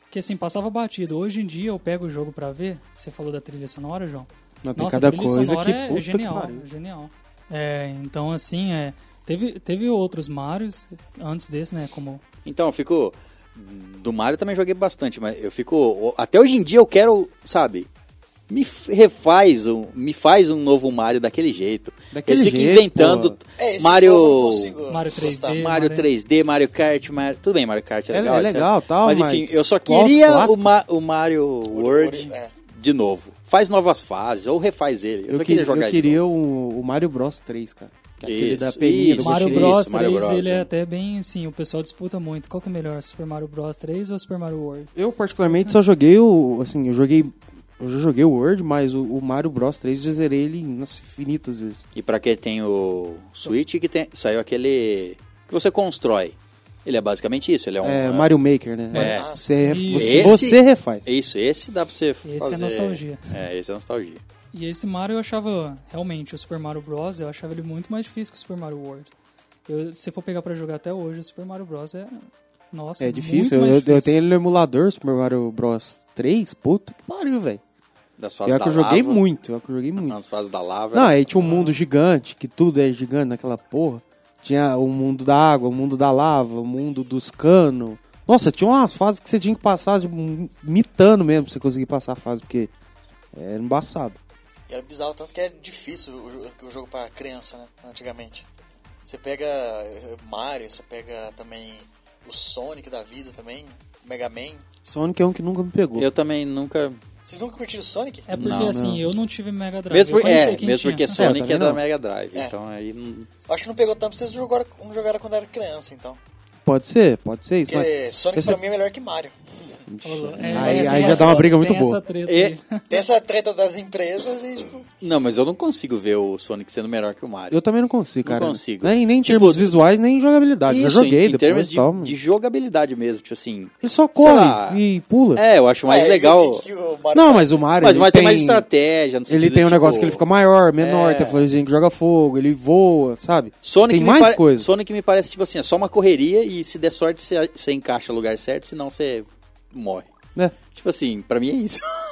S5: que assim, passava batido. Hoje em dia eu pego o jogo pra ver, você falou da trilha sonora, João?
S3: Não, tem
S5: Nossa,
S3: cada
S5: a trilha
S3: coisa
S5: sonora
S3: que
S5: é,
S3: puta
S5: é
S3: que
S5: genial,
S3: pariu.
S5: é genial. É, então assim, é, teve, teve outros Marios antes desse, né, como...
S1: Então, eu fico. Do Mario também joguei bastante, mas eu fico. Até hoje em dia eu quero, sabe? Me f- refaz, um, me faz um novo Mario daquele jeito.
S3: Daquele
S1: Eles ficam
S3: jeito,
S1: inventando
S3: pô.
S4: É, esse
S1: Mario.
S4: novo eu não consigo
S5: Mario 3D.
S4: gostar.
S1: Tá, Mario
S5: Mario-
S1: 3D, Mario Kart, Mario... tudo bem, Mario Kart é
S3: É-
S1: legal,
S3: é
S1: etc.
S3: legal, tal,
S1: mas enfim,
S3: mas
S1: eu só
S3: clássico,
S1: queria o,
S3: clássico.
S1: Ma- o Mario World
S4: World, é.
S1: de novo. Faz novas fases ou refaz ele. Eu,
S3: Eu,
S1: só
S3: queria,
S1: queria jogar
S3: eu
S1: ele de
S3: queria o, o Mario Bros 3, cara. Que é aquele
S1: Isso,
S3: da peninha do
S1: isso,
S5: Mario
S1: isso,
S3: mochilinho.
S5: Bros 3,
S1: Mario Bros,
S5: ele é
S1: né?
S5: até bem, assim, o pessoal disputa muito. Qual que é melhor, Super Mario Bros 3 ou Super Mario World?
S3: Eu, particularmente, só joguei o. Assim, eu joguei. Eu já joguei o World, mas o, o Mario Bros 3 eu zerei ele nas infinitas vezes.
S1: E pra quem tem o Switch, que tem, saiu aquele que você constrói. Ele é basicamente isso, ele é um
S3: É,
S1: é-
S3: Mario Maker, né?
S1: É.
S3: Você,
S5: Isso.
S3: você,
S1: Esse-
S3: você refaz.
S1: É isso, esse dá pra você fazer.
S5: é nostalgia.
S1: É, esse é nostalgia.
S5: E esse Mario eu achava, realmente, o Super Mario Bros. eu achava ele muito mais difícil que o Super Mario World. Eu, se for pegar pra jogar até hoje, o Super Mario Bros. é. Nossa,
S3: É difícil. Eu,
S5: Muito mais
S3: eu
S5: difícil.
S3: tenho ele no emulador, Super Mario Bros 3. Puta que pariu, velho.
S1: Das
S3: E
S1: fases
S3: É
S1: da
S3: que eu joguei
S1: lava.
S3: muito, é que eu joguei muito.
S1: Nas fases da lava.
S3: Não,
S1: era-
S3: aí tinha um mundo gigante, que tudo é gigante naquela porra. Tinha o mundo da água, o mundo da lava, o mundo dos canos. Nossa, tinha umas fases que você tinha que passar tipo, mitando mesmo pra você conseguir passar a fase, porque era embaçado.
S4: E era bizarro, tanto que era difícil o, jo- o jogo pra criança, né? Antigamente. Você pega eh, Mario, você pega também o Sonic da vida também, Mega Man.
S3: Sonic é um que nunca me pegou.
S1: Eu também nunca.
S4: Vocês nunca curtiram Sonic?
S5: É porque
S1: Não,
S5: assim,
S3: não.
S5: eu não tive Mega Drive.
S1: Mesmo,
S5: eu
S1: por... é,
S5: conhecia quem
S1: mesmo
S5: tinha.
S1: porque Sonic
S3: também
S1: é da
S3: não.
S1: Mega Drive.
S4: É.
S1: Então aí. não-
S4: Acho que não pegou tanto, vocês jogaram, não jogaram quando era criança, então.
S3: Pode ser, pode ser isso.
S4: Porque
S3: Mas...
S4: Sonic
S3: eu sei-
S4: pra mim é melhor que Mario.
S5: É,
S3: aí
S5: tem
S3: aí já
S5: essa-
S3: dá uma briga muito
S5: tem
S3: boa.
S5: Essa treta
S1: E-
S5: aí.
S4: Tem essa treta das empresas e, tipo,
S1: Não, mas eu não consigo ver o Sonic sendo melhor que o Mario.
S3: Eu também não consigo,
S1: Não
S3: cara.
S1: consigo.
S3: Nem, nem em
S1: Tipo,
S3: termos visuais, nem em jogabilidade.
S1: Isso,
S3: Eu joguei
S1: em, em
S3: depois
S1: termos
S3: e tal.
S1: de, de jogabilidade mesmo, tipo assim.
S3: Ele só
S1: sei
S3: corre
S1: lá.
S3: e pula.
S1: É, eu acho mais
S4: é, e
S1: legal.
S4: o que que o Mario
S3: Não,
S4: faz?
S3: mas o Mario.
S1: Mas o Mario tem
S3: ele
S1: mais estratégia, no
S3: Ele
S1: sentido,
S3: tem um
S1: tipo,
S3: negócio que ele fica maior, menor,
S1: é.
S3: tem a florzinha que joga fogo, ele voa, sabe?
S1: Sonic
S3: tem
S1: me
S3: mais
S1: pare-
S3: coisa.
S1: Sonic me parece tipo assim, é só uma correria e se der sorte você, você encaixa o lugar certo, senão você morre.
S3: né?
S1: Tipo assim, pra mim é isso.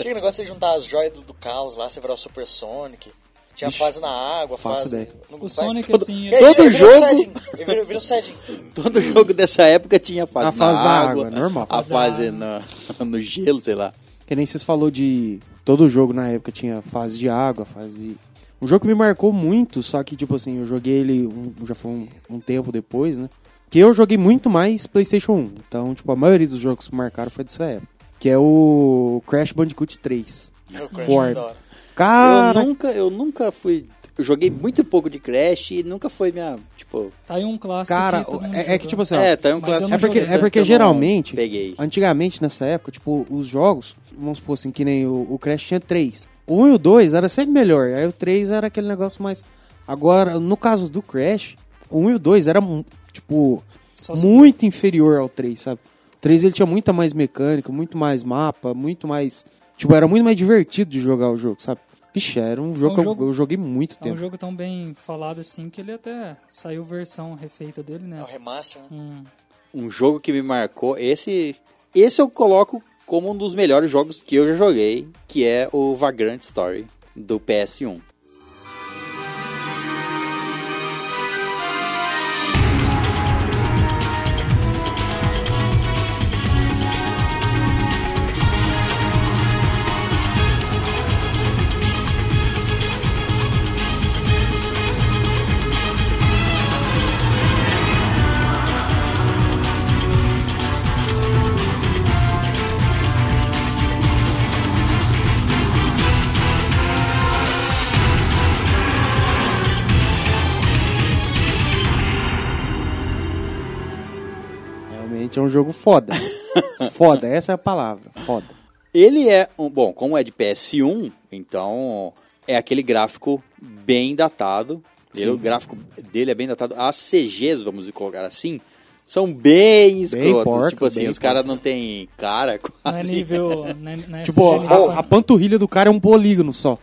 S4: Tinha um negócio de juntar as joias do, do caos lá, você virar o Super Sonic. Tinha fase na água,
S3: faço
S4: fase.
S3: ideia.
S4: Não
S5: O
S4: faz-
S5: Sonic, assim,
S4: E
S5: ele-
S4: aí,
S1: Todo
S4: ele vira
S1: jogo-
S4: Saiyajin, Ele vira, vira um Saiyajin.
S1: Todo jogo dessa época tinha a fase,
S3: Hum. A fase
S1: na
S3: da
S1: água,
S3: água, normal.
S1: a fase na- no gelo, sei lá.
S3: Que nem vocês falou de todo jogo na época tinha fase de água, fase de... Um jogo que me marcou muito, só que tipo assim, eu joguei ele um- já foi um, um tempo depois, né? Que eu joguei muito mais PlayStation 1. Então, tipo, a maioria dos jogos que me marcaram foi dessa época, que é o Crash Bandicoot 3.
S4: Meu Crash,
S3: War.
S4: da hora.
S3: Cara,
S1: Eu nunca, eu nunca fui, eu joguei muito pouco de Crash e nunca foi minha, tipo,
S5: Tá aí um clássico.
S3: cara,
S5: que todo mundo
S3: é, é que
S5: joga.
S3: tipo assim, ó,
S1: é, tá um
S5: Mas eu
S1: clássico.
S5: não
S3: É porque,
S5: joguei,
S3: é
S1: tanto que
S3: porque
S1: eu não
S3: geralmente,
S1: peguei.
S3: antigamente nessa época, tipo, os jogos, vamos supor assim, que nem o, o Crash tinha três. O 1 e o 2 era sempre melhor, aí o 3 era aquele negócio mais... Agora, no caso do Crash, o 1 e o 2 era, mu- tipo,
S5: Só se-
S3: muito inferior ao 3, sabe? O 3 ele tinha muita mais mecânica, muito mais mapa, muito mais... Tipo, era muito mais divertido de jogar o jogo, sabe? Vixe, era um jogo
S5: um
S3: que eu-
S5: jogo-
S3: eu joguei muito
S5: É um
S3: tempo.
S5: jogo tão bem falado assim que ele até saiu versão refeita dele, né?
S4: É o remaster, né?
S5: Hum,
S1: Um jogo que me marcou, esse, esse eu coloco como um dos melhores jogos que eu já joguei, que é o Vagrant Story do PS1.
S3: Realmente é um jogo foda. foda, essa é a palavra, foda.
S1: Ele é, um, bom, como é de PS1, então é aquele gráfico bem datado. Ele, o gráfico dele é bem datado. As CGs, vamos colocar assim, são bem escrotas.
S3: porca,
S1: tipo assim,
S3: bem
S1: os caras não têm cara
S5: não é
S1: quase.
S5: nível. Não é, não é
S3: Tipo,
S5: SG nível-
S3: a, a panturrilha do cara é um polígono só.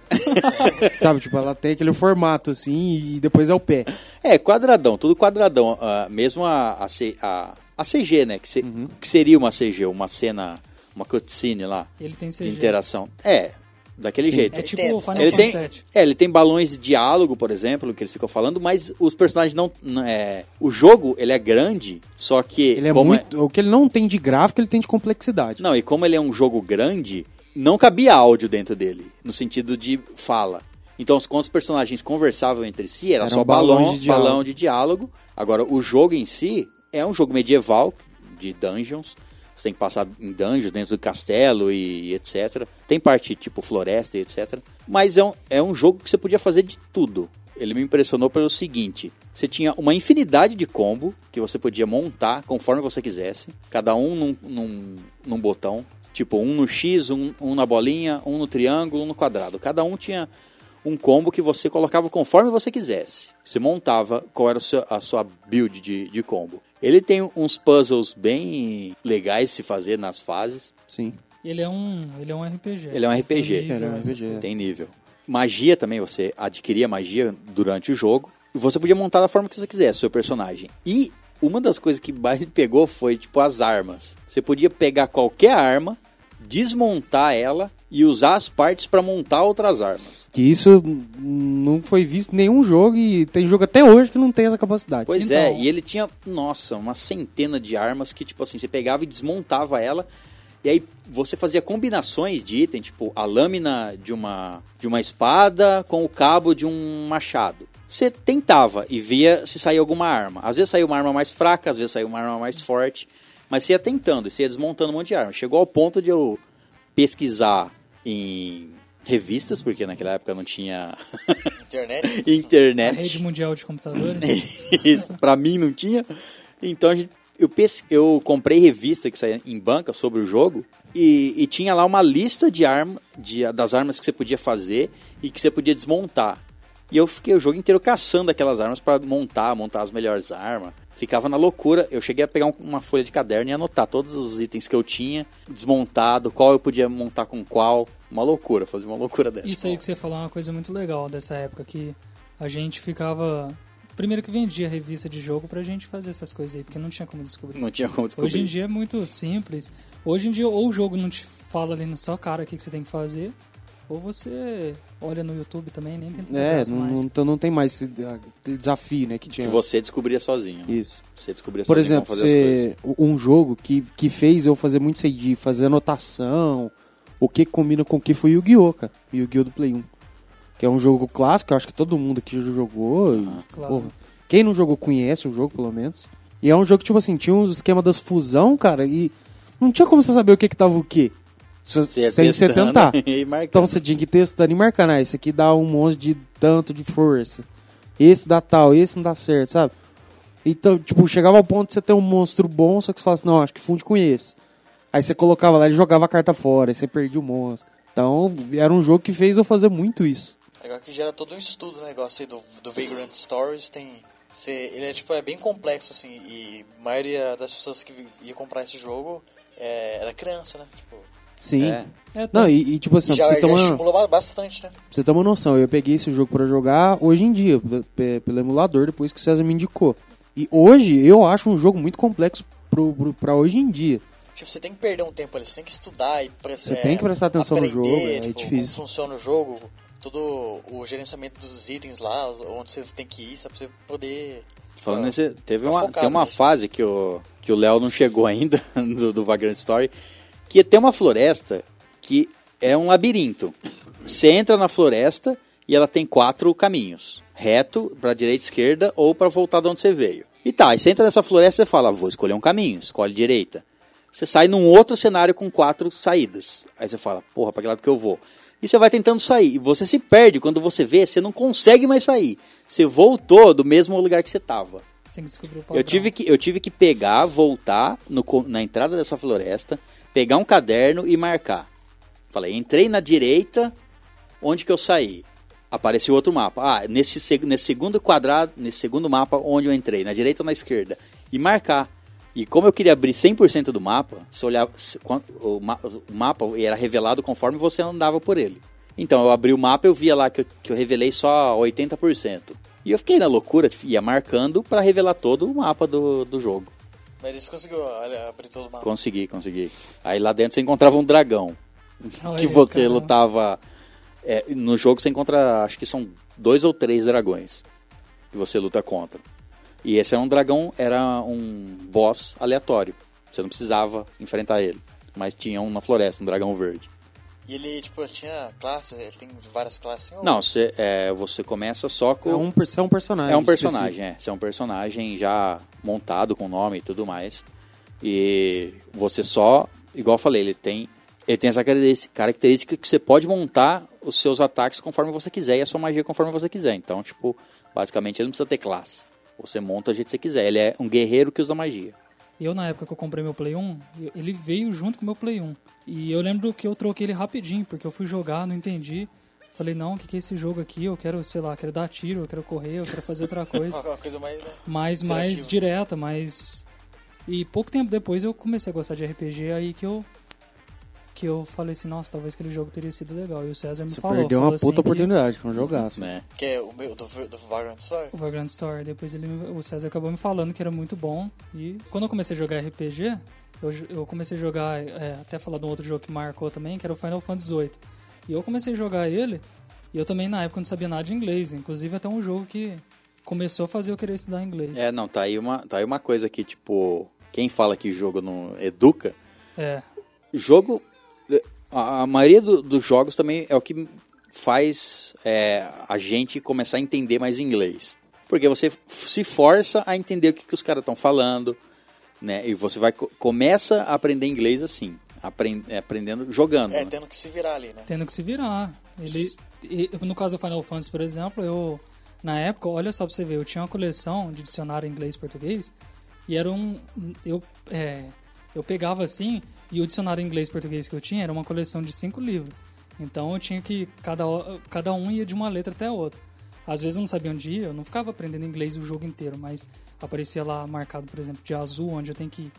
S3: Sabe, tipo, ela tem aquele formato assim e depois é o pé.
S1: É, quadradão, tudo quadradão. ah, mesmo a, a, C- a- a CG, né? Que, se-
S3: Uhum.
S1: que seria uma CG, uma cena, uma cutscene lá.
S5: Ele tem
S1: de
S5: CG.
S1: interação. É, daquele jeito.
S5: É tipo
S4: Ele
S5: o Final
S1: ele tem,
S5: Fantasy VII.
S1: é, ele tem balões de diálogo, por exemplo, que eles ficam falando, mas os personagens não. não é, o jogo, ele é grande, só que.
S3: Ele é
S1: como
S3: muito. O que ele não tem de gráfico, ele tem de complexidade.
S1: Não, e como ele é um jogo grande, não cabia áudio dentro dele, no sentido de fala. Então, quando os personagens conversavam entre si, era,
S3: Eram
S1: só balão,
S3: balões de diálogo.
S1: balão de diálogo. Agora, o jogo em si é um jogo medieval, de dungeons. Você tem que passar em dungeons, dentro do castelo e, etc. Tem parte tipo floresta e etc. Mas é um, é um jogo que você podia fazer de tudo. Ele me impressionou pelo seguinte: você tinha uma infinidade de combo que você podia montar conforme você quisesse, cada um num, num, num botão. Tipo, um no X, um, um na bolinha, um no triângulo, um no quadrado. Cada um tinha um combo que você colocava conforme você quisesse. Você montava qual era o seu- a sua build de, de combo. Ele tem uns puzzles bem legais de se fazer nas fases.
S3: Sim.
S5: Ele é um, ele é um RPG.
S1: Ele é um RPG.
S5: Nível,
S3: Ele é um
S5: essas
S3: RPG.
S5: coisas.
S1: Tem nível. Magia também, você adquiria magia durante o jogo. E você podia montar da forma que você quisesse, seu personagem. E uma das coisas que mais me pegou foi, tipo, as armas. Você podia pegar qualquer arma, desmontar ela e usar as partes pra montar outras armas.
S3: Que isso hum, não foi visto em nenhum jogo e tem jogo até hoje que não tem essa capacidade.
S1: Pois
S5: Então-
S1: é, e ele tinha, nossa, uma centena de armas que, tipo assim, você pegava e desmontava ela. E aí você fazia combinações de item, tipo a lâmina de uma, de uma espada com o cabo de um machado. Você tentava e via se saía alguma arma. Às vezes saía uma arma mais fraca, às vezes saía uma arma mais forte. Mas você ia tentando, e você ia desmontando um monte de arma. Chegou ao ponto de eu pesquisar em revistas, porque naquela época não tinha
S4: Internet.
S5: A
S1: internet.
S5: rede mundial de computadores.
S1: É. Isso, pra mim não tinha. Então a gente- eu, pes- eu comprei revista que saía em banca sobre o jogo e, e tinha lá uma lista de arma, de- das armas que você podia fazer e que você podia desmontar. E eu fiquei o jogo inteiro caçando aquelas armas pra montar, montar as melhores armas. Ficava na loucura. Eu cheguei a pegar um- uma folha de caderno e anotar todos os itens que eu tinha, desmontado, qual eu podia montar com qual. Uma loucura, fazer uma loucura dessa.
S5: Isso aí que você falou é uma coisa muito legal dessa época, que a gente ficava. Primeiro que vendia revista de jogo pra gente fazer essas coisas aí, porque não tinha como descobrir.
S1: Não tinha como descobrir.
S5: Hoje em dia é muito simples. Hoje em dia, ou o jogo não te fala ali na sua cara o que, que você tem que fazer, ou você olha no YouTube também, nem tenta
S3: É,
S5: pegar
S3: não,
S5: mais.
S3: não- então não tem mais esse ah, aquele desafio, né? Que
S1: Que
S3: tinha.
S1: você descobria sozinho. né?
S3: Isso.
S1: Você descobria
S3: Por
S1: sozinho
S3: exemplo,
S1: como fazer as coisas.
S3: você, um jogo que, que fez eu fazer muito isso aí de fazer anotação, o que combina com o que foi Yu-Gi-Oh, cara. Yu-Gi-Oh do Play 1. Que é um jogo clássico, eu acho que todo mundo aqui já jogou. e,
S5: claro.
S3: porra, quem não jogou conhece o jogo, pelo menos. E é um jogo que, tipo assim, tinha um esquema das fusão, cara, e não tinha como você saber o que que tava o quê. Se-
S1: Você ia
S3: sem você
S1: testando
S3: tentar.
S1: e marcando.
S3: Então você tinha que testando e marcando. Ah, esse aqui dá um 11 de tanto de força. Esse dá tal, esse não dá certo, sabe? Então, tipo, chegava ao ponto de você ter um monstro bom, só que você fala assim, não, acho que funde com esse. Aí você colocava lá, ele jogava a carta fora, aí você perdia o monstro. Então, era um jogo que fez eu fazer muito isso.
S4: Agora que gera todo um estudo no negócio aí do, do Vagrant Stories, tem. cê- ele é tipo, é bem complexo, assim, e a maioria das pessoas que vi- ia comprar esse jogo é, era criança, né? Tipo,
S3: Sim.
S1: É.
S5: É, tá.
S3: Não, e, e, tipo assim,
S4: e já,
S3: pra você
S4: já
S3: ter uma-
S4: estimulou ba- bastante, né?
S3: Pra você ter uma noção, eu peguei esse jogo pra jogar hoje em dia, pe- pe- pelo emulador, depois que o César me indicou. E hoje eu acho um jogo muito complexo pro, pro, pra hoje em dia.
S4: Tipo, você tem que perder um tempo ali, você tem que estudar e prestar.
S3: Você tem que prestar atenção no jogo, é difícil.
S4: Como funciona o jogo, todo o gerenciamento dos itens lá, os- onde você tem que ir, só pra você poder.
S1: Falando
S4: Ah,
S1: nesse, teve
S4: tá
S1: uma,
S4: focado
S1: tem uma
S4: nisso.
S1: fase que o que o Léo não chegou ainda do, do Vagrant Story, que tem uma floresta que é um labirinto. Você entra na floresta e ela tem quatro caminhos: reto, pra direita, esquerda ou pra voltar de onde você veio. E tá, aí você entra nessa floresta e fala: "Vou escolher um caminho, escolhe direita". Você sai num outro cenário com quatro saídas. Aí você fala: "Porra, pra que lado que eu vou?" E você vai tentando sair. E você se perde quando você vê, você não consegue mais sair. Você voltou do mesmo lugar que você tava.
S5: Você tem que descobrir o padrão.
S1: Eu tive, que, eu tive que pegar, voltar no co- na entrada dessa floresta, pegar um caderno e marcar. Falei, entrei na direita, onde que eu saí? Apareceu outro mapa. Ah, nesse, seg- nesse segundo quadrado, nesse segundo mapa, onde eu entrei, na direita ou na esquerda? E marcar. E como eu queria abrir 100% do mapa, se olhar se- quan- o, ma- o mapa era revelado conforme você andava por ele. Então eu abri o mapa, eu via lá que eu, que eu revelei só 80%. E eu fiquei na loucura, ia marcando pra revelar todo o mapa do, do jogo.
S4: Mas eles conseguiu olha, abrir todo o mapa.
S1: Consegui, consegui. Aí lá dentro você encontrava um dragão. que
S5: Olha,
S1: você
S5: caramba.
S1: lutava. é, no jogo você encontra, acho que são dois ou três dragões que você luta contra. E esse era um dragão, era um boss aleatório. Você não precisava enfrentar ele. Mas tinha um na floresta, um dragão verde.
S4: E ele, tipo, ele tinha classes, ele tem várias classes. assim, ou-
S1: Não, você, é, você começa só com.
S3: É um, per- você é um personagem.
S1: É um
S3: específico.
S1: personagem, é. Você é um personagem já montado com nome e tudo mais. E você só, igual eu falei, ele tem, ele tem essa característica- característica que você pode montar os seus ataques conforme você quiser e a sua magia conforme você quiser. Então, tipo, basicamente ele não precisa ter classe. Você monta do jeito que você quiser. Ele é um guerreiro que usa magia.
S5: Eu, na época que eu comprei meu Play 1, eu- ele veio junto com o meu Play 1. E eu lembro que eu troquei ele rapidinho, porque eu fui jogar, não entendi. Falei, não, o que, que é esse jogo aqui? Eu quero, sei lá, quero dar tiro, eu quero correr, eu quero fazer outra coisa.
S4: Uma coisa mais, né?
S5: mais, mais direta, mais... E pouco tempo depois eu comecei a gostar de RPG, aí que eu... Que eu falei assim, nossa, talvez aquele jogo teria sido legal. E o César me
S3: Você
S5: falou.
S3: perdeu uma
S5: falou
S3: puta
S5: assim que
S3: oportunidade, que é um jogaço.
S1: Né?
S4: Que é o meu, do, do Vagrant Story.
S5: O Vagrant Story. Depois ele, me- o César acabou me falando que era muito bom. E quando eu comecei a jogar RPG, eu, jo- eu comecei a jogar, é, até falar de um outro jogo que marcou também, que era o Final Fantasy VIII. E eu comecei a jogar ele, e eu também na época não sabia nada de inglês. Inclusive até um jogo que começou a fazer eu querer estudar inglês.
S1: É, não, tá aí, uma, tá aí uma coisa que, tipo, quem fala que jogo não educa,
S5: É,
S1: jogo. eh, A, a maioria do- dos jogos também é o que faz é, a gente começar a entender mais inglês. Porque você f- se força a entender o que, que os caras estão falando, né? E você vai co- começa a aprender inglês assim, apren- é, aprendendo jogando.
S4: É,
S1: né?
S4: tendo que se virar ali, né?
S5: tendo que se virar. Ele, e- no caso do Final Fantasy, por exemplo, eu na época, olha só pra você ver, eu tinha uma coleção de dicionário inglês e português e era um eu é, eu pegava assim e o dicionário inglês e português que eu tinha era uma coleção de cinco livros. Então eu tinha que cada o- cada um ia de uma letra até a outra. Às vezes eu não sabia onde ia, eu não ficava aprendendo inglês o jogo inteiro, mas aparecia lá marcado, por exemplo, de azul onde eu tenho que ir.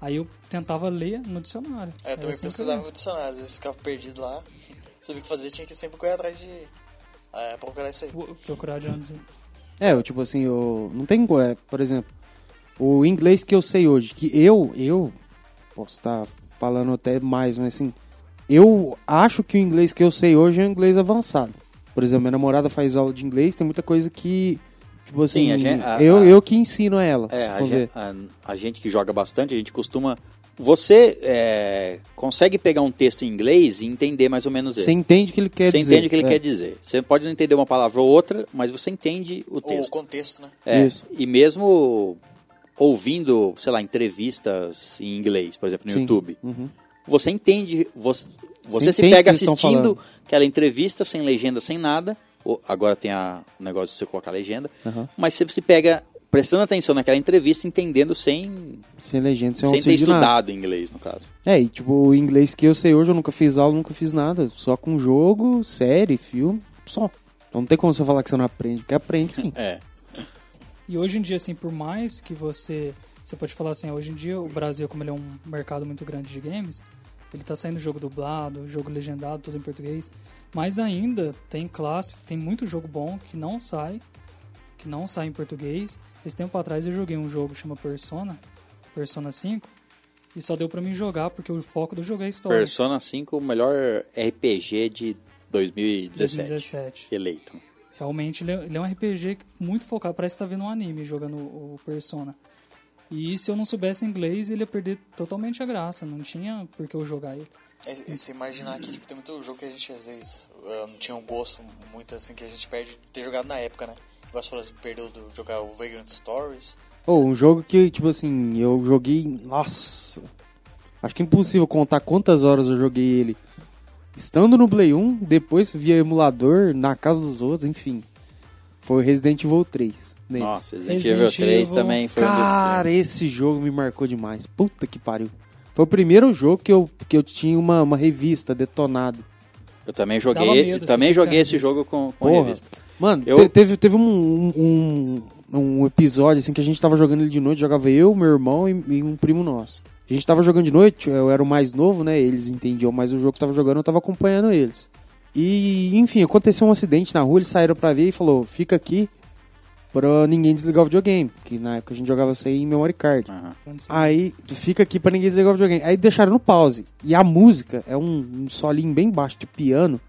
S5: Aí eu tentava ler no dicionário.
S4: É, eu
S5: Era
S4: também
S5: assim que eu
S4: pesquisava no dicionário, às vezes ficava perdido lá. Sabia o que fazer, tinha que sempre correr atrás de. É, procurar isso aí.
S5: Vou procurar de onde.
S3: É, eu, tipo assim, eu não tem, é, por exemplo, o inglês que eu sei hoje, que eu, eu posso estar falando até mais, mas assim, eu acho que o inglês que eu sei hoje é um inglês avançado. Por exemplo, minha namorada faz aula de inglês, tem muita coisa que, tipo assim,
S1: Sim, a gen- a-
S3: eu,
S1: a-
S3: eu que ensino a ela,
S1: É,
S3: se
S1: a,
S3: for ver.
S1: gen- a- a gente, que joga bastante, a gente costuma. Você é, consegue pegar um texto em inglês e entender mais ou menos ele.
S3: Você entende o que ele quer
S1: Você
S3: dizer.
S1: entende o que ele
S3: é.
S1: quer dizer. Você pode não entender uma palavra ou outra, mas você entende o
S4: Ou
S1: texto.
S4: o contexto, né?
S1: É,
S3: Isso.
S1: E mesmo ouvindo, sei lá, entrevistas em inglês, por exemplo, no
S3: Sim.
S1: YouTube,
S3: Uhum.
S1: você entende, você, você se
S3: entende o que
S1: pega
S3: eles estão
S1: assistindo
S3: falando.
S1: aquela entrevista sem legenda, sem nada. Ou- Agora tem a- o negócio de você colocar legenda,
S3: Aham.
S1: mas você se pega prestando atenção naquela entrevista, entendendo sem,
S3: Sem legenda, sem,
S1: sem ter
S3: auxílio de nada.
S1: estudado inglês, no caso.
S3: É, e tipo, o inglês que eu sei hoje, eu nunca fiz aula, nunca fiz nada. Só com jogo, série, filme, só. Então não tem como você falar que você não aprende, porque aprende sim.
S1: É.
S5: E hoje em dia, assim, por mais que você. Você pode falar assim, hoje em dia o Brasil, como ele é um mercado muito grande de games, ele tá saindo jogo dublado, jogo legendado, tudo em português. Mas ainda tem clássico, tem muito jogo bom que não sai, que não sai em português. Esse tempo atrás eu joguei um jogo que chama Persona, Persona 5, e só deu pra mim jogar porque o foco do jogo é a história.
S1: Persona 5, o melhor RPG de 2017.
S5: 2017.
S1: Eleito.
S5: Realmente, ele é, ele é um RPG muito focado. Parece que tá vendo um anime jogando o o Persona. E se eu não soubesse inglês, ele ia perder totalmente a graça. Não tinha por que eu jogar ele.
S4: É, é você imaginar que tipo, tem muito jogo que a gente às vezes eh, não tinha um gosto muito assim que a gente perde de ter jogado na época, né? Igual você falou, você perdeu do jogar o Vagrant Stories.
S3: Ou um jogo que, tipo assim, eu joguei. Nossa! Acho que é impossível contar quantas horas eu joguei ele. Estando no Play 1, depois via emulador, na casa dos outros, enfim. Foi o Resident Evil 3. Né?
S1: Nossa, Resident
S5: Resident
S1: Evil 3
S5: Evil,
S1: também foi um
S3: Cara, esse jogo me marcou demais. Puta que pariu. Foi o primeiro jogo que eu, que eu tinha uma, uma revista detonada.
S1: dos... Eu também
S5: Dava
S1: joguei,
S5: medo, assim,
S1: também
S5: de ter
S1: joguei esse
S5: revista.
S1: jogo com, com
S3: Porra.
S1: revista.
S3: Mano,
S1: Eu-
S3: te- teve, teve um, um, um episódio assim que a gente tava jogando ele de noite, jogava eu, meu irmão e, e um primo nosso. A gente tava jogando de noite, eu era o mais novo, né? Eles entendiam mais o jogo que tava jogando, eu tava acompanhando eles. E, enfim, aconteceu um acidente na rua, eles saíram pra ver e falou, fica aqui pra ninguém desligar o videogame. Que na época a gente jogava sem memory card.
S1: Aham.
S3: Aí tu fica aqui pra ninguém desligar o videogame. Aí deixaram no pause. E a música é um, um solinho bem baixo de piano.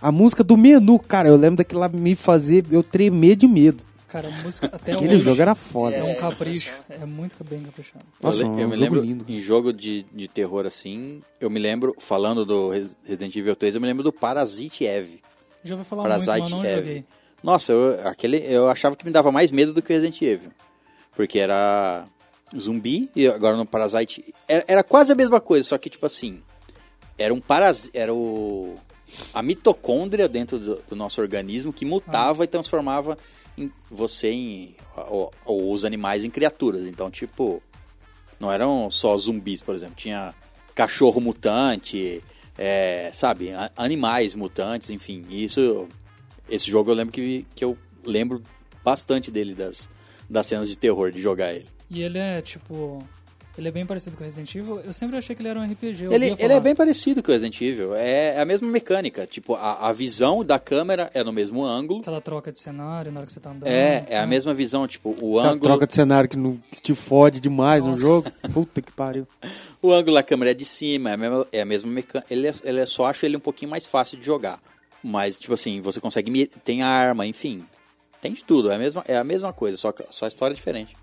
S3: A música do menu, cara, eu lembro daquilo lá me fazer eu tremer de medo.
S5: Cara, a música até
S3: Aquele
S5: hoje
S3: jogo era
S5: é
S3: foda.
S5: um
S4: É,
S5: capricho. É muito bem caprichado.
S3: Nossa,
S1: eu, le-
S3: um
S1: eu me
S3: jogo
S1: lembro,
S3: lindo.
S1: em jogo de, de terror assim, eu me lembro, falando do Res- Resident Evil 3, eu me lembro do Parasite Eve.
S5: Já ouvi falar muito, mas
S1: Parasite
S5: não
S1: Eve.
S5: joguei.
S1: Nossa, eu, aquele, eu achava que me dava mais medo do que o Resident Evil. Porque era zumbi, e agora no Parasite... Era, era quase a mesma coisa, só que tipo assim, era um parasita, era o... A mitocôndria dentro do, do nosso organismo que
S5: Ah.
S1: mutava e transformava em- você em... Ou, ou os animais em criaturas. Então, tipo... Não eram só zumbis, por exemplo. Tinha cachorro mutante, é, sabe? a- Animais mutantes, enfim. E isso, esse jogo eu lembro que, que eu lembro bastante dele, das, das cenas de terror, de jogar ele.
S5: E ele é, tipo... Ele é bem parecido com Resident Evil. Eu sempre achei que ele era um RPG. eu
S1: Ele,
S5: ouvia
S1: ele é
S5: falar.
S1: bem parecido com o Resident Evil. É, é a mesma mecânica. Tipo, a, a visão da câmera é no mesmo ângulo.
S5: Aquela troca de cenário na hora que você tá andando.
S1: É, é a
S5: né?
S1: mesma visão. Tipo, o
S3: Aquela
S1: ângulo...
S3: troca de cenário que, não, que te fode demais no
S5: Nossa.
S3: jogo. Puta que pariu.
S1: O ângulo da câmera é de cima, é a mesma, é a mesma mecânica. Ele é, ele é- só acho ele um pouquinho mais fácil de jogar. Mas, tipo assim, você consegue. mi- Tem a arma, enfim. Tem de tudo. É a mesma, é a mesma coisa, só, que- só a história é diferente.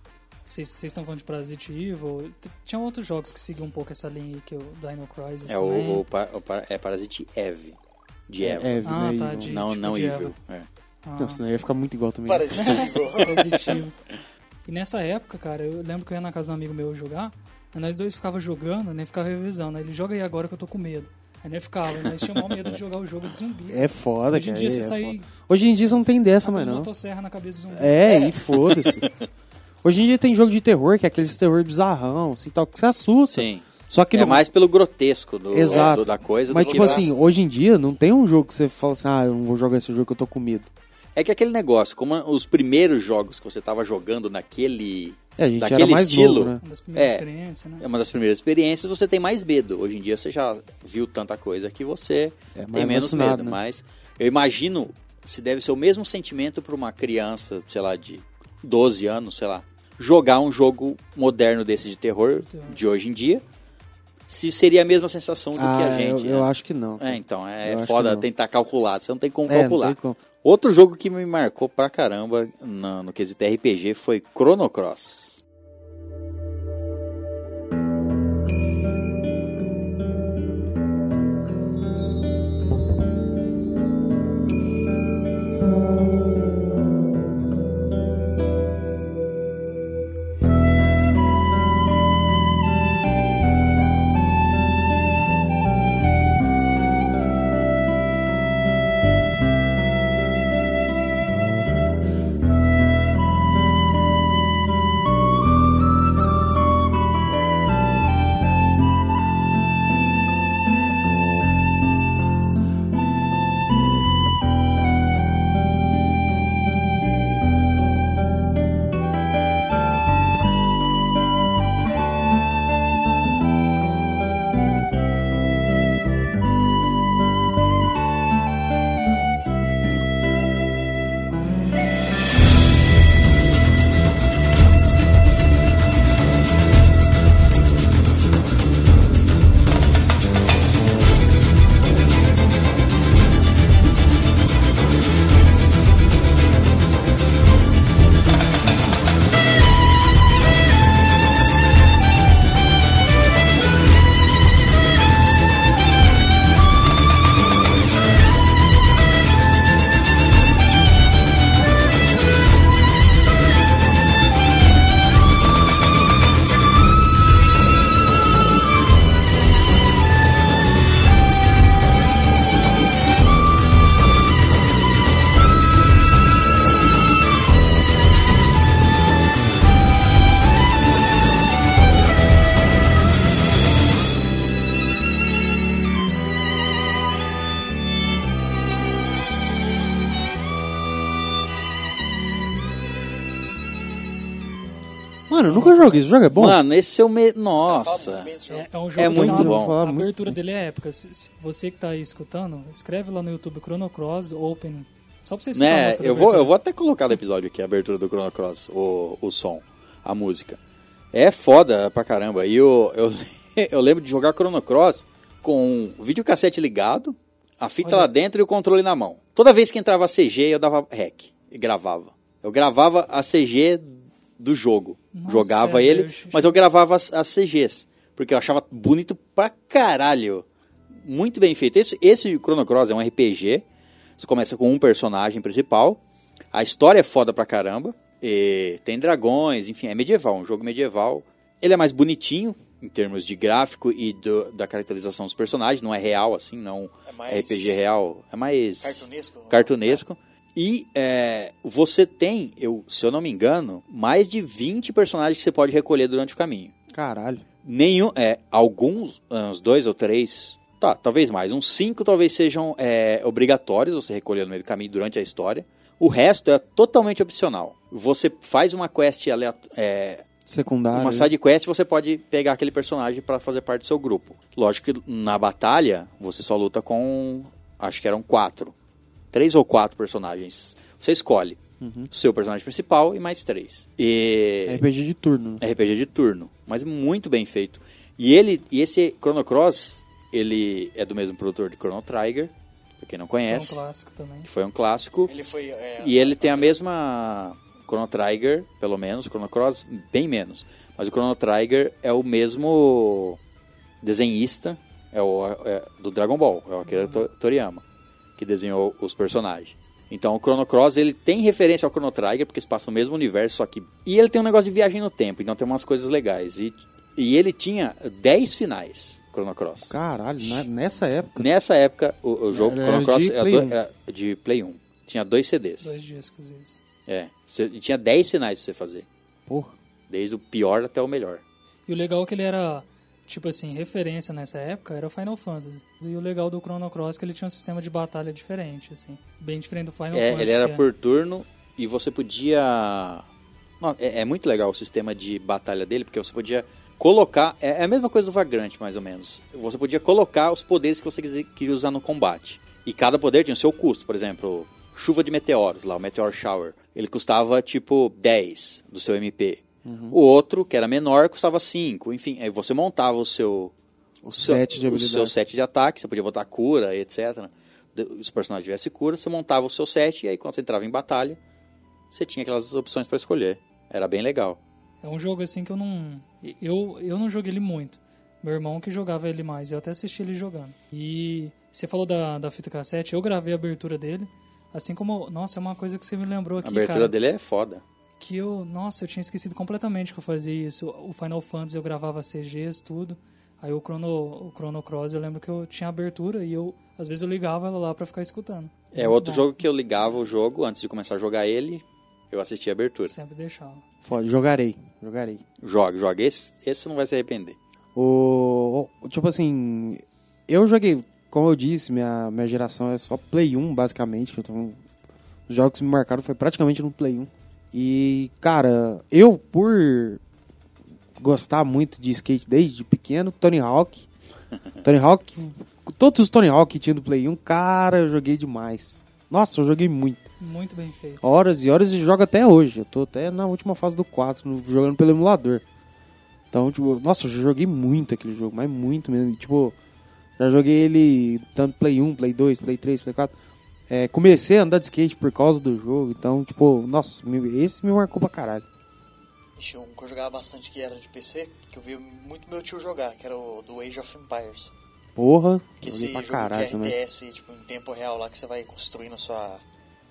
S5: Vocês vocês estão falando de Parasite Evil. T- Tinha outros jogos que seguiam um pouco essa linha aí, que o Dino Crisis
S1: É
S5: também.
S1: o, o pa- o pa- é Parasite Eve. De Eva.
S3: É, viu,
S5: Ah,
S3: né,
S5: tá,
S3: Ivan?
S5: de-
S1: Não,
S5: tipo
S1: não
S5: de
S1: Evil. É.
S5: Ah.
S3: Não, senão ia ficar muito igual também.
S4: Parece incrível.
S5: positivo. E nessa época, cara, eu lembro que eu ia na casa de um amigo meu jogar, aí nós dois ficava jogando, nem ficava revisando. Aí ele joga aí agora que eu tô com medo. Aí nós ficava, nós tínhamos maior medo de jogar o jogo de zumbi. né?
S3: É foda,
S5: Hoje em
S3: cara.
S5: dia
S3: é
S5: você
S3: foda.
S5: sai
S3: Hoje em dia você não tem dessa, mas
S5: com
S3: não.
S5: motosserra na cabeça do zumbi.
S3: É, e foda-se. Hoje em dia tem jogo de terror, que é aquele terror bizarrão, assim, tal, que você assusta.
S1: Sim.
S3: Só que
S1: é
S3: não...
S1: mais pelo grotesco do,
S3: Exato.
S1: do- da coisa.
S3: Mas,
S1: do
S3: tipo
S1: que-
S3: assim, hoje em dia não tem um jogo que você fala assim, ah, eu não vou jogar esse jogo que eu tô com medo.
S1: É que aquele negócio, como os primeiros jogos que você tava jogando naquele.
S3: É, a gente
S1: daquele
S3: era mais
S1: estilo.
S3: novo, né?
S5: Uma das primeiras
S1: É.
S5: experiências, né?
S1: É uma das primeiras experiências, você tem mais medo. Hoje em dia você já viu tanta coisa que você
S3: É, mais
S1: tem menos
S3: vacinado,
S1: medo.
S3: né?
S1: Mas eu imagino se deve ser o mesmo sentimento para uma criança, sei lá, de 12 anos, sei lá, jogar um jogo moderno desse de terror de hoje em dia, se seria a mesma sensação do que a
S3: Ah,
S1: gente.
S3: eu, eu
S1: né?
S3: acho que não.
S1: É, então, é
S3: Eu acho
S1: foda
S3: que não.
S1: tentar calcular. Você não tem como
S3: É, não
S1: calcular.
S3: tem como.
S1: Outro jogo que me marcou pra caramba no, no quesito RPG foi Chrono Cross.
S3: Mano, eu nunca joguei. Esse jogo é bom?
S1: Mano, esse é o me...
S4: Os caras falam
S1: Nossa.
S4: muito bem desse jogo.
S5: É, é um jogo
S1: É
S5: que
S1: muito
S5: tá-
S1: bom.
S5: A abertura dele é épica. Se- se você que tá aí escutando, escreve lá no YouTube Chrono Cross Open. Só pra você escutar a
S1: Né,
S5: música da
S1: eu vou,
S5: abertura.
S1: eu vou até colocar no episódio aqui a abertura do Chrono Cross, o, o som, a música. É foda pra caramba. E eu, eu, eu lembro de jogar Chrono Cross com o videocassete ligado, a fita lá dentro e o controle na mão. Toda vez que entrava a CG, eu dava rec e gravava. Eu gravava a CG do jogo.
S5: Nossa,
S1: Jogava
S5: essa
S1: ele,
S5: eu-
S1: mas eu gravava as, as CGs, porque eu achava bonito pra caralho. Muito bem feito. Esse, esse Chrono Cross é um RPG. Você começa com um personagem principal. A história é foda pra caramba. E tem dragões, enfim, é medieval, um jogo medieval. Ele é mais bonitinho em termos de gráfico e do- da caracterização dos personagens. Não é real, assim, não
S4: É
S1: é
S4: mais
S1: RPG real. É mais
S4: Cartunesco. né?
S1: cartunesco. E é, você tem, eu, se eu não me engano, mais de 20 personagens que você pode recolher durante o caminho.
S3: Caralho.
S1: Nenhum, é, alguns, uns dois ou três, tá, talvez mais, uns cinco talvez sejam é, obrigatórios você recolher no meio do caminho durante a história. O resto é totalmente opcional. Você faz uma quest aleatória,
S3: Secundário.
S1: uma side quest você pode pegar aquele personagem pra fazer parte do seu grupo. Lógico que na batalha você só luta com acho que eram quatro, três ou quatro personagens. Você escolhe seu personagem principal e mais três. E
S3: É RPG de turno.
S1: é RPG de turno, mas muito bem feito. E ele, e esse Chrono Cross, ele é do mesmo produtor de Chrono Trigger, pra quem não
S5: É um
S1: conhece,
S5: clássico também.
S1: que foi um clássico.
S4: Ele foi. é,
S1: E ele tem a mesma Chrono Trigger, pelo menos, o Chrono Cross bem menos. Mas o Chrono Trigger é o mesmo desenhista é o, é do Dragon Ball, é o Akira
S3: Uhum.
S1: To- Toriyama, que desenhou os personagens. Então o Chrono Cross ele tem referência ao Chrono Trigger, porque se passa no mesmo universo, só que. E ele tem um negócio de viagem no tempo, então tem umas coisas legais. E, e ele tinha 10 finais, Chrono Cross.
S3: Caralho, na- nessa época.
S1: Nessa época, o, o jogo
S3: Era
S1: Chrono Cross
S3: de
S1: era,
S3: Play
S1: do-
S3: 1.
S1: era de Play 1. Tinha dois CDs.
S5: Dois discos, isso.
S1: É. Você e tinha 10 finais pra você fazer.
S3: Porra.
S1: Desde o pior até o melhor.
S5: E o legal é que ele era, tipo assim, referência nessa época era o Final Fantasy. E o legal do Chrono Cross é que ele tinha um sistema de batalha diferente, assim. Bem diferente do Final
S1: É,
S5: Fantasy.
S1: ele era
S5: que é-
S1: por turno e você podia. Não, é, é muito legal o sistema de batalha dele, porque você podia colocar. É, é a mesma coisa do Vagrante, mais ou menos. Você podia colocar os poderes que você quisi- queria usar no combate. E cada poder tinha o seu custo, por exemplo, chuva de meteoros, lá, o Meteor Shower. Ele custava tipo 10 do seu MP.
S5: Uhum.
S1: O outro, que era menor, custava 5. Enfim, aí você montava o seu
S3: O
S1: seu-
S3: set de
S1: O seu
S3: habilidade.
S1: set de ataque, você podia botar cura, etc. De- Se o personagem tivesse cura, você montava o seu set e aí quando você entrava em batalha, você tinha aquelas opções pra escolher. Era bem legal.
S5: É um jogo assim que eu não. Eu, eu não joguei ele muito. Meu irmão que jogava ele mais, eu até assisti ele jogando. E você falou da, da fita cassete, eu gravei a abertura dele. Assim como. Nossa, é uma coisa que você me lembrou
S1: A
S5: aqui,
S1: abertura
S5: cara.
S1: dele é foda.
S5: Que eu. Nossa, eu tinha esquecido completamente que eu fazia isso. O Final Fantasy eu gravava CGs, tudo. Aí o Chrono, o Chrono Cross eu lembro que eu tinha abertura e eu. Às vezes eu ligava ela lá pra ficar escutando.
S1: É
S5: Muito
S1: outro
S5: bom.
S1: jogo que eu ligava o jogo antes de começar a jogar ele, eu assistia a abertura.
S5: Sempre deixava.
S3: Foda, jogarei. Jogarei.
S1: Joga, joga. Esse, esse você não vai se arrepender.
S3: O, o- tipo assim, eu joguei, como eu disse, minha, minha geração é só Play 1, basicamente. Então, os jogos que me marcaram foi praticamente no Play 1. E, cara, eu, por gostar muito de skate desde pequeno, Tony Hawk. Tony Hawk, todos os Tony Hawk que tinha do Play 1, cara, eu joguei demais. Nossa, eu joguei muito.
S5: Muito bem feito.
S3: Horas e horas de jogo até hoje. Eu tô até na última fase do 4, no- jogando pelo emulador. Então, tipo, nossa, eu joguei muito aquele jogo, mas muito mesmo. E, Tipo, já joguei ele tanto Play 1, Play 2, Play 3, Play 4. É, comecei a andar de skate por causa do jogo, então, tipo, nossa, me- esse me marcou pra caralho. é-
S4: Ixi, um que eu jogava bastante que era de PC, que eu via muito meu tio jogar, que era o do Age of Empires.
S3: Porra,
S4: Que
S3: joguei pra
S4: esse
S3: né?
S4: jogo de
S3: caralho também.
S4: RTS, tipo, em tempo real lá, que você vai construindo a sua.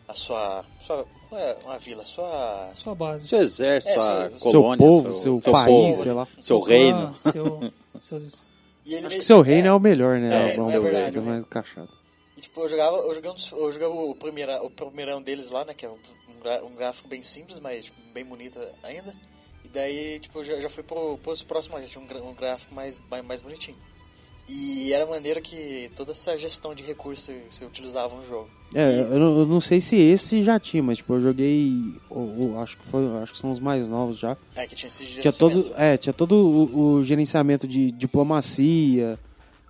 S4: a sua. sua não é uma vila, sua.
S5: Sua base.
S1: Seu exército,
S4: É,
S1: sua
S4: seu-
S1: colônia,
S3: seu povo, seu país,
S1: povo,
S3: sei lá.
S1: Seu reino.
S5: Ah, seu, seus
S4: E ele meio-
S3: Seu reino é, o melhor, né?
S4: É,
S3: Vamos
S4: é verdade,
S3: ver, tá
S4: o
S3: mais
S4: reino.
S3: encaixado.
S4: E, tipo, eu jogava, eu jogava, um dos- eu jogava o, primeira, o primeirão deles lá, né? Que é um, gra- um gráfico bem simples, mas tipo, bem bonito ainda. E daí, tipo, eu já, já fui pro, pros próximos, já tinha um, gra- um gráfico mais, mais, mais bonitinho. E era maneiro que toda essa gestão de recursos se utilizava no jogo.
S3: É, eu não, eu não sei se esse já tinha, mas tipo, eu joguei. o- o- acho, que foi- acho que são os mais novos já.
S4: É, que tinha esse
S3: Tinha
S4: gerenciamento.
S3: todo, é, tinha todo o, o gerenciamento de diplomacia.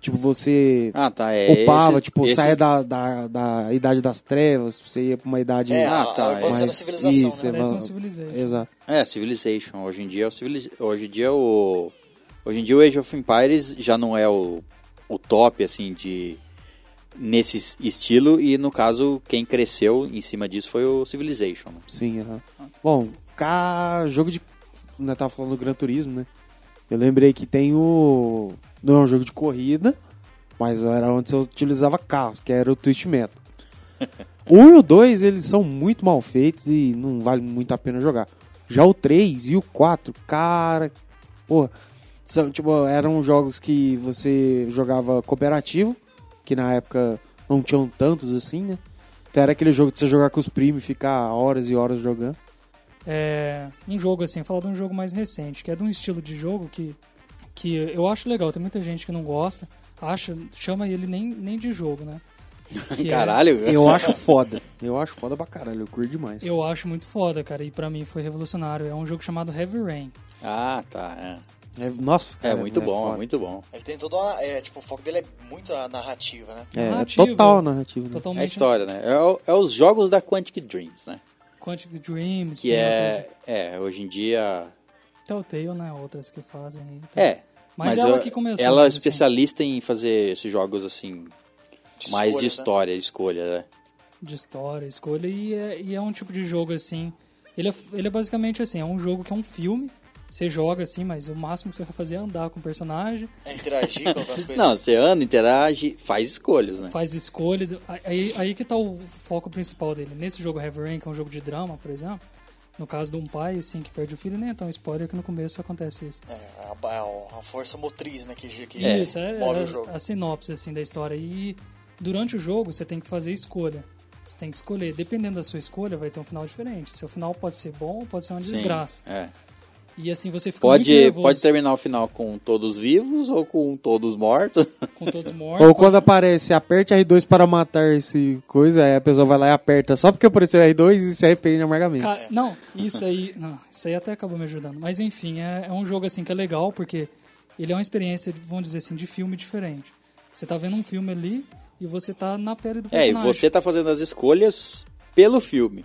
S3: Tipo, você
S1: Ah, tá. É,
S3: upava,
S1: esse-
S3: tipo,
S1: esse-
S3: saia da, da, da idade das trevas, você ia pra uma idade.
S4: É,
S1: Ah,
S4: a-
S1: tá,
S4: a avançando
S3: mais-
S4: a civilização,
S3: isso,
S4: né?
S5: Parece um
S3: evan-
S5: Civilization.
S3: Exato.
S1: É, Civilization. Hoje em dia é o Civiliz... Hoje em dia é o. Hoje em dia o Age of Empires já não é o, o top, assim, de. nesse es- estilo. E no caso, quem cresceu em cima disso foi o Civilization. né?
S3: Sim, aham. Bom, cá, jogo de. Né, tava falando do Gran Turismo, né? Eu lembrei que tem o. Não é um jogo de corrida, mas era onde você utilizava carros, que era o Twitch Metal. O 1 e o 2, eles são muito mal feitos e não vale muito a pena jogar. Já o 3 e o 4, cara. Porra. São, tipo, eram jogos que você jogava cooperativo, que na época não tinham tantos assim, né? Então era aquele jogo de você jogar com os primos e ficar horas e horas jogando.
S5: É, um jogo assim, falar de um jogo mais recente, que é de um estilo de jogo que, que eu acho legal. Tem muita gente que não gosta, acha, chama ele nem, nem de jogo, né? Que é-
S1: Caralho,
S3: Eu acho foda. Eu acho foda pra caralho, eu curto demais.
S5: eu acho muito foda, cara, e pra mim foi revolucionário. É um jogo chamado Heavy Rain.
S1: Ah, tá.
S3: É- nossa,
S1: É, é
S3: cara,
S1: muito bom,
S3: foda.
S1: é muito bom.
S4: Ele tem toda uma. É, tipo, o foco dele é muito a narrativa, né?
S3: É, é
S5: Narrativa.
S3: total narrativo. né?
S1: É a
S5: Totalmente
S1: história, né? É, o- é os jogos da Quantic Dreams, né?
S5: Quantic Dreams,
S1: Que
S5: tem
S1: é.
S5: outras,
S1: É, hoje em dia.
S5: Telltale, né? Outras que fazem. então.
S1: É.
S5: Mas ela
S1: eu-
S5: que começou,
S1: Ela é
S5: mas, assim-
S1: especialista em fazer esses jogos assim,
S4: De
S1: mais de
S4: escolhas, né?
S1: história, escolha, né?
S5: de história, escolha, e é, e é um tipo de jogo assim. Ele é, ele é basicamente assim: é um jogo que é um filme. Você joga assim, mas o máximo que você vai fazer é andar com o personagem,
S4: É interagir com algumas coisas.
S1: Não, você anda, interage, faz escolhas, né?
S5: faz escolhas. Aí, aí que tá o foco principal dele. Nesse jogo Heavy Rain, que é um jogo de drama, por exemplo, no caso de um pai assim que perde o filho, nem é tão spoiler que no começo acontece isso.
S4: É, a, a- a força motriz, né? Que, que
S1: É.
S5: Isso, é,
S4: move
S5: é
S4: o jogo.
S5: a sinopse assim da história. E durante o jogo você tem que fazer escolha. Você tem que escolher. Dependendo da sua escolha, vai ter um final diferente. Seu final pode ser bom ou pode ser uma
S1: Sim,
S5: desgraça.
S1: é.
S5: E assim você fica muito
S1: Pode,
S5: nervoso
S1: pode terminar o final com todos vivos ou com todos mortos.
S5: com todos mortos.
S3: Ou quando aparece, aperte R2 para matar esse coisa, aí a pessoa vai lá e aperta só porque apareceu R2 e se arrepende amargamente.
S5: Ca- Não, isso aí. Não, isso aí até acabou me ajudando. Mas enfim, é, é um jogo assim que é legal, porque ele é uma experiência, vamos dizer assim, de filme diferente. Você tá vendo um filme ali e você tá na pele do
S1: É, e
S5: personagem.
S1: você tá fazendo as escolhas pelo filme.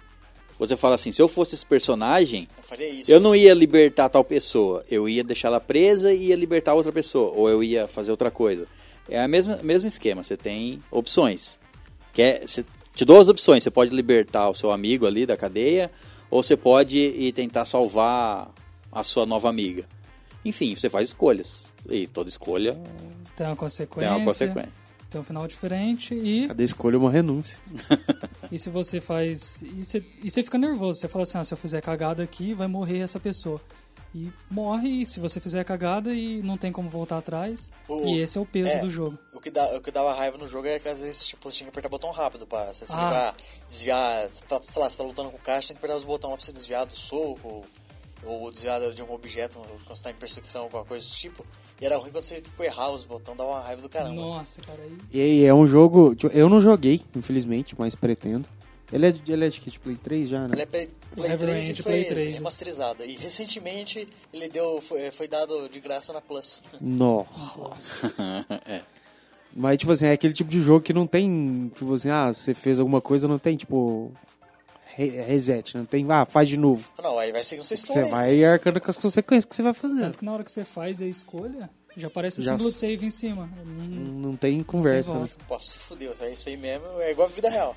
S1: Você fala assim, se eu fosse esse personagem,
S4: Eu faria isso.
S1: eu não ia libertar tal pessoa. Eu ia deixar ela presa e ia libertar outra pessoa. Ou eu ia fazer outra coisa. É o mesmo, mesmo esquema, você tem opções. Quer, você- te dou as opções, você pode libertar o seu amigo ali da cadeia, ou você pode ir tentar salvar a sua nova amiga. Enfim, você faz escolhas. E toda escolha
S5: Tem uma
S1: tem
S5: consequência.
S1: uma consequência. Tá
S5: Tem um final diferente e,
S3: Cada escolha é uma renúncia.
S5: e se você faz. E você, e você fica nervoso. Você fala assim: ah, se eu fizer cagada aqui, vai morrer essa pessoa. E morre, e se você fizer cagada e não tem como voltar atrás.
S4: O-
S5: e esse é o peso
S4: é.
S5: do jogo.
S4: O que, dá, o que dava raiva no jogo é que às vezes tipo, você tinha que apertar botão rápido pra você se
S5: Ah.
S4: livrar, desviar. Você tá, sei lá, você tá lutando com o caixa, tem que apertar os botões lá pra você desviar do soco, ou, ou desviar de um objeto quando você tá em perseguição, alguma coisa do tipo. E era ruim quando você tipo, errar os botões, dava uma raiva do caramba.
S5: Nossa, cara. Aí...
S3: E aí, é um jogo. tipo, Eu não joguei, infelizmente, mas pretendo. Ele é, de- ele é de kit Play 3 já,
S4: Ele
S3: né?
S4: é Play, Play
S5: Heavy
S4: 3
S5: Rain
S4: e
S5: de
S4: foi
S5: Play 3,
S4: remasterizado. E recentemente ele deu, foi, foi dado de graça na Plus.
S3: Nossa. Mas, tipo assim, é aquele tipo de jogo que não tem, tipo assim, ah, você fez alguma coisa, não tem, tipo, re- reset, não tem, ah, faz de novo.
S4: Não, aí vai seguir sua
S3: Você
S4: história.
S3: vai arcando com as consequências que você vai fazer.
S5: é. Tanto que na hora que você faz a escolha, já aparece o
S3: Já
S5: símbolo de
S3: s-
S5: save em cima. Hum, Não
S3: Não tem
S5: tem
S3: conversa, né?
S5: volta.
S4: Pô, se fudeu, é isso aí mesmo, é igual a vida real.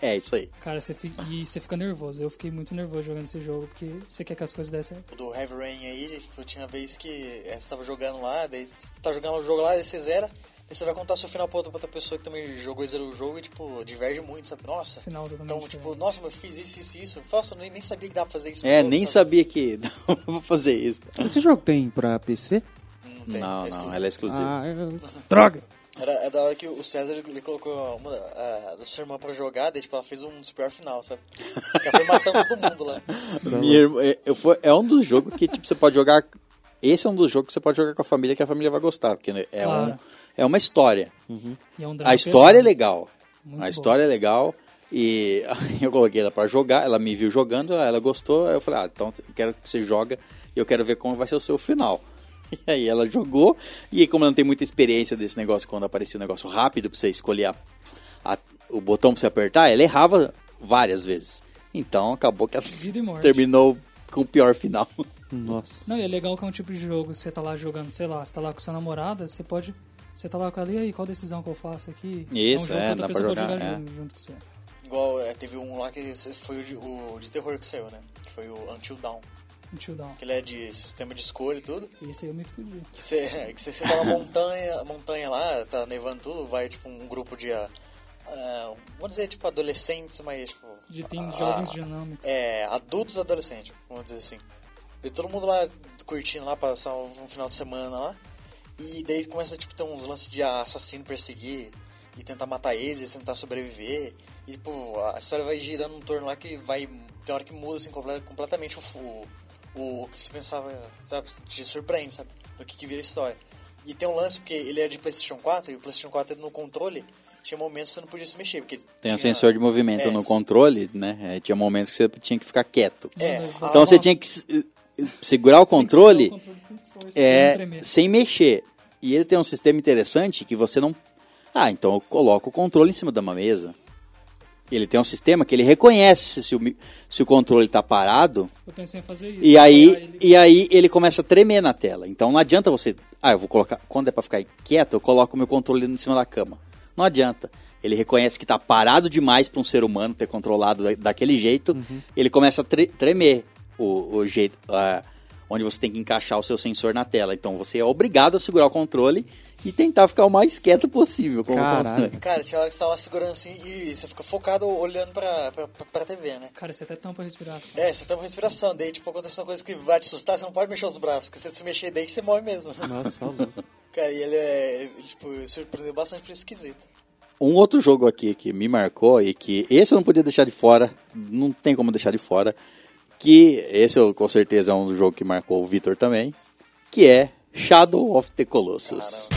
S1: É, isso aí.
S5: Cara, você fica, e você fica nervoso. Eu fiquei muito nervoso jogando esse jogo, porque você quer que as coisas dessem certo.
S4: O do Heavy Rain aí, tipo, tinha vez que é, você tava jogando lá, daí você tá jogando o jogo lá, daí você zera, daí você vai contar seu final pra outra, pra outra pessoa que também jogou e zerou o jogo e, tipo, diverge muito, sabe? Nossa,
S5: Final totalmente
S4: então, tipo,
S5: diferente.
S4: nossa, mas eu fiz isso, isso, isso. Nossa, eu nem, nem sabia que dava pra fazer isso. no
S1: É,
S4: jogo,
S1: nem
S4: sabe?
S1: sabia que vou fazer isso.
S3: né? Esse jogo tem pra PC?
S4: Não, tem,
S1: Não,
S4: é
S1: não,
S4: exclusivo.
S1: ela é exclusiva.
S3: Ah, é- droga!
S4: Era, é da hora que o César ele colocou uma da- a, da sua irmã pra jogar, daí tipo, ela fez um super final, sabe? Ela foi matando todo mundo lá.
S1: Minha irmã- é- eu fui- é um dos jogos que tipo, você pode jogar. Esse é um dos jogos que você pode jogar com a família que a família vai gostar, porque né, é,
S5: Claro.
S1: um, é uma história.
S5: E é um drama
S1: A história é
S5: pesado.
S1: legal.
S5: Muito
S1: a
S5: bom.
S1: história é legal. E eu coloquei ela pra jogar, ela me viu jogando, ela gostou, aí eu falei, ah, então eu quero que você joga e eu quero ver como vai ser o seu final. E aí ela jogou, e aí como ela não tem muita experiência desse negócio, quando aparecia um negócio rápido pra você escolher a- a- o botão pra você apertar, ela errava várias vezes. Então acabou que ela
S5: Vida e morte.
S1: terminou com o pior final.
S3: Nossa.
S5: Não, e é legal que é um tipo de jogo, você tá lá jogando, sei lá, você tá lá com sua namorada, você pode. Você tá lá com ela, e aí, qual decisão que eu faço aqui?
S1: Isso,
S5: é um jogo
S1: é, dá
S5: que
S1: pra
S5: outra pessoa
S1: jogar,
S5: pode jogar
S1: é.
S5: junto, junto com você.
S4: Igual é, teve um lá que foi o de, o de terror que saiu, né? Que foi o Until Dawn.
S5: Until Dawn.
S4: Que ele é de sistema de escolha e tudo.
S5: Um Esse aí eu me fudi.
S4: Que você, que você, você tá na montanha, montanha lá, tá nevando tudo, vai tipo um grupo de. ah, ah, vamos dizer, tipo, adolescentes, mas tipo.
S5: De tem
S4: ah,
S5: jovens dinâmicos.
S4: É, adultos adolescentes, vamos dizer assim. E todo mundo lá curtindo lá, passar um final de semana lá. E daí começa tipo ter uns lances de assassino perseguir e tentar matar eles, tentar sobreviver. E tipo, a história vai girando um torno lá que vai. Tem hora que muda assim, comple- completamente o, fu- o, o que se pensava, sabe? Te surpreende, sabe? Do que, que vira a história. E tem um lance, porque ele é de PlayStation 4 e o PlayStation 4 no controle tinha momentos que você não podia se mexer. Porque
S1: Tem um
S4: tinha-
S1: sensor de movimento
S4: é,
S1: no controle, né? É, tinha momentos que você tinha que ficar quieto.
S4: É,
S1: Então você tinha que se- segurar o controle.
S5: Você tem que segurar o controle com força,
S1: é,
S5: pra não tremer.
S1: sem mexer. E ele tem um sistema interessante que você não. Ah, então eu coloco o controle em cima de uma mesa. Ele tem um sistema que ele reconhece se o, mi- se o controle está parado
S5: Eu pensei em fazer isso.
S1: e
S5: apoiar
S1: aí,
S5: ele.
S1: e aí ele começa a tremer na tela. Então não adianta você. Ah, eu vou colocar. Quando é pra ficar quieto, eu coloco o meu controle em cima da cama. Não adianta. Ele reconhece que tá parado demais pra um ser humano ter controlado da- daquele jeito. Ele começa a tre- tremer o, o jeito. ah, onde você tem que encaixar o seu sensor na tela. Então você é obrigado a segurar o controle e tentar ficar o mais quieto possível. com o
S3: Caralho.
S1: controle.
S4: Cara, tinha hora que você tá lá segurando assim e você fica focado olhando pra, pra, pra, pra TV, né?
S5: Cara, você até tampa a respiração.
S4: É, você tá com respiração, daí tipo, acontece uma coisa que vai te assustar, você não pode mexer os braços, porque se você se mexer daí que você morre mesmo.
S3: Nossa, tá louco.
S4: Cara, e ele é, ele, tipo, surpreendeu bastante por esse esquisito.
S1: Um outro jogo aqui que me marcou e que esse eu não podia deixar de fora, não tem como deixar de fora, que esse eu, com certeza é um jogo que marcou o Vitor também, que é Shadow of the Colossus.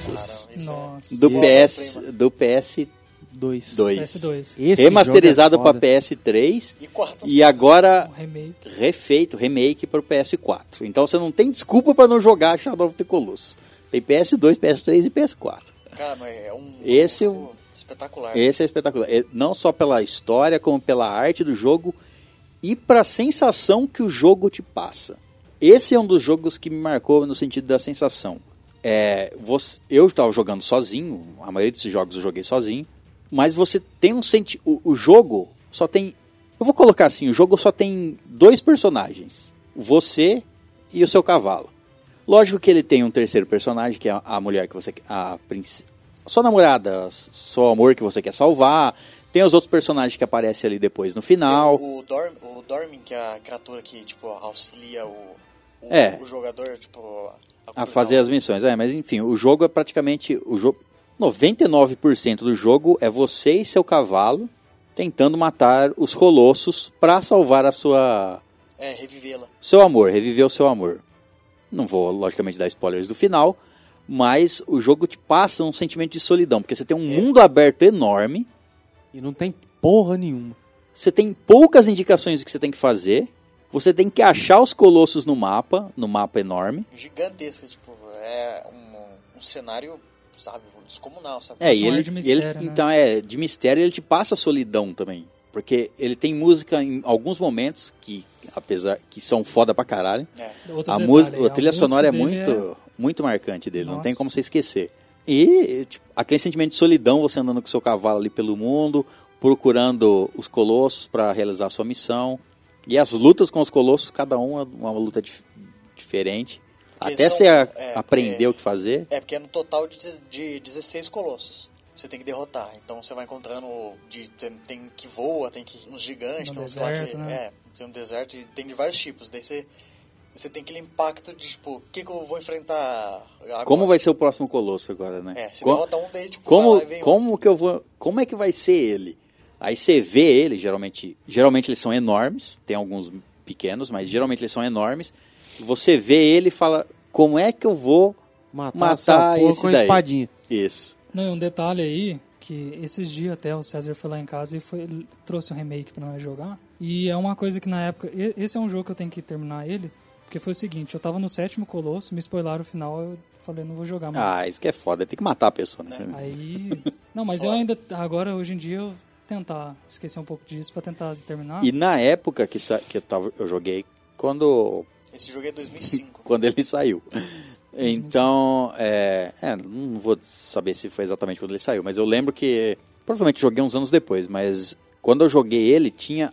S4: Caramba, isso
S5: Nossa.
S1: Do
S4: Nossa,
S1: PS,
S4: prima.
S1: do PS2.
S3: Dois.
S5: PS2.
S3: Esse
S1: Remasterizado
S3: jogo é
S1: para
S3: foda.
S1: PS3
S4: é. E quarta.
S1: e agora
S5: Um remake.
S1: refeito, remake para o PS4. Então você não tem desculpa para não jogar Shadow of the Colossus. Tem PS2, PS3 e PS4.
S4: Cara, mas é um.
S1: Esse eu-
S4: jogo Espetacular.
S1: Esse é espetacular. É, Não só pela história, como pela arte do jogo e pra sensação que o jogo te passa. Esse é um dos jogos que me marcou no sentido da sensação. É, você- eu estava jogando sozinho, a maioria desses jogos eu joguei sozinho, mas você tem um senti o, o jogo só tem. Eu vou colocar assim: o jogo só tem dois personagens: você e o seu cavalo. Lógico que ele tem um terceiro personagem, que é a- a mulher que você. A princ- sua namorada, seu amor que você quer salvar. Tem os outros personagens que aparecem ali depois no
S4: Tem
S1: final.
S4: O, o, Dorm, o Dormin, que é a criatura que, tipo, auxilia o, o,
S1: É.
S4: o jogador, tipo, a,
S1: a fazer as missões. É, mas enfim, o jogo é praticamente o jogo 99% do jogo é você e seu cavalo tentando matar os colossos pra salvar a sua
S4: É, revivê-la.
S1: seu amor, reviver o seu amor. Não vou logicamente dar spoilers do final, mas o jogo te passa um sentimento de solidão, porque você tem um mundo aberto enorme,
S3: E não tem porra nenhuma.
S1: você tem poucas indicações do que você tem que fazer, você tem que achar os colossos no mapa, no mapa enorme.
S4: Gigantesca, tipo, é um, um cenário sabe, descomunal, sabe?
S1: É,
S5: Esse
S1: e
S5: ar
S1: ele,
S5: de
S1: e
S5: mistério,
S1: ele-
S5: né?
S1: então é de mistério ele te passa solidão também, porque ele tem música em alguns momentos que apesar que são foda pra caralho.
S4: É.
S5: Outro
S1: A
S5: detalhe,
S1: música, a trilha
S5: música
S1: sonora é
S5: dele
S1: muito muito marcante dele, não tem
S5: Nossa.
S1: como você esquecer. E tipo, aquele sentimento de solidão, você andando com seu cavalo ali pelo mundo, procurando os colossos pra realizar sua missão. E as lutas com os colossos, cada uma uma luta dif- diferente.
S4: Porque
S1: Até
S4: são-
S1: você a-
S4: é,
S1: aprender
S4: é.
S1: o que fazer.
S4: É, porque é no total de, deze- de 16 colossos. Você tem que derrotar. Então você vai encontrando. De, tem, tem que voa, tem que. uns gigantes,
S5: No
S4: tem uns sei lá que.
S5: deserto, né?
S4: É, tem um deserto e tem de vários tipos. Daí você. Você tem aquele impacto de tipo, o que, que eu vou enfrentar agora?
S1: Como vai ser o próximo colosso agora, né?
S4: É, você
S1: Co-
S4: derrota um, daí tipo, vai
S1: como
S4: lá e vem
S1: como que eu vou como é que vai ser ele aí você vê ele geralmente geralmente eles são enormes tem alguns pequenos mas geralmente eles são enormes você vê ele e fala como é que eu vou
S3: Matar, essa
S1: matar
S3: porra
S1: esse
S3: com a
S1: daí
S3: espadinha.
S1: isso
S5: Não, e um detalhe aí, que esses dias até o César foi lá em casa e foi, ele trouxe um remake pra nós jogar. E é uma coisa que na época. e- Esse é um jogo que eu tenho que terminar ele, porque foi o seguinte: eu tava no sétimo Colosso, me spoilaram o final, eu falei, não vou jogar
S3: Hum.
S5: mais.
S1: ah isso que é foda tem que matar a pessoa né
S5: Aí. Não, mas eu ainda. Agora, hoje em dia, eu tentar esquecer um pouco disso pra tentar terminar.
S1: e na época que sa- que eu tava eu joguei quando
S4: Esse jogo é 2005.
S1: quando ele saiu. Então, é, é, não vou saber se foi exatamente quando ele saiu, mas eu lembro que provavelmente joguei uns anos depois, mas quando eu joguei ele tinha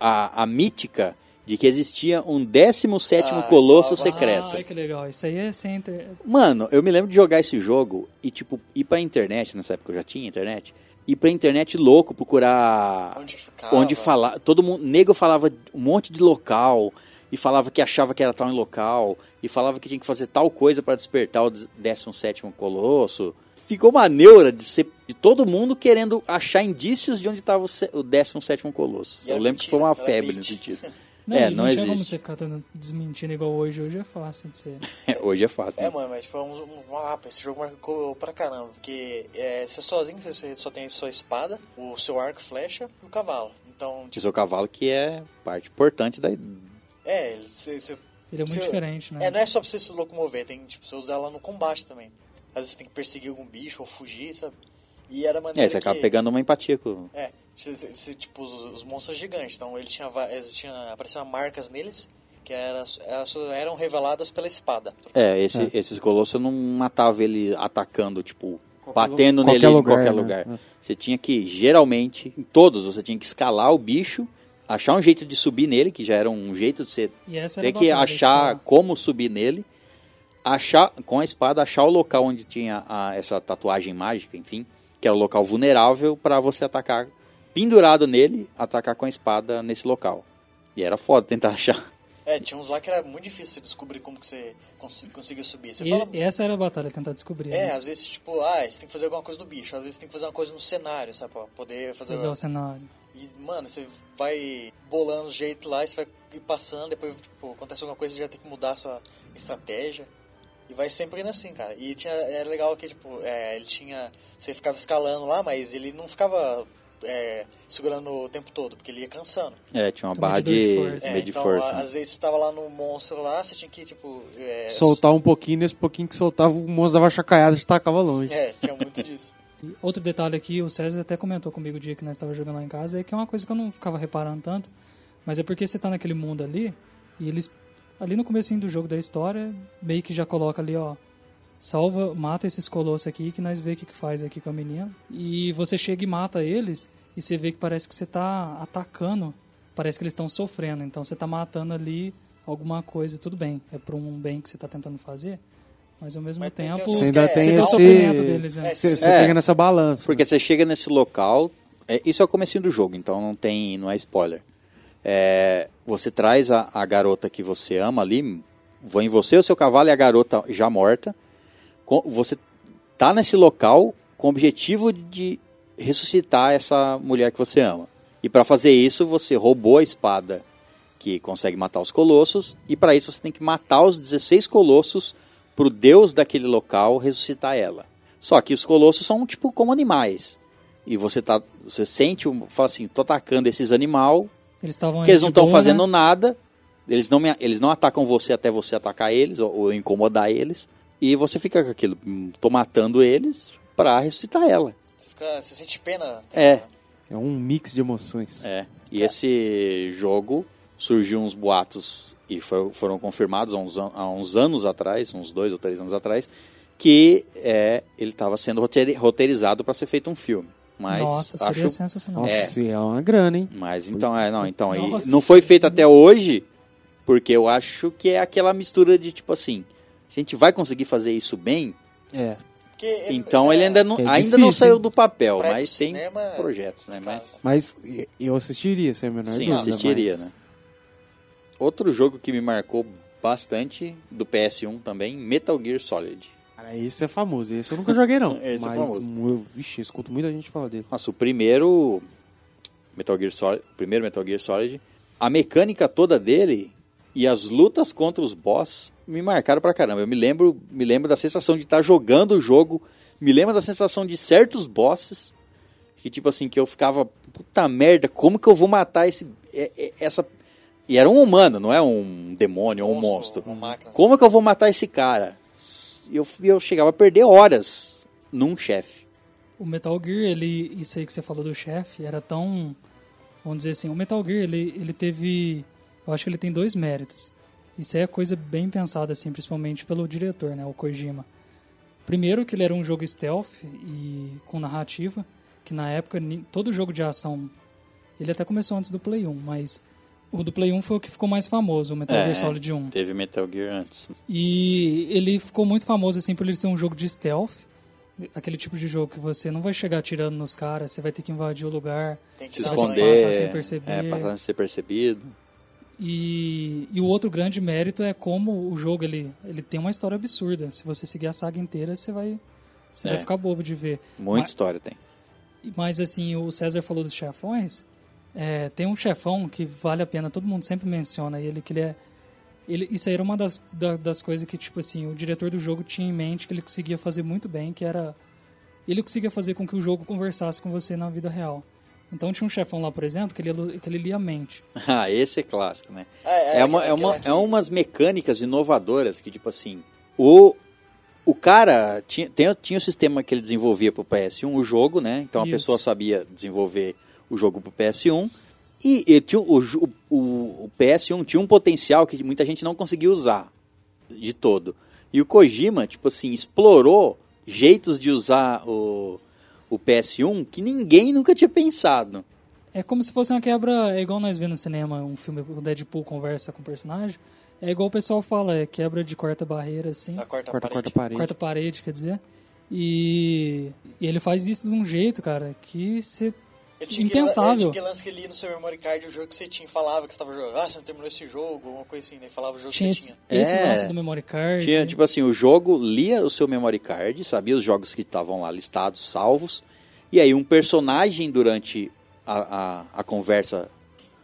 S1: a, a mítica de que existia um 17
S4: Ah,
S1: colosso
S4: isso é uma
S1: secreto.
S5: Ai, que legal. Isso aí é sem. inter-
S1: Mano, eu me lembro de jogar esse jogo e tipo ir pra internet, nessa época eu já tinha internet, ir pra internet louco procurar
S4: Onde que ficava?
S1: Ah, onde falar. Todo mundo. Nego falava um monte de local. E falava que achava que era tal em local. E falava que tinha que fazer tal coisa para despertar o 17 Colosso. Ficou uma neura de, ser, de todo mundo querendo achar indícios de onde estava o se- o 17 Colosso.
S4: E
S1: Eu
S4: era
S1: lembro que foi uma
S4: mentira, era
S1: febre nesse
S4: mentira.
S1: sentido.
S5: Não,
S1: é,
S5: e
S1: não,
S5: tinha como você
S1: existe.
S5: ficar tentando desmentindo igual hoje. Hoje é fácil de ser.
S1: Hoje é fácil.
S4: É,
S1: né?
S4: mano, mas tipo, é um, um, ah, pá, esse jogo marcou pra caramba. Porque é, você é sozinho, você só tem a sua espada, o seu arco, e flecha e o cavalo. Então,
S1: O
S4: tipo,
S1: seu cavalo que é parte importante da.
S4: é, ele- você. você-
S5: Ele é muito
S4: você-
S5: diferente, né?
S4: É, não é só pra você se locomover, tem, tipo, você usar ela no combate também. Às vezes você tem que perseguir algum bicho ou fugir, sabe? E era a maneira
S1: É, você acaba
S4: que-
S1: pegando uma empatia com.
S4: É, se- se- se, tipo, os, os monstros gigantes. Então, ele tinha, va- eles tinha apareciam marcas neles que era, elas só eram reveladas pela espada.
S1: É, esse, esses colossos eu não matava ele atacando, tipo, batendo
S3: qualquer
S1: nele
S3: lugar,
S1: em qualquer
S3: né?
S1: lugar.
S3: É.
S1: Você tinha que, geralmente, em todos, você tinha que escalar o bicho, achar um jeito de subir nele, que já era um jeito de você
S5: E essa
S1: ter
S5: era
S1: que
S5: bacana,
S1: achar
S5: isso, né?
S1: como subir nele, achar com a espada, achar o local onde tinha a- essa tatuagem mágica, enfim, que era o local vulnerável pra você atacar pendurado nele, atacar com a espada nesse local. E era foda tentar achar.
S4: É, tinha uns lá que era muito difícil você descobrir como que você consi- conseguia subir. Você
S5: E, é,
S4: fala...
S5: e essa era a batalha, tentar descobrir.
S4: É,
S5: né?
S4: às vezes, tipo, ah, você tem que fazer alguma coisa no bicho. Às vezes tem que fazer uma coisa no cenário, sabe? Pra poder fazer...
S5: Usar o cenário.
S4: E, mano, você vai bolando o jeito lá, e você vai ir passando, depois, tipo, acontece alguma coisa, você já tem que mudar a sua estratégia. E vai sempre indo assim, cara. E tinha, é legal que, tipo, é, ele tinha... Você ficava escalando lá, mas ele não ficava é, segurando o tempo todo, porque ele ia cansando. então,
S1: É, tinha uma
S5: Tem um
S1: barra de,
S5: medidor
S1: medidor
S5: de força.
S1: de
S5: É,
S1: força. né?
S4: a- às vezes você tava lá no monstro lá, você tinha que, tipo... é,
S3: Soltar um pouquinho, nesse pouquinho que soltava, o monstro dava chacaiada e tacava longe.
S4: É, tinha muito disso.
S5: E Outro detalhe aqui, o César até comentou comigo o dia que nós estávamos jogando lá em casa, é que é uma coisa que eu não ficava reparando tanto, mas é porque você tá naquele mundo ali, e eles, ali no comecinho do jogo da história, meio que já coloca ali, ó, salva, mata esses colossos aqui, que nós vê o que, que faz aqui com a menina. E você chega e mata eles, e você vê que parece que você tá atacando, parece que eles estão sofrendo, então você tá matando ali alguma coisa, tudo bem, é por um bem que você tá tentando fazer, mas ao mesmo
S4: Mas tem- tem
S5: tempo...
S4: uns
S3: Você
S4: que
S3: ainda
S4: é-
S3: tem
S5: você
S4: tá
S5: o
S3: esse...
S5: sofrimento deles, né?
S4: É,
S3: Você você
S1: É.
S3: pega nessa balança.
S1: Porque você chega nesse local, é, isso é o comecinho do jogo, então não tem, não é spoiler. É, você traz a, a garota que você ama ali, vem você, o seu cavalo e a garota já morta. Co- você tá nesse local com o objetivo de ressuscitar essa mulher que você ama. E para fazer isso, você roubou a espada que consegue matar os colossos, e para isso você tem que matar os 16 colossos pro deus daquele local ressuscitar ela. Só que os colossos são tipo como animais. E você tá, você sente, um- fala assim, tô atacando esses animal,
S5: Eles estavam
S1: porque eles não
S5: estão
S1: estão fazendo
S5: né?
S1: nada, eles não, me- eles não atacam você até você atacar eles ou, ou incomodar eles. E você fica com aquilo, "Hum, tô matando eles pra ressuscitar ela.
S4: Você, fica, você sente pena. tá
S1: É.
S3: É um mix de emoções.
S1: É. E esse jogo surgiu uns boatos e fo- foram confirmados há uns, an- há uns anos atrás, uns dois ou três anos atrás, que é, ele estava sendo roteiri- roteirizado para ser feito um filme. Mas
S5: Nossa, seria
S1: acho-
S5: sensacional.
S3: Nossa, é. uma grana, hein?
S1: Mas então é, não, então aí
S5: Nossa.
S1: não foi feito até hoje, porque eu acho que é aquela mistura de tipo assim, a gente vai conseguir fazer isso bem.
S3: É.
S4: Porque ele-
S1: Então
S4: é,
S1: ele ainda não,
S3: É
S1: ainda não
S3: difícil,
S1: saiu
S3: hein?
S1: do papel,
S4: pra ir
S1: mas
S4: pro
S1: tem
S4: cinema é
S1: projetos, né?
S4: complicado.
S1: Mas
S3: Mas eu assistiria, sem a menor
S1: sim,
S3: dúvida.
S1: assistiria,
S3: mas-
S1: né? Outro jogo que me marcou bastante do PS1 também, Metal Gear Solid.
S3: Cara, esse é famoso. Esse eu nunca joguei, não.
S1: Esse é
S3: Mas,
S1: famoso.
S3: Eu, vixe, eu escuto muita gente falar dele.
S1: Nossa, o primeiro Metal Gear Solid, o primeiro Metal Gear Solid, a mecânica toda dele e as lutas contra os boss me marcaram pra caramba. Eu me lembro, me lembro da sensação de estar jogando o jogo, me lembro da sensação de certos bosses que tipo assim que eu ficava puta merda, como que eu vou matar esse é- é- essa e era um humano, não é um demônio ou um monstro.
S4: Monstro, uma máquina.
S1: Como que eu vou matar esse cara? E eu, e eu chegava a perder horas num chefe.
S5: O Metal Gear, ele, isso aí que você falou do chefe, era tão. Vamos dizer assim, o Metal Gear, ele, ele teve. Eu acho que ele tem dois méritos. Isso aí é coisa bem pensada, assim, principalmente pelo diretor, né, o Kojima. Primeiro, que ele era um jogo stealth e com narrativa, que na época ni- todo jogo de ação. Ele até começou antes do Play 1, mas o do Play 1 foi o que ficou mais famoso, o Metal
S1: É,
S5: Gear Solid 1.
S1: Teve Metal Gear antes.
S5: E ele ficou muito famoso assim por ele ser um jogo de stealth, aquele tipo de jogo que você não vai chegar atirando nos caras, você vai ter que invadir o lugar.
S4: Tem que um
S1: se
S5: sabe,
S1: esconder,
S5: um, Passar sem perceber.
S1: é, passar sem ser percebido.
S5: E, e o outro grande mérito é como o jogo ele, ele tem uma história absurda. Se você seguir a saga inteira, você vai você
S1: É.
S5: vai ficar bobo de ver.
S1: Muita
S5: Mas-
S1: história tem.
S5: Mas assim, o César falou dos chefões. é, tem um chefão que vale a pena, todo mundo sempre menciona ele, que ele é. Ele, isso aí era uma das, da- das coisas que, tipo assim, o diretor do jogo tinha em mente que ele conseguia fazer muito bem, que era. Ele conseguia fazer com que o jogo conversasse com você na vida real. Então tinha um chefão lá, por exemplo, que ele, alu- que ele lia a mente.
S1: Ah, esse é clássico, né?
S4: Ah, é,
S1: É, uma,
S4: aquela-
S1: é, uma, é
S4: aquela-
S1: umas mecânicas inovadoras que, tipo assim, o, o cara tinha, tem- tinha o sistema que ele desenvolvia pro PS1, o jogo, né? Então a
S5: Isso.
S1: pessoa sabia desenvolver o jogo pro PS1. E, e tinha, o, jo- o, o PS1 tinha um potencial que muita gente não conseguia usar de todo. E o Kojima, tipo assim, explorou jeitos de usar o, o PS1 que ninguém nunca tinha pensado.
S5: É como se fosse uma quebra, é igual nós vemos no cinema, um filme que o Deadpool conversa com o personagem. É igual o pessoal fala, é quebra de quarta barreira, assim.
S4: da quarta,
S3: Quarta, quarta
S4: parede.
S3: parede.
S5: quarta parede, quer dizer. E, e ele faz isso de um jeito, cara, que você.
S4: Ele tinha
S5: Impensável.
S4: Que, ele tinha que lance que lia no seu memory card o jogo que você tinha e falava que você tava jogando. Ah, você não terminou esse jogo, alguma coisa assim, né? E Falava o jogo que
S5: Tinha
S4: você
S5: esse,
S4: tinha.
S5: esse
S1: É.
S5: lance do memory card.
S1: Tinha, tipo assim, o jogo lia o seu memory card, sabia os jogos que estavam lá listados, salvos, e aí um personagem durante a, a, a conversa,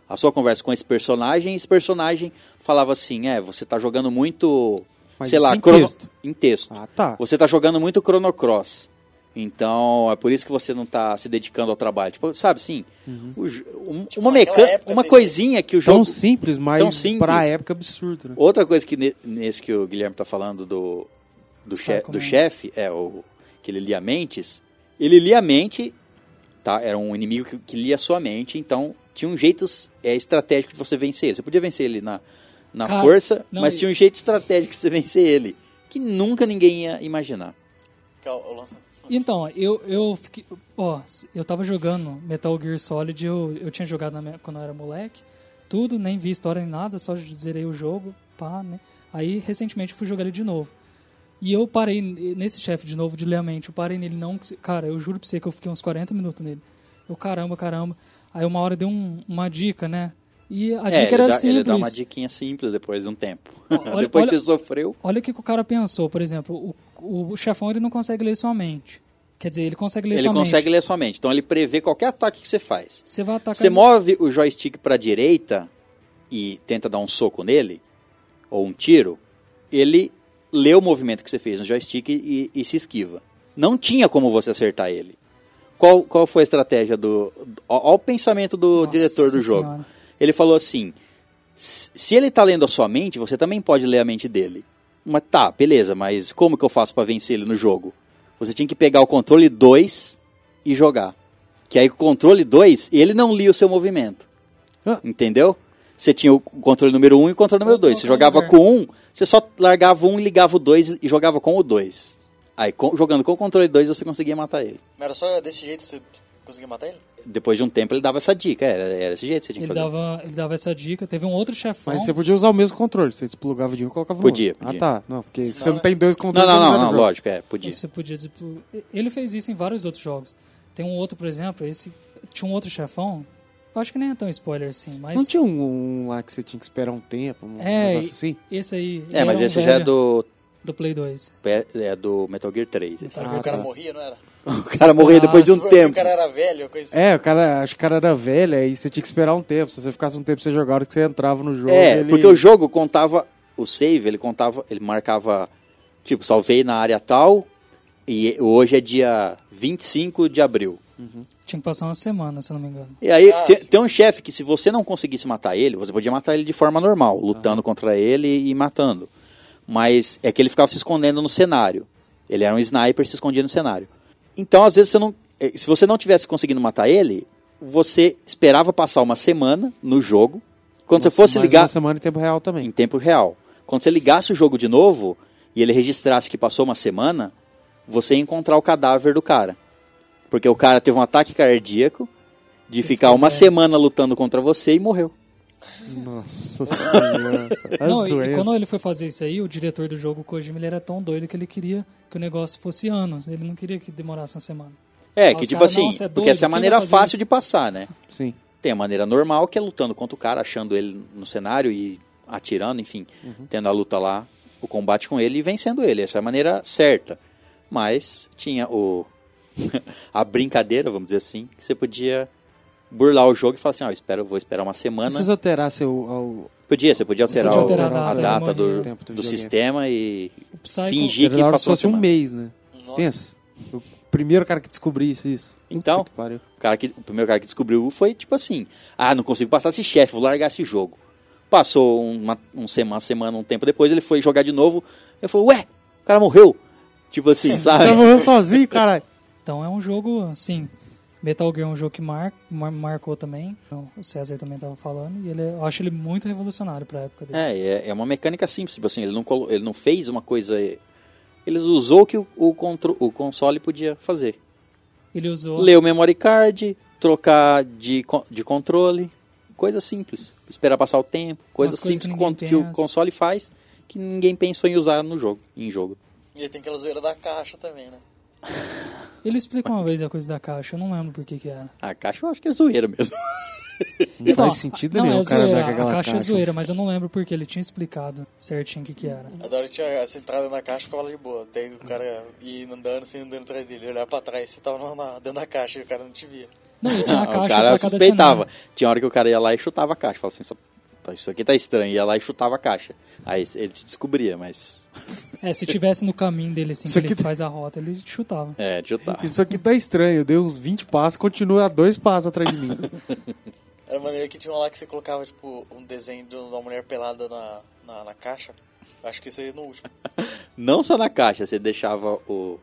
S1: a sua conversa com esse personagem, esse personagem falava assim, é, você tá jogando muito,
S3: Mas
S1: sei
S3: isso
S1: lá,
S3: em
S1: crono-
S3: texto.
S1: em texto.
S3: Ah, tá.
S1: Você tá jogando muito Chrono Cross. Então, é por isso que você não tá se dedicando ao trabalho. Tipo, sabe, sim,
S3: Uhum.
S1: o jo- um- uma
S4: Tipo, naquela
S1: mecânica,
S4: época
S1: uma
S4: desse-
S1: coisinha que o jogo...
S3: Tão simples, mas
S1: Tão simples.
S3: pra época absurdo, né?
S1: Outra coisa que ne- nesse que o Guilherme tá falando do, do, che-
S5: Psycho
S1: do
S5: Mantis.
S1: chefe, é o que ele lia mentes, ele lia a mente, tá? Era um inimigo que, que lia a sua mente, então tinha um jeito é, estratégico de você vencer ele. Você podia vencer ele na, na
S5: Cara,
S1: força,
S5: não,
S1: mas
S5: e-
S1: tinha um jeito estratégico de você vencer ele, que nunca ninguém ia imaginar.
S4: Que é o- o lance-
S5: Então, eu, eu fiquei. Ó, eu tava jogando Metal Gear Solid, eu, eu tinha jogado na minha- quando eu era moleque, tudo, nem vi história nem nada, só zerei o jogo, pá, né? Aí, recentemente, eu fui jogar ele de novo. E eu parei n- nesse chefe de novo de ler a mente, eu parei nele, não. Cara, eu juro pra você que eu fiquei uns 40 minutos nele. Eu, caramba, caramba. Aí uma hora deu um- uma dica, né? E a
S1: é, ele
S5: dica era
S1: dá,
S5: simples.
S1: ele dá uma diquinha simples depois de um tempo.
S5: Olha-
S1: depois que
S5: olha-
S1: você sofreu,
S5: Olha o que, que o cara pensou, por exemplo, o, o chefão ele não consegue ler sua mente. Quer dizer, ele consegue ler
S1: ele
S5: sua
S1: consegue
S5: mente.
S1: ler a sua mente. Então ele prevê qualquer ataque que você faz.
S5: Você vai atacar.
S1: Você move o joystick pra direita e tenta dar um soco nele, ou um tiro, ele lê o movimento que você fez no joystick e, e se esquiva. Não tinha como você acertar ele. Qual, qual foi a estratégia do. Olha o pensamento do
S5: Nossa
S1: diretor do jogo.
S5: Senhora.
S1: Ele falou assim: se se ele tá lendo a sua mente, você também pode ler a mente dele. Mas tá, beleza, mas como que eu faço pra vencer ele no jogo? Você tinha que pegar o controle 2 e jogar. Que aí com o controle 2, ele não lia o seu movimento.
S3: Ah.
S1: Entendeu? Você tinha o controle número 1 um e o controle número
S5: Ou
S1: 2. Você
S5: qualquer
S1: jogava
S5: lugar.
S1: com o 1, um, você só largava um, e ligava o 2 e jogava com o 2. Aí com- jogando com o controle 2 você conseguia matar ele.
S4: Mas era só desse jeito que você conseguia matar ele?
S1: Depois de um tempo ele dava essa dica, era, era esse jeito que você tinha que
S5: Ele
S1: fazer.
S5: dava, ele dava essa dica. Teve um outro chefão.
S3: Mas você podia usar o mesmo controle. Você desplugava de um e colocava no outro.
S1: Podia, podia.
S3: Ah, tá. Não, porque se você
S4: Não,
S3: não tem dois
S1: Não,
S3: controles...
S1: não,
S3: você
S1: não,
S3: vai no
S1: não,
S3: jogo.
S1: lógico, é, podia.
S5: Você podia desblo- Ele fez isso em vários outros jogos. Tem um outro, por exemplo, esse tinha um outro chefão. Eu acho que nem é tão spoiler assim, mas
S3: Não tinha um, um lá que você tinha que esperar um tempo, um
S5: É,
S3: negócio
S5: e-
S3: assim?
S5: esse aí. ele
S1: É, mas
S5: era um
S1: esse já é
S5: velho
S1: do,
S5: do Play 2.
S1: é do Metal Gear 3. esse.
S4: Era que
S3: Ah,
S4: o cara
S3: tá.
S4: morria, não era?
S1: O cara morria depois de um
S4: Porque O
S1: tempo.
S4: cara era velho, coisa assim.
S3: É, o cara, acho que o cara era velho, aí você tinha que esperar um tempo. Se você ficasse um tempo sem jogar, a hora que você entrava no jogo...
S1: É,
S3: ele-
S1: porque o jogo contava o save, ele contava, ele marcava, tipo, salvei na área tal e hoje é dia 25 de abril.
S5: Tinha que passar uma semana, se eu não me engano.
S1: E aí
S4: Ah,
S1: te-
S4: sim.
S1: tem um chefe que se você não conseguisse matar ele, você podia matar ele de forma normal, lutando contra ele e matando. Mas é que ele ficava se escondendo no cenário. Ele era um sniper se escondia no cenário. Então, às vezes, você não, eh, se você não tivesse conseguindo matar ele, você esperava passar uma semana no jogo. Quando você
S3: Nossa,
S1: fosse
S3: mais
S1: ligar,
S3: uma semana em tempo real também.
S1: em tempo real. Quando você ligasse o jogo de novo e ele registrasse que passou uma semana, você ia encontrar o cadáver do cara. Porque o cara teve um ataque cardíaco de ficar uma semana lutando contra você e morreu.
S3: Nossa senhora. As
S5: não, e- e,
S3: doenças.
S5: quando ele foi fazer isso aí, o diretor do jogo, o Kojima, ele era tão doido que ele queria que o negócio fosse anos. Ele não queria que demorasse uma semana.
S1: É,
S5: Ah,
S1: que
S5: os
S1: tipo
S5: cara,
S1: assim,
S5: nossa, é
S1: porque
S5: doido,
S1: essa é a
S5: quem
S1: maneira
S5: vai fazer
S1: fácil
S5: isso?
S1: de passar, né?
S3: Sim.
S1: Tem a maneira normal, que é lutando contra o cara, achando ele no cenário e atirando, enfim, tendo a luta lá, o combate com ele e vencendo ele. Essa é a maneira certa. Mas tinha o a brincadeira, vamos dizer assim, que você podia burlar o jogo e falar assim, ó, espero, vou esperar uma semana.
S3: Se vocês alterassem o... o-
S1: Podia, você podia alterar,
S5: podia
S1: o-
S5: alterar
S1: a,
S5: a data,
S1: data
S5: né,
S1: do,
S3: tempo do
S1: do
S3: videogame.
S1: sistema e
S5: O Psycho,
S1: fingir que
S3: Era hora se
S1: passou
S3: fosse
S1: uma
S3: um
S1: semana.
S3: mês, né?
S4: assim? Nossa.
S3: Pensa. O primeiro cara que descobrisse isso. Puta
S1: Então,
S3: que pariu.
S1: O, cara que, o primeiro cara que descobriu foi tipo assim: ah, não consigo passar esse chefe, vou largar esse jogo. Passou uma, um sema- uma semana, um tempo depois, ele foi jogar de novo. Ele falou: ué, o cara morreu. Tipo assim,
S3: O cara
S1: sabe?
S3: morreu sozinho, caralho.
S5: Então é um jogo, assim. Metal Gear é um jogo que mar, mar- marcou também. Então, O César também estava falando. E ele, eu acho ele muito revolucionário pra época dele.
S1: É, é, é uma mecânica simples. Tipo assim, ele não, colo- ele não fez uma coisa. Ele usou o que o, o, contro- o console podia fazer:
S5: Ele usou.
S1: ler o memory card, trocar de, con- de controle, coisa simples. Esperar passar o tempo, coisa
S5: Umas coisas
S1: simples
S5: que
S1: que, o
S5: ninguém
S1: con- que o
S5: pensa.
S1: console faz que ninguém pensou em usar no jogo, em jogo.
S4: E aí tem aquela zoeira da caixa também, né?
S5: Ele explicou uma vez a coisa da caixa, eu não lembro por que que era.
S1: A caixa eu acho que é zoeira mesmo.
S3: Não faz sentido
S5: não,
S3: nenhum
S5: é
S3: o cara
S5: zoeira,
S3: andar com aquela
S5: A caixa é zoeira, mas eu não lembro porque ele tinha explicado certinho o que que era.
S4: A Dora tinha essa entrada na caixa ficava lá de boa. Daí o cara ia andando, você ia andando atrás dele. Ele olhava pra trás, você tava na- na- dentro da caixa e o cara não te via.
S5: Não, ele tinha a
S1: Ah,
S5: caixa
S1: o cara
S5: pra cada né?
S1: suspeitava.
S5: semana.
S1: Tinha hora que o cara ia lá e chutava a caixa. Falava assim, "Isso- tá, isso aqui tá estranho. Ia lá e chutava a caixa. Aí ele te descobria, mas...
S5: É, se tivesse no caminho dele, assim,
S3: Isso
S5: que ele
S3: aqui tá-
S5: faz a rota, ele chutava.
S1: É, de chutar.
S3: Isso aqui tá estranho. Eu dei uns 20 passos, continua a dois passos atrás de mim.
S4: Era a maneira que tinha uma lá que você colocava, tipo, um desenho de uma mulher pelada na, na, na caixa. Acho que isso aí é no último.
S1: Não só na caixa. Você deixava o-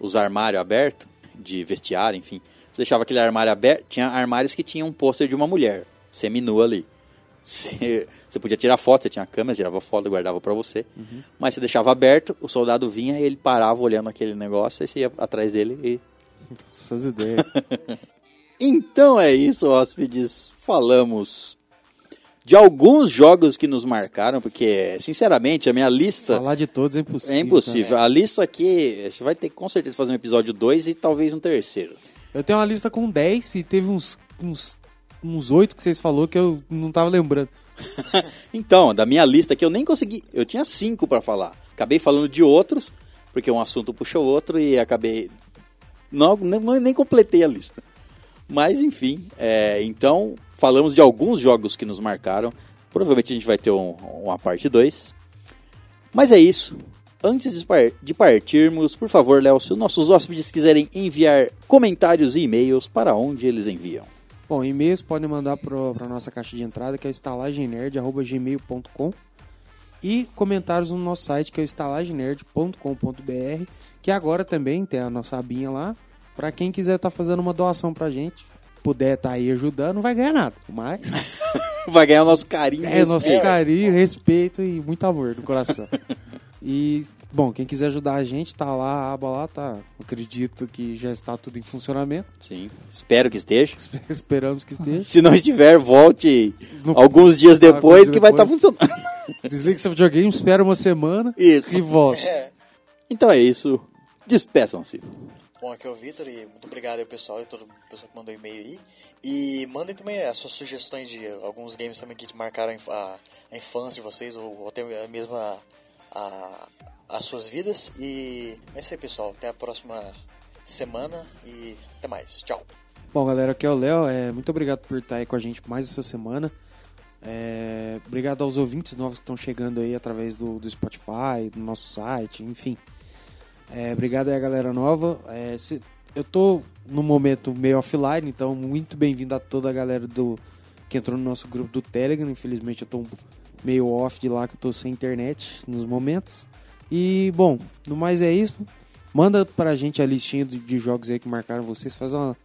S1: os armários abertos, de vestiário, enfim. Você deixava aquele armário aberto. Tinha armários que tinham um pôster de uma mulher, seminua ali. Você, você podia tirar foto, você tinha a câmera, tirava foto, guardava pra você.
S5: Uhum.
S1: Mas você deixava aberto, o soldado vinha e ele parava olhando aquele negócio. Aí você ia atrás dele e
S3: Essas ideias.
S1: Então é isso, hóspedes. Falamos de alguns jogos que nos marcaram, porque, sinceramente, a minha lista
S3: Falar de todos é impossível.
S1: é impossível. A lista aqui, a gente vai ter que, com certeza fazer um episódio 2 e talvez um terceiro.
S3: cara. Eu tenho uma lista com 10 e teve uns, uns, uns 8 que vocês falaram que eu não tava lembrando.
S1: Então, da minha lista aqui, eu nem consegui. Eu tinha cinco pra falar. Acabei falando de outros, porque um assunto puxou o outro e acabei. Não, nem, nem completei a lista. Mas, enfim, é, então, falamos de alguns jogos que nos marcaram. Provavelmente a gente vai ter um- uma parte 2. Mas é isso. Antes de par- de partirmos, por favor, Léo, se os nossos hóspedes quiserem enviar comentários e e-mails, para onde eles enviam?
S3: Bom, e-mails podem mandar para a nossa caixa de entrada, que é estalagemnerd.gmail.com. e comentários no nosso site, que é o estalagenerd.com.br, que agora também tem a nossa abinha lá. Pra quem quiser estar fazendo uma doação pra gente, puder estar aí ajudando, não vai ganhar nada, mas
S1: Vai ganhar o nosso carinho.
S3: é nosso
S1: respeito.
S3: carinho, respeito e muito amor no coração. E, bom, quem quiser ajudar a gente, tá lá, a aba lá, tá. Acredito que já está tudo em funcionamento.
S1: Sim, espero que esteja.
S3: Esperamos que esteja.
S1: Se não estiver, volte
S3: No-
S1: alguns dias depois
S3: Alguns dias
S1: que vai estar
S3: depois.
S1: funcionando.
S3: Desliga seu videogame, espera uma semana
S1: Isso.
S3: e volta.
S4: É.
S1: Então é isso. Despeçam-se.
S4: Bom, aqui é o Vitor e muito obrigado aí, pessoal, e todo o pessoal que mandou e-mail aí. E mandem também as suas sugestões de alguns games também que marcaram a inf- a, a infância de vocês, ou, ou até mesmo a, a- as suas vidas. E é isso aí, pessoal. Até a próxima semana e até mais. Tchau.
S3: Bom, galera, aqui é o Léo. É, muito obrigado por estar aí com a gente mais essa semana. É, obrigado aos ouvintes novos que estão chegando aí através do, do Spotify, do nosso site, enfim. É, obrigado aí a galera nova. É, se- eu tô no momento meio offline, então muito bem-vindo a toda a galera do que entrou no nosso grupo do Telegram. Infelizmente eu tô um- meio off de lá, que eu tô sem internet nos momentos. E, bom, no mais é isso. Manda pra gente a listinha de, de jogos aí que marcaram vocês. Faz uma,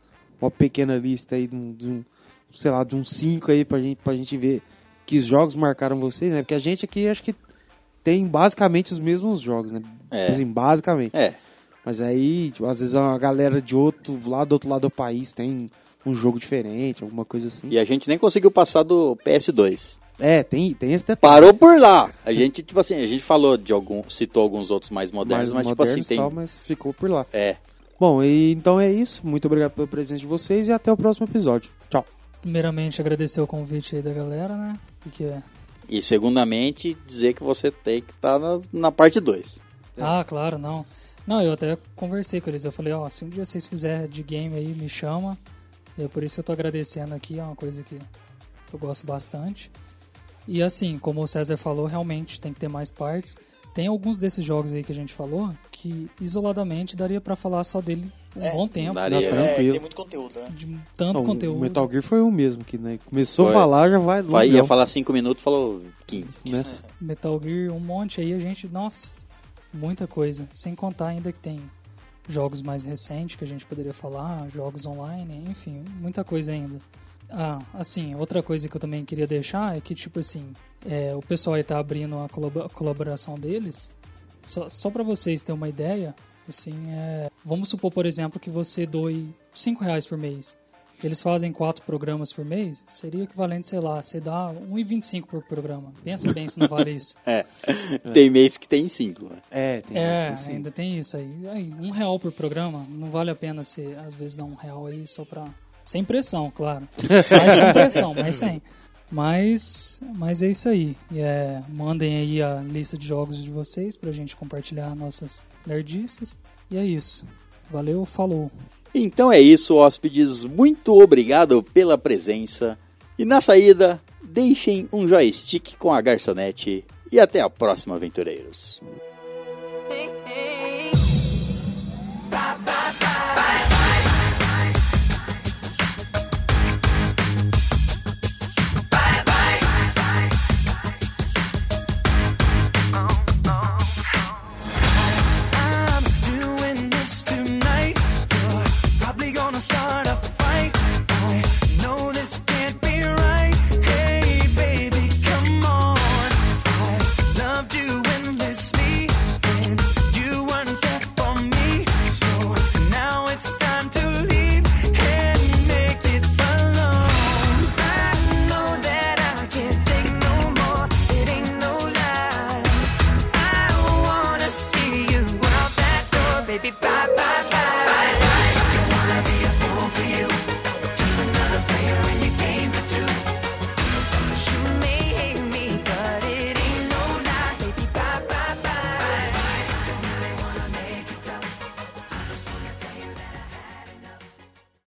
S3: uma pequena lista aí de um, de um- sei lá, de uns 5 aí pra gente, pra gente ver que jogos marcaram vocês, né? Porque a gente aqui acho que tem basicamente os mesmos jogos, né?
S1: É.
S3: Assim, basicamente.
S1: É,
S3: Mas aí, tipo, às vezes a galera de outro, lá do outro lado do país tem um jogo diferente, alguma coisa assim.
S1: e a gente nem conseguiu passar do PS2.
S3: É, tem, tem esse detalhe.
S1: Parou por lá. A gente, tipo assim, a gente falou de algum. citou alguns outros mais modernos, mas tipo assim,
S3: e
S1: tem.
S3: tal, mas ficou por lá.
S1: É.
S3: Bom, e então é isso. Muito obrigado pela presença de vocês e até o próximo episódio. Tchau.
S5: Primeiramente, agradecer o convite aí da galera, né? Porque...
S1: E segundamente, dizer que você tem que estar na, na parte 2.
S3: Então,
S5: Ah, claro, não. Não, eu até conversei com eles. Eu falei, ó, se um dia vocês fizerem de game aí, me chama. E é por isso que eu tô agradecendo aqui, é uma coisa que eu gosto bastante. E assim, como o César falou, realmente tem que ter mais partes. Tem alguns desses jogos aí que a gente falou que isoladamente daria pra falar só dele um
S4: É,
S5: bom tempo.
S1: Daria.
S3: Não,
S4: É,
S3: tranquilo.
S4: tem muito conteúdo, né?
S5: De tanto
S3: Não,
S5: conteúdo.
S3: O Metal Gear foi o mesmo que né, começou a
S1: Foi.
S3: falar, já vai né?
S1: Vai,
S3: longão,
S1: ia falar 5 minutos, falou 15.
S3: né?
S5: Metal Gear, um monte aí, a gente, nossa, muita coisa. Sem contar ainda que tem jogos mais recentes que a gente poderia falar, jogos online, enfim, muita coisa ainda. Ah, assim, outra coisa que eu também queria deixar é que, tipo assim, é, o pessoal aí tá abrindo a colabo- a colaboração deles. Só, só para vocês terem uma ideia, assim, é, vamos supor, por exemplo, que você doe 5 reais por mês. Eles fazem quatro programas por mês, seria o equivalente, sei lá, você dá 1,25 por programa. Pensa bem se não vale isso.
S1: É. Tem mês que tem 5.
S3: É, tem
S5: É,
S3: bastante, sim.
S5: ainda tem isso aí. aí. Um real por programa, não vale a pena você, às vezes, dar um real aí só pra. Sem pressão, claro. Mais com pressão, mas sem. Mas, mas é isso aí. E é, mandem aí a lista de jogos de vocês pra gente compartilhar nossas nerdices. E é isso. Valeu, falou.
S1: Então é isso, hóspedes. Muito obrigado pela presença. E na saída, deixem um joystick com a garçonete. E até a próxima, aventureiros.